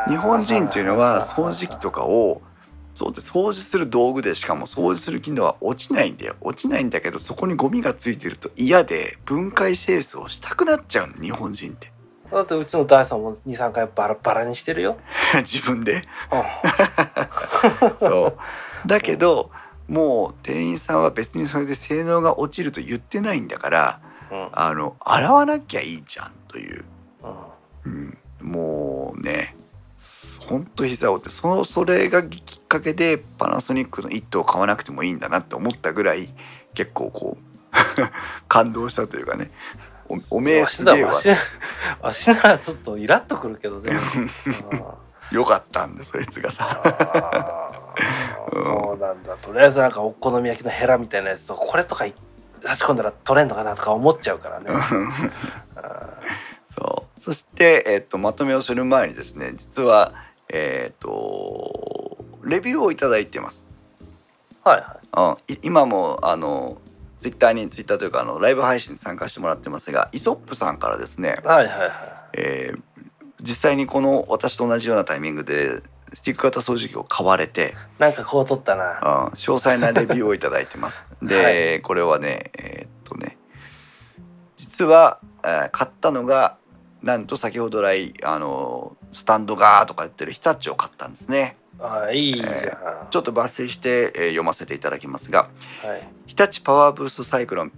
S2: ー
S1: 日本人というのは掃除機とかをそうで掃除する道具でしかも掃除する機能は落ちないんだよ落ちないんだけどそこにゴミがついてると嫌で分解清掃をしたくなっちゃうの日本人って <laughs>
S2: だってうちのダイソンも23回バラバラにしてるよ、
S1: 自分で
S2: うん
S1: そうだけどもう店員さんは別にそれで性能が落ちると言ってないんだから
S2: うん
S1: あの洗わなきゃいいじゃんという、
S2: うん
S1: うん、もうねほんと膝を折ってそのそれがきっかけでパナソニックの1頭買わなくてもいいんだなって思ったぐらい結構こう感動したという <laughs> かねおおめえすげえわ
S2: わしなわしならちょっとイラっとくるけど
S1: <laughs>
S2: でも、うん
S1: よかったんでそいつが
S2: <laughs>
S1: さ
S2: あ
S1: う
S2: ー
S1: ん
S2: そうなんだとりあえずなんかお好み焼きのヘラみたいなやつをこれとかい差し込んだら取れんのかなとか思っちゃうからね、あ
S1: そうそして、えっとまとめをする前にですね実は、えっとレビューをいただいてます、
S2: ーはいはい
S1: うん、い今もあのツイッターにツイッターというかあのライブ配信に参加してもらってますがイソップさんからですね、
S2: はいはいは
S1: えー実際にこの私と同じようなタイミングでスティック型掃除機を買われて、
S2: いなんかこう取った
S1: うん、
S2: な
S1: 詳細なレビューをいただいて <laughs> ますで、これはねえっとね実は、えー買ったのがなんと先ほど来あのスタンドがーとか言ってる日立を買ったんですね
S2: あーいいじゃん、
S1: ちょっと抜粋して、えー読ませていただきますが
S2: はい
S1: 日立パワーブーストサイクロン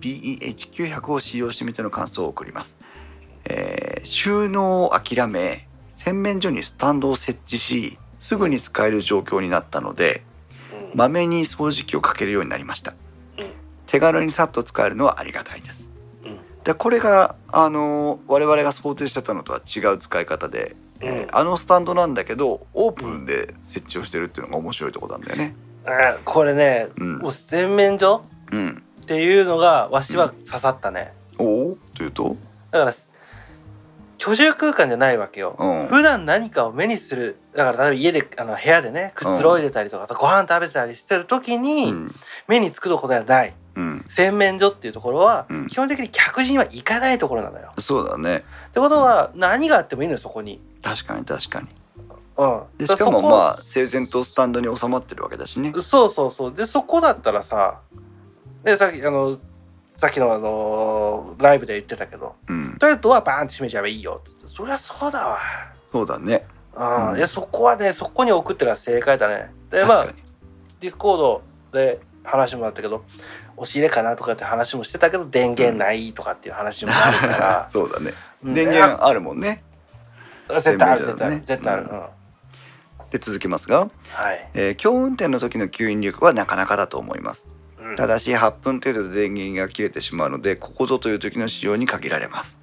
S1: PV-BEH900 を使用してみての感想を送ります、えー収納を諦め洗面所にスタンドを設置しすぐに使える状況になったので
S2: うん
S1: まめに掃除機をかけるようになりました
S2: うん
S1: 手軽にさっと使えるのはありがたいです
S2: うん
S1: でこれがあの我々が想定してたのとは違う使い方で、えーあのスタンドなんだけどオープンで設置をしてるっていうのが面白いところなんだよね。
S2: あこれね
S1: うん
S2: もう洗面所
S1: うん、
S2: っていうのがわしは刺さったね、
S1: おおというと、
S2: だから居住空間じゃないわけよ、
S1: うん、
S2: 普段何かを目にするだから例えば家であの部屋でねくつろいでたりとかさ、ご飯食べてたりしてる時
S1: う
S2: に
S1: ん
S2: 目につくところではない
S1: うん、
S2: 洗面所っていうところは
S1: うん
S2: 基本的に客人は行かないところなのよ。
S1: そうだね
S2: ってことは何があってもいいのよそこに。
S1: 確かに確かに。
S2: うん、
S1: で
S2: だ
S1: し
S2: ら
S1: かも
S2: そこ
S1: まあ整然とスタンドに収まってるわけだしね。
S2: そうそうそうでそこだったらさでさっきあのさっきのあのライブで言ってたけど
S1: うん、
S2: トイレットはバーンって閉めちゃえばいいよっつってそりゃそうだわ。
S1: そうだね。
S2: うん
S1: うん
S2: いやそこはねそこに送ってら正解だね。で
S1: 確
S2: まあ
S1: かに。、
S2: ディスコードで話もあったけど押し入れかなとかって話もしてたけど電源ないとかっていう話もあるから
S1: <laughs> そうだね。
S2: <laughs> うん
S1: 電源あるもんね。
S2: あ絶対ある
S1: 洗面所
S2: 絶対
S1: だ
S2: あ
S1: ね
S2: る絶対ある、
S1: う
S2: うんん
S1: で続きますが、
S2: はい、
S1: えー強運転の時の吸引力はなかなかだと思います。
S2: うん
S1: ただし8分程度で電源が切れてしまうのでここぞという時の使用に限られ
S2: <laughs>
S1: ます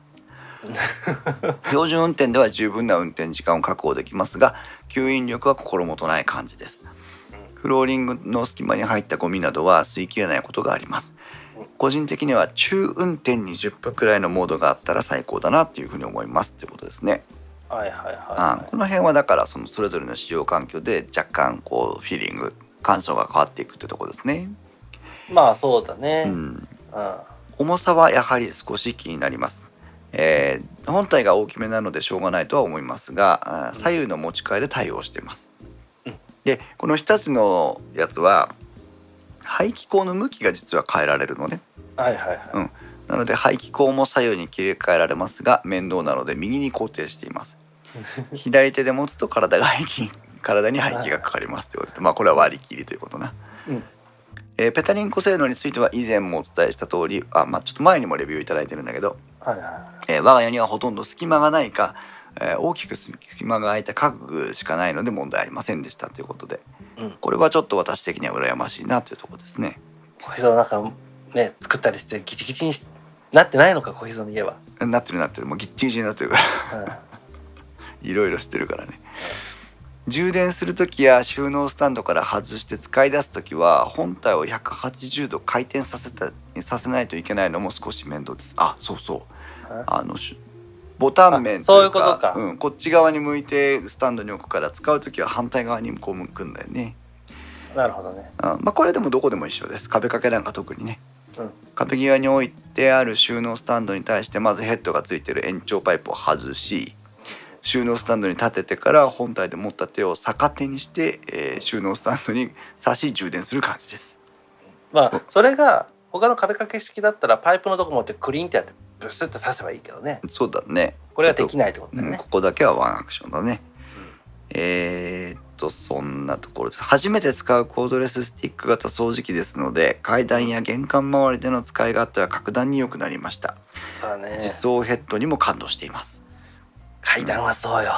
S1: 標準運転では十分な運転時間を確保できますが吸引力は心もとない感じですフローリングの隙間に入ったゴミなどは吸い切れないことがあります個人的には中運転20分くらいのモードがあったら最高だなっていうふうに思いますってことですね、
S2: はいはいはい
S1: あ
S2: は
S1: ー
S2: い
S1: この辺はだからそのそれぞれの使用環境で若干こうフィーリング感想が変わっていくってとこですね、
S2: まあそうだね
S1: う
S2: うん、
S1: ん、重さはやはり少し気になります、えー本体が大きめなのでしょうがないとは思いますがあー
S2: うん
S1: 左右の持ち替えで対応しています、
S2: うん
S1: でこの日立のやつは排気口の向きが実は変えられるのね
S2: はいはいはい、
S1: うんなので排気口も左右に切り替えられますが面倒なので右に固定してい
S2: <laughs>
S1: ます左手で持つと体が排気体に排気がかかりますということで、まあ、これは割り切りということな
S2: うん
S1: えーペタリンコ性能については以前もお伝えした通りあ、まあ、ちょっと前にもレビューいただいてるんだけど、
S2: はいは
S1: えー我が家にはほとんど隙間がないか、えー大きく隙間が空いた家具しかないので問題ありませんでしたということで
S2: いうん
S1: これはちょっと私的には羨ましいなというところですね。
S2: 小膝なんかね作ったりしてギチギチになってないのか小膝の家は、
S1: なってるなってるもうギッチギチになってるからいろいろしてるからね。充電する時や収納スタンドから外して使い出す時は本体を180度回転させたさせないといけないのも少し面倒です。あそうそう
S2: うん
S1: あのしボタン面
S2: あそういうことか
S1: うん、こっち側に向いてスタンドに置くから使う時は反対側にこう向くんだよね、
S2: なるほどね
S1: うんまあ、これでもどこでも一緒です壁掛けなんか特にね、
S2: うん
S1: 壁際に置いてある収納スタンドに対してまずヘッドがついてる延長パイプを外し収納スタンドに立ててから本体で持った手を逆手にして、えー収納スタンドに差し充電する感じです
S2: ま
S1: うん
S2: あそれが他の壁掛け式だったらパイプのとこ持ってクリーンってやってブスッと刺せばいいけどね
S1: そうだね
S2: これはできないってことだ
S1: う
S2: よ
S1: ん、
S2: ね
S1: こ、こだけはワンアクションだね、えーっとそんなところです初めて使うコードレススティック型掃除機ですので階段や玄関周りでの使い勝手は格段に良くなりました
S2: そうだね
S1: 実装ヘッドにも感動しています
S2: 階段はそうよ、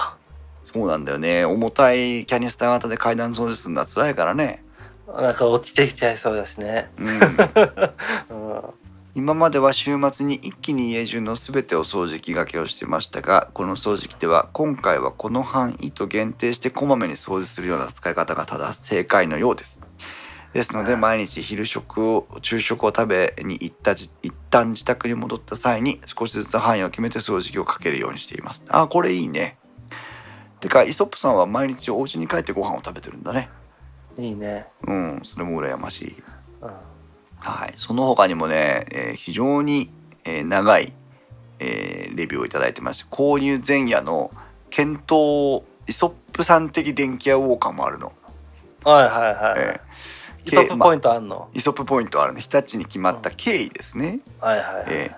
S1: そうなんだよね重たいキャニスター型で階段掃除するのは辛いからね、
S2: なんか落ちてきちゃいそうだしね。 <laughs>
S1: うん、
S2: うん、
S1: 今までは週末に一気に家中の全てを掃除機がけをしてましたがこの掃除機では今回はこの範囲と限定してこまめに掃除するような使い方がただ正解のようですですので毎日昼食を昼食を食べに行ったじ一旦自宅に戻った際に少しずつ範囲を決めて掃除機をかけるようにしていますあーこれいいねてかイソップさんは毎日お家に帰ってご飯を食べてるんだね
S2: いいね。
S1: うんそれも羨ましい
S2: うん、
S1: はい、その他にもね、えー非常に、えー長い、えーレビューをいただいてまして購入前夜の検討イソップさん的電気屋ウォーカーもあるの、
S2: はいはいはい。
S1: え
S2: イソップポイントあんの。
S1: ーイソップポイントあるね日立に決まった経緯ですね、
S2: はいはいはい。
S1: え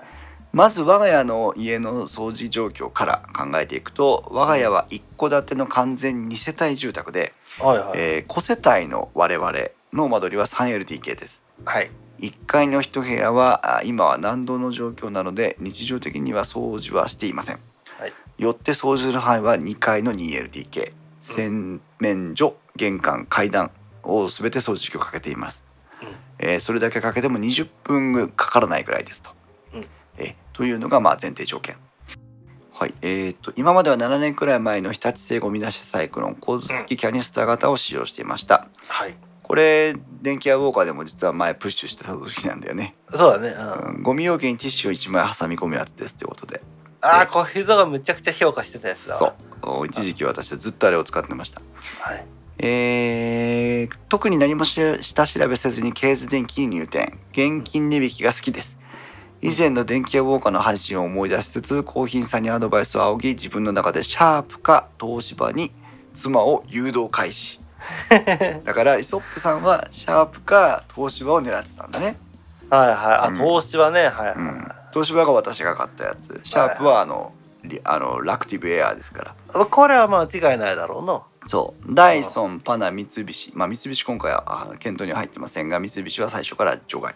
S1: まず我が家の家の掃除状況から考えていくと我が家は一戸建ての完全2世帯住宅で、
S2: はいはい。
S1: えー子世帯の我々の間取りは 3LDK です
S2: はい。
S1: 1階の一部屋はあ今は難動の状況なので日常的には掃除はしていません、
S2: はい
S1: よって掃除する範囲は2階の 2LDK、
S2: うん
S1: 洗面所玄関階段を全て掃除機をかけています、
S2: うん
S1: えーそれだけかけても20分かからないぐらいですと、
S2: うん
S1: えーというのがまあ前提条件はいえー、と今までは7年くらい前の日立製ゴミ出しサイクロン構図付きキャニスター型を使用していました
S2: はい
S1: これ電気屋ウォーカーでも実は前プッシュしてた時なんだよね、
S2: そうだね、うん
S1: うん、ゴミ容器にティッシュを1枚挟み込むやつですということで
S2: ああ小平蔵がむちゃくちゃ評価してたやつだわ
S1: そう一時期私はずっとあれを使ってました
S2: はい、 <laughs>
S1: えー特に何もし下調べせずにケーズ電気に入店現金値引きが好きです以前の電気屋ウォーカーの配信を思い出しつつ高品さんにアドバイスを仰ぎ自分の中でシャープか東芝に妻を誘導開始だからイソップさんはシャープか東芝を狙ってたんだね、
S2: はいはいあ
S1: うん
S2: 投資はねはいはい、
S1: うん、東芝が私が買ったやつシャープはあの,リ、あのラクティブエアーですから
S2: これはまあ間違いないだろうな
S1: そうダイソンパナ三菱まあ三菱今回はあ検討には入ってませんが三菱は最初から除外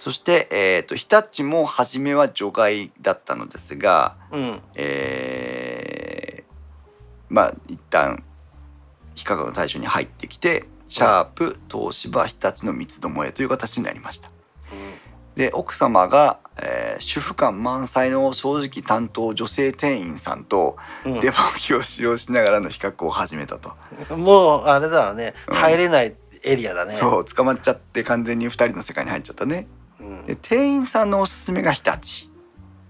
S1: そして、えー、と日立も初めは除外だったのですが
S2: うん
S1: えーまあ一旦比較の対象に入ってきてシャープ東芝日立の三つどもえという形になりましたで奥様が、えー主婦感満載の正直担当女性店員さんと
S2: うん、うん
S1: デバ機を使用しながらの比較を始めたと
S2: <laughs> もうあれだよね、
S1: うん
S2: 入れないエリアだね
S1: そう捕まっちゃって完全に2人の世界に入っちゃったね
S2: う、ん
S1: で店員さんのおすすめが日立、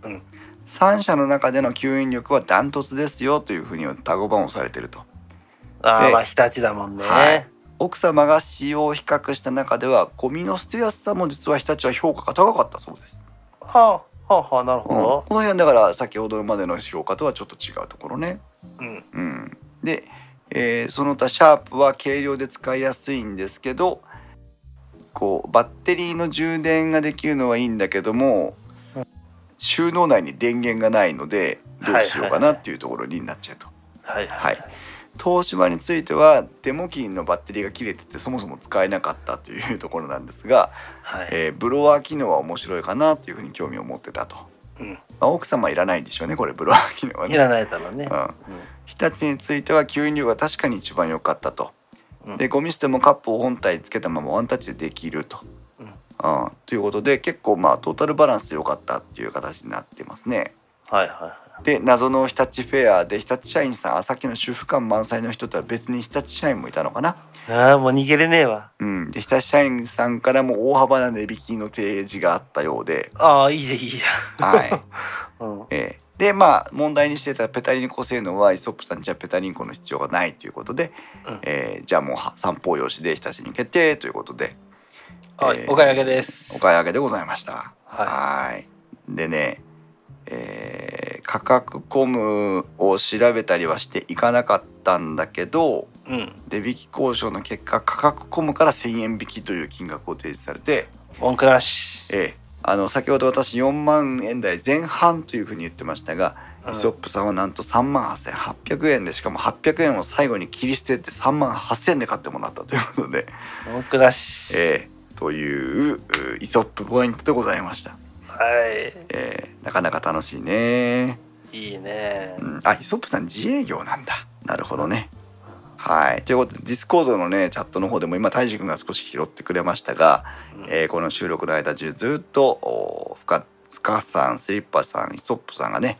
S2: うん
S1: 3社の中での吸引力はダントツですよというふうにタゴバンをされてると
S2: ああ
S1: で
S2: まあ日立だもんね、
S1: はい奥様が使用を比較した中ではゴミの捨てやすさも実は日立は評価が高かったそうです、
S2: はあはあはあなる
S1: うん
S2: ほ
S1: この辺だから先ほどまでの評価とはちょっと違うところね
S2: ど、うん
S1: うん、で、えーその他シャープは軽量で使いやすいんですけどこうバッテリーの充電ができるのはいいんだけども収納内に電源がないのでどうしようかなっていうところになっちゃうと。
S2: はい
S1: は
S2: はい
S1: い、東芝についてはデモ機のバッテリーが切れててそもそも使えなかったというところなんですが、
S2: はい、
S1: えーブロワー機能は面白いかなというふうに興味を持ってたと、
S2: うん
S1: まあ、奥様いらないでしょうねこれブロワー機能はいね。
S2: らないだろうね
S1: う、ん日立については吸引量が確かに一番良かったと、
S2: うん
S1: でゴミ捨てもカップを本体につけたままワンタッチでできると、
S2: うん
S1: あということで結構まあトータルバランス良かったっていう形になってますね
S2: はいは
S1: で謎の日立フェアで日立社員さんあさっきの主婦感満載の人とは別に日立社員もいたのかな、
S2: いああもう逃げれねえわ
S1: うん、で日立社員さんからも大幅な値引きの提示があったようで
S2: ああいいじゃんいいじ <laughs>
S1: はい
S2: ゃん、うん、
S1: えーでまあ問題にしてたペタリンコ性能はイソップさんじゃペタリンコの必要がないということで、
S2: うん
S1: えーじゃあもうは三方用紙で日立に決定ということで、
S2: はい
S1: えー
S2: お買い上げです
S1: お買い上げでございました。
S2: は
S1: ーいでね、えー価格コムを調べたりはしていかなかったんだけど
S2: いうん
S1: 値引き交渉の結果価格コムから1,000円引きという金額を提示されて、
S2: 文句なし
S1: えーあの先ほど私4万円台前半というふうに言ってましたが
S2: うん
S1: イソップさんはなんと3万8800円でしかも800円を最後に切り捨てて3万8000円で買ってもらったということで、 <laughs>
S2: 文句なし
S1: えーといううイソップポイントでございました、
S2: は
S1: えーなかなか楽しいね、
S2: いいいね
S1: うん、あイソップさん自営業なんだなるほどねはいということでディスコードのねチャットの方でも今たいじくんが少し拾ってくれましたが、
S2: うん
S1: えーこの収録の間中ずっとおー深塚さんスリッパさんイソップさんがね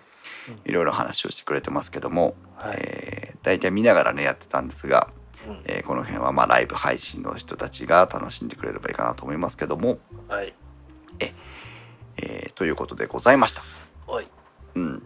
S1: いろいろ話をしてくれてますけども、
S2: はい
S1: えー大体見ながらねやってたんですが、
S2: うん
S1: えーこの辺はまあライブ配信の人たちが楽しんでくれればいいかなと思いますけども、
S2: はい
S1: えーということでございました。
S2: おい
S1: うん、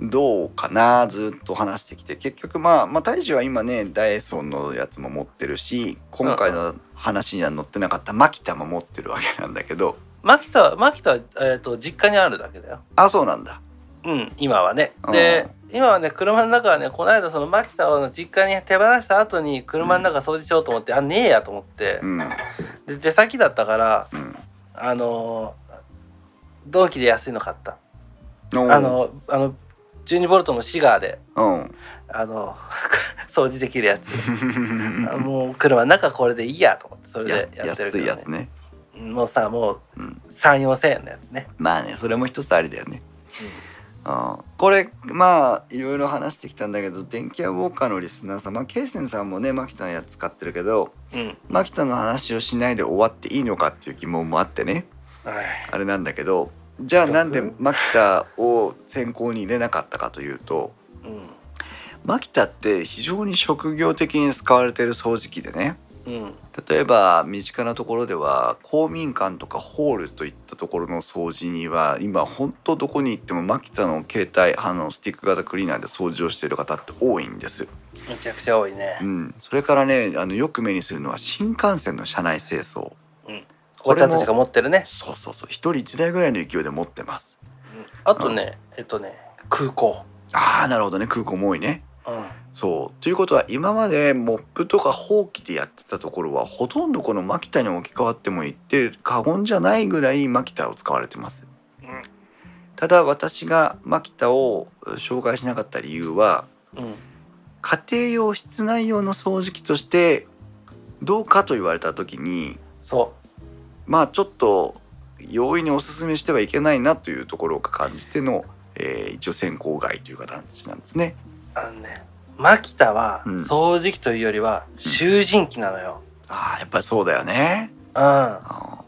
S1: どうかなずっと話してきて結局まあ、まあ、大使は今ねダイソンのやつも持ってるし今回の話には載ってなかったマキタも持ってるわけなんだけど
S2: マキタマキタは、えー、と実家にあるだけだよ
S1: あそうなんだ。
S2: うん今はねで今はね車の中はねこの間そのマキタを実家に手放した後に車の中掃除しようと思って、あねえやと思って
S1: うんうん
S2: で出先だったからあのードンキで安いの買った、あのあの12ボルトのシガーで
S1: うん、
S2: あの <laughs> 掃除できるやつあ
S1: うん
S2: もう車の中これでいいやと思ってそれで <laughs> やってる
S1: 安
S2: け
S1: い
S2: ど、
S1: や
S2: ね
S1: つ、ね、
S2: うんもうさもう
S1: うん、
S2: 3 4千円のやつね、
S1: まあねそれも一つありだよねうんこれまあいろいろ話してきたんだけど電気屋ウォーカーのリスナーさん、まあ、ケイセンさんもねマキタのやつ使ってるけど
S2: うん
S1: マキタの話をしないで終わっていいのかっていう疑問もあってね
S2: はい
S1: あれなんだけどじゃあなんで
S2: うん
S1: マキタを選考に入れなかったかというとマキタって非常に職業的に使われてる掃除機でね
S2: うんうん
S1: 例えば身近なところでは公民館とかホールといったところの掃除には今本当どこに行ってもマキタの携帯あのスティック型クリーナーで掃除をしている方って多いんです、
S2: めちゃくちゃ多いね
S1: うん、それからねあのよく目にするのは新幹線の車内清掃
S2: おばちゃんたちが持ってるね
S1: そうそうそう1人1台ぐらいの勢いで持ってます
S2: うんあとねえっとね空港
S1: ああなるほどね空港も多いね
S2: うん
S1: そうということは今までモップとかほうきでやってたところはほとんどこのマキタに置き換わってもいって過言じゃないぐらいマキタを使われてますただ私がマキタを紹介しなかった理由は
S2: うん
S1: 家庭用室内用の掃除機としてどうかと言われた時に
S2: そ
S1: まあちょっと容易にお勧めしてはいけないなというところを感じての、えー一応選考外という形なんですね。
S2: うあのねマキタは
S1: うん
S2: 掃除機というよりは囚人機なのよ
S1: ああやっぱりそうだよね。
S2: うんだ
S1: あ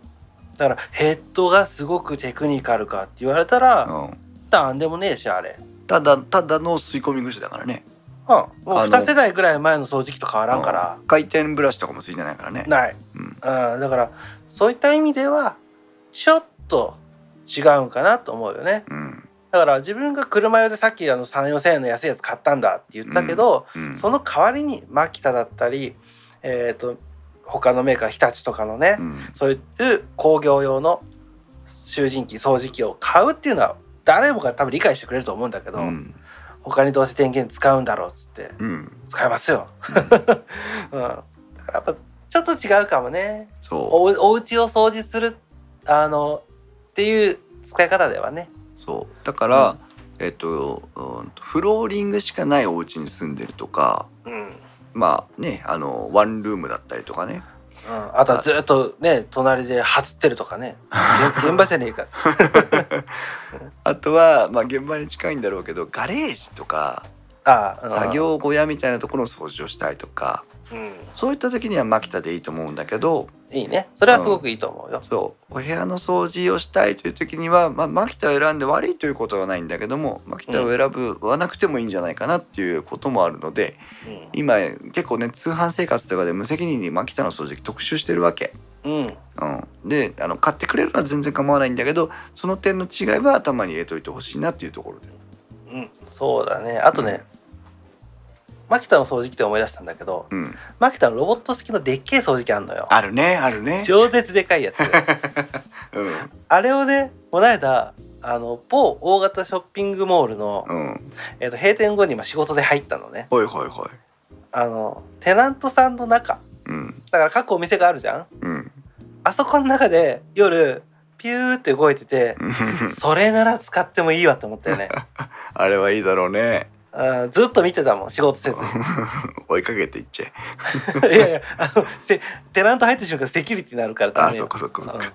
S2: からヘッドがすごくテクニカルかって言われたら
S1: ーうん
S2: なんでもねえしあれ
S1: ただただの吸い込み口だからね。
S2: うんもう
S1: あの
S2: 2世代ぐらい前の掃除機と変わらんから
S1: うん回転ブラシとかもついてないからね。
S2: ない
S1: うん、
S2: うん、だからそういった意味ではちょっと違うんかなと思うよね
S1: うん、
S2: だから自分が車用でさっきあの3 4千円の安いやつ買ったんだって言ったけど、
S1: うん、
S2: その代わりにマキタだったりえっ、と他のメーカー日立とかのね、
S1: うん
S2: そういう工業用の囚人機掃除機を買うっていうのは誰もが多分理解してくれると思うんだけど、
S1: うん、
S2: 他にどうせ電源使うんだろうっつって
S1: うん、
S2: 使いま
S1: <laughs>
S2: すよ、うん、だからやっぱちょっと違うかもね
S1: そう。
S2: おお家を掃除するあのっていう使い方ではね
S1: そうだから、えっと、うんとフローリングしかないお家に住んでるとか
S2: うん、うん、
S1: まあねあのワンルームだったりとかね
S2: あとはずっとね隣ではつってると
S1: <laughs>
S2: かね現現場じゃねえか
S1: あとは、まあ、現場に近いんだろうけどガレージとか
S2: ああ
S1: 作、業小屋みたいなところの掃除をしたいとか
S2: うん、
S1: そういった時にはマキタでいいと思うんだけど
S2: いいねそれはすごくいいと思うよ、
S1: そうお部屋の掃除をしたいという時には、まあ、マキタを選んで悪いということはないんだけどもマキタを選ぶはなくてもいいんじゃないかなっていうこともあるので
S2: う
S1: 今結構ね通販生活とかで無責任にマキタの掃除機特集してるわけ。
S2: ん、うん、
S1: うん、であの買ってくれるのは全然構わないんだけどその点の違いは頭に入れといてほしいなっていうところで
S2: うん、そうだねあとね、マキタの掃除機で思い出したんだけど
S1: うん、
S2: マキタのロボット式のでっけえ掃除機あんのよ
S1: あるねあるね、
S2: 超絶でかいや
S1: <laughs>
S2: つ
S1: うん
S2: あれをねこの間あの某大型ショッピングモールの、
S1: うん、
S2: えっと閉店後に今仕事で入ったのね
S1: ほいほいほい、
S2: あのテナントさんの中
S1: うん
S2: だから各お店があるじゃん
S1: うん、 <laughs>
S2: あそこの中で夜ピューって動いててそれなら使ってもいいわって思った
S1: <laughs>
S2: よね
S1: あれはいいだろうね
S2: うんずっと見てたもん仕事せず
S1: 追いかけていっちゃえ
S2: に <laughs> いやいやあのせテナント入った瞬間セキュリティになるから
S1: あ
S2: ダメ
S1: そっ
S2: よ
S1: かそっかそっ
S2: うん
S1: か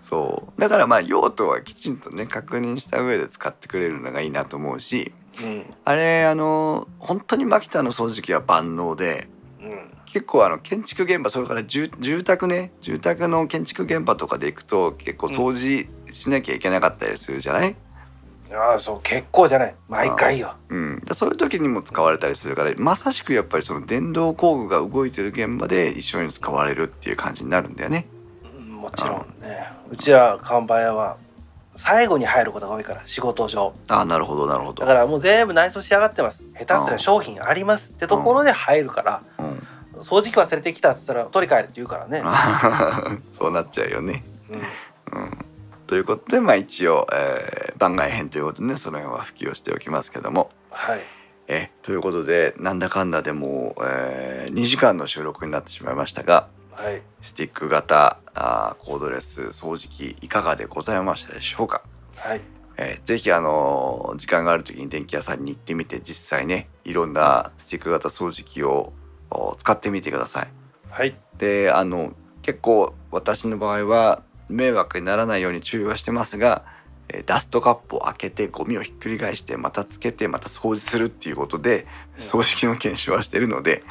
S1: そうだからまあ用途はきちんとね確認した上で使ってくれるのがいいなと思うし
S2: うん
S1: あれあの本当にマキタの掃除機は万能で
S2: うん
S1: 結構あの建築現場それから住住宅ね住宅の建築現場とかで行くと結構掃除しなきゃいけなかったりするじゃない、
S2: ああそう結構じゃない毎回よ
S1: うんだそういう時にも使われたりするからまさしくやっぱりその電動工具が動いてる現場で一緒に使われるっていう感じになるんだよね。
S2: うんもちろんねうちら看板屋は最後に入ることが多いから仕事上
S1: ああなるほどなるほど。
S2: だからもう全部内装仕上がってます下手す
S1: う
S2: ら
S1: ん
S2: 商品ありますってところで入るから
S1: うん、
S2: 掃除機忘れてきたっつったら取り替えるって言うからね、
S1: <laughs> そうなっちゃうよね。
S2: うん
S1: うん、ということでまあ一応、えー番外編ということでねその辺は普及をしておきますけども。
S2: はい
S1: えということでなんだかんだでもう、え2時間の収録になってしまいましたが
S2: はい
S1: スティック型あーコードレス掃除機いかがでございましたでしょうか、
S2: はい
S1: えーぜひあのー時間がある時に電気屋さんに行ってみて実際ねいろんなスティック型掃除機をお使ってみてください。
S2: はい
S1: であの結構私の場合は迷惑にならないように注意はしてますがえーダストカップを開けてゴミをひっくり返してまたつけてまた掃除するっていうことで
S2: うん
S1: 葬式の研修はしてるので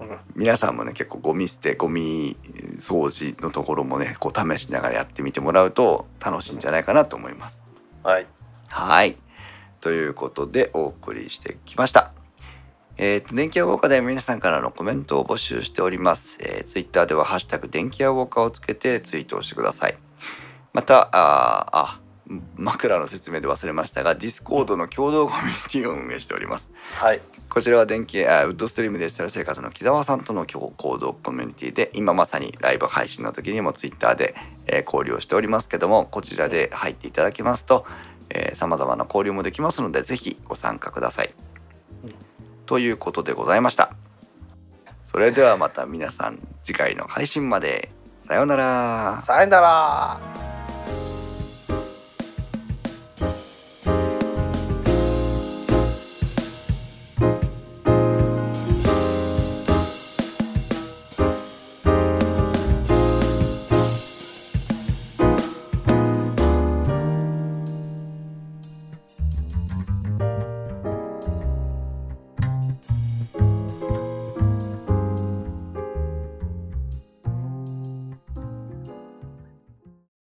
S2: うん
S1: 皆さんもね結構ゴミ捨てゴミえー掃除のところもねこう試しながらやってみてもらうと楽しいんじゃないかなと思います。
S2: はい
S1: はい。ということでお送りしてきました。えっ、と、電気屋ウォーカーでは皆さんからのコメントを募集しております。えー、ツイッターではハッシュタグ電気屋ウォーカーをつけてツイートをしてください。また、あーあ、枕の説明で忘れましたが、ディスコードの共同コミュニティを運営しております。
S2: はい
S1: こちらは電気あウッドストリームデジタル生活の木澤さんとの共行動コミュニティで今まさにライブ配信の時にもツイッターで、えー交流をしておりますけどもこちらで入っていただきますとさまざまな交流もできますのでぜひご参加ください
S2: うん。
S1: ということでございました。それではまた皆さん次回の配信までさようなら。
S2: さよなら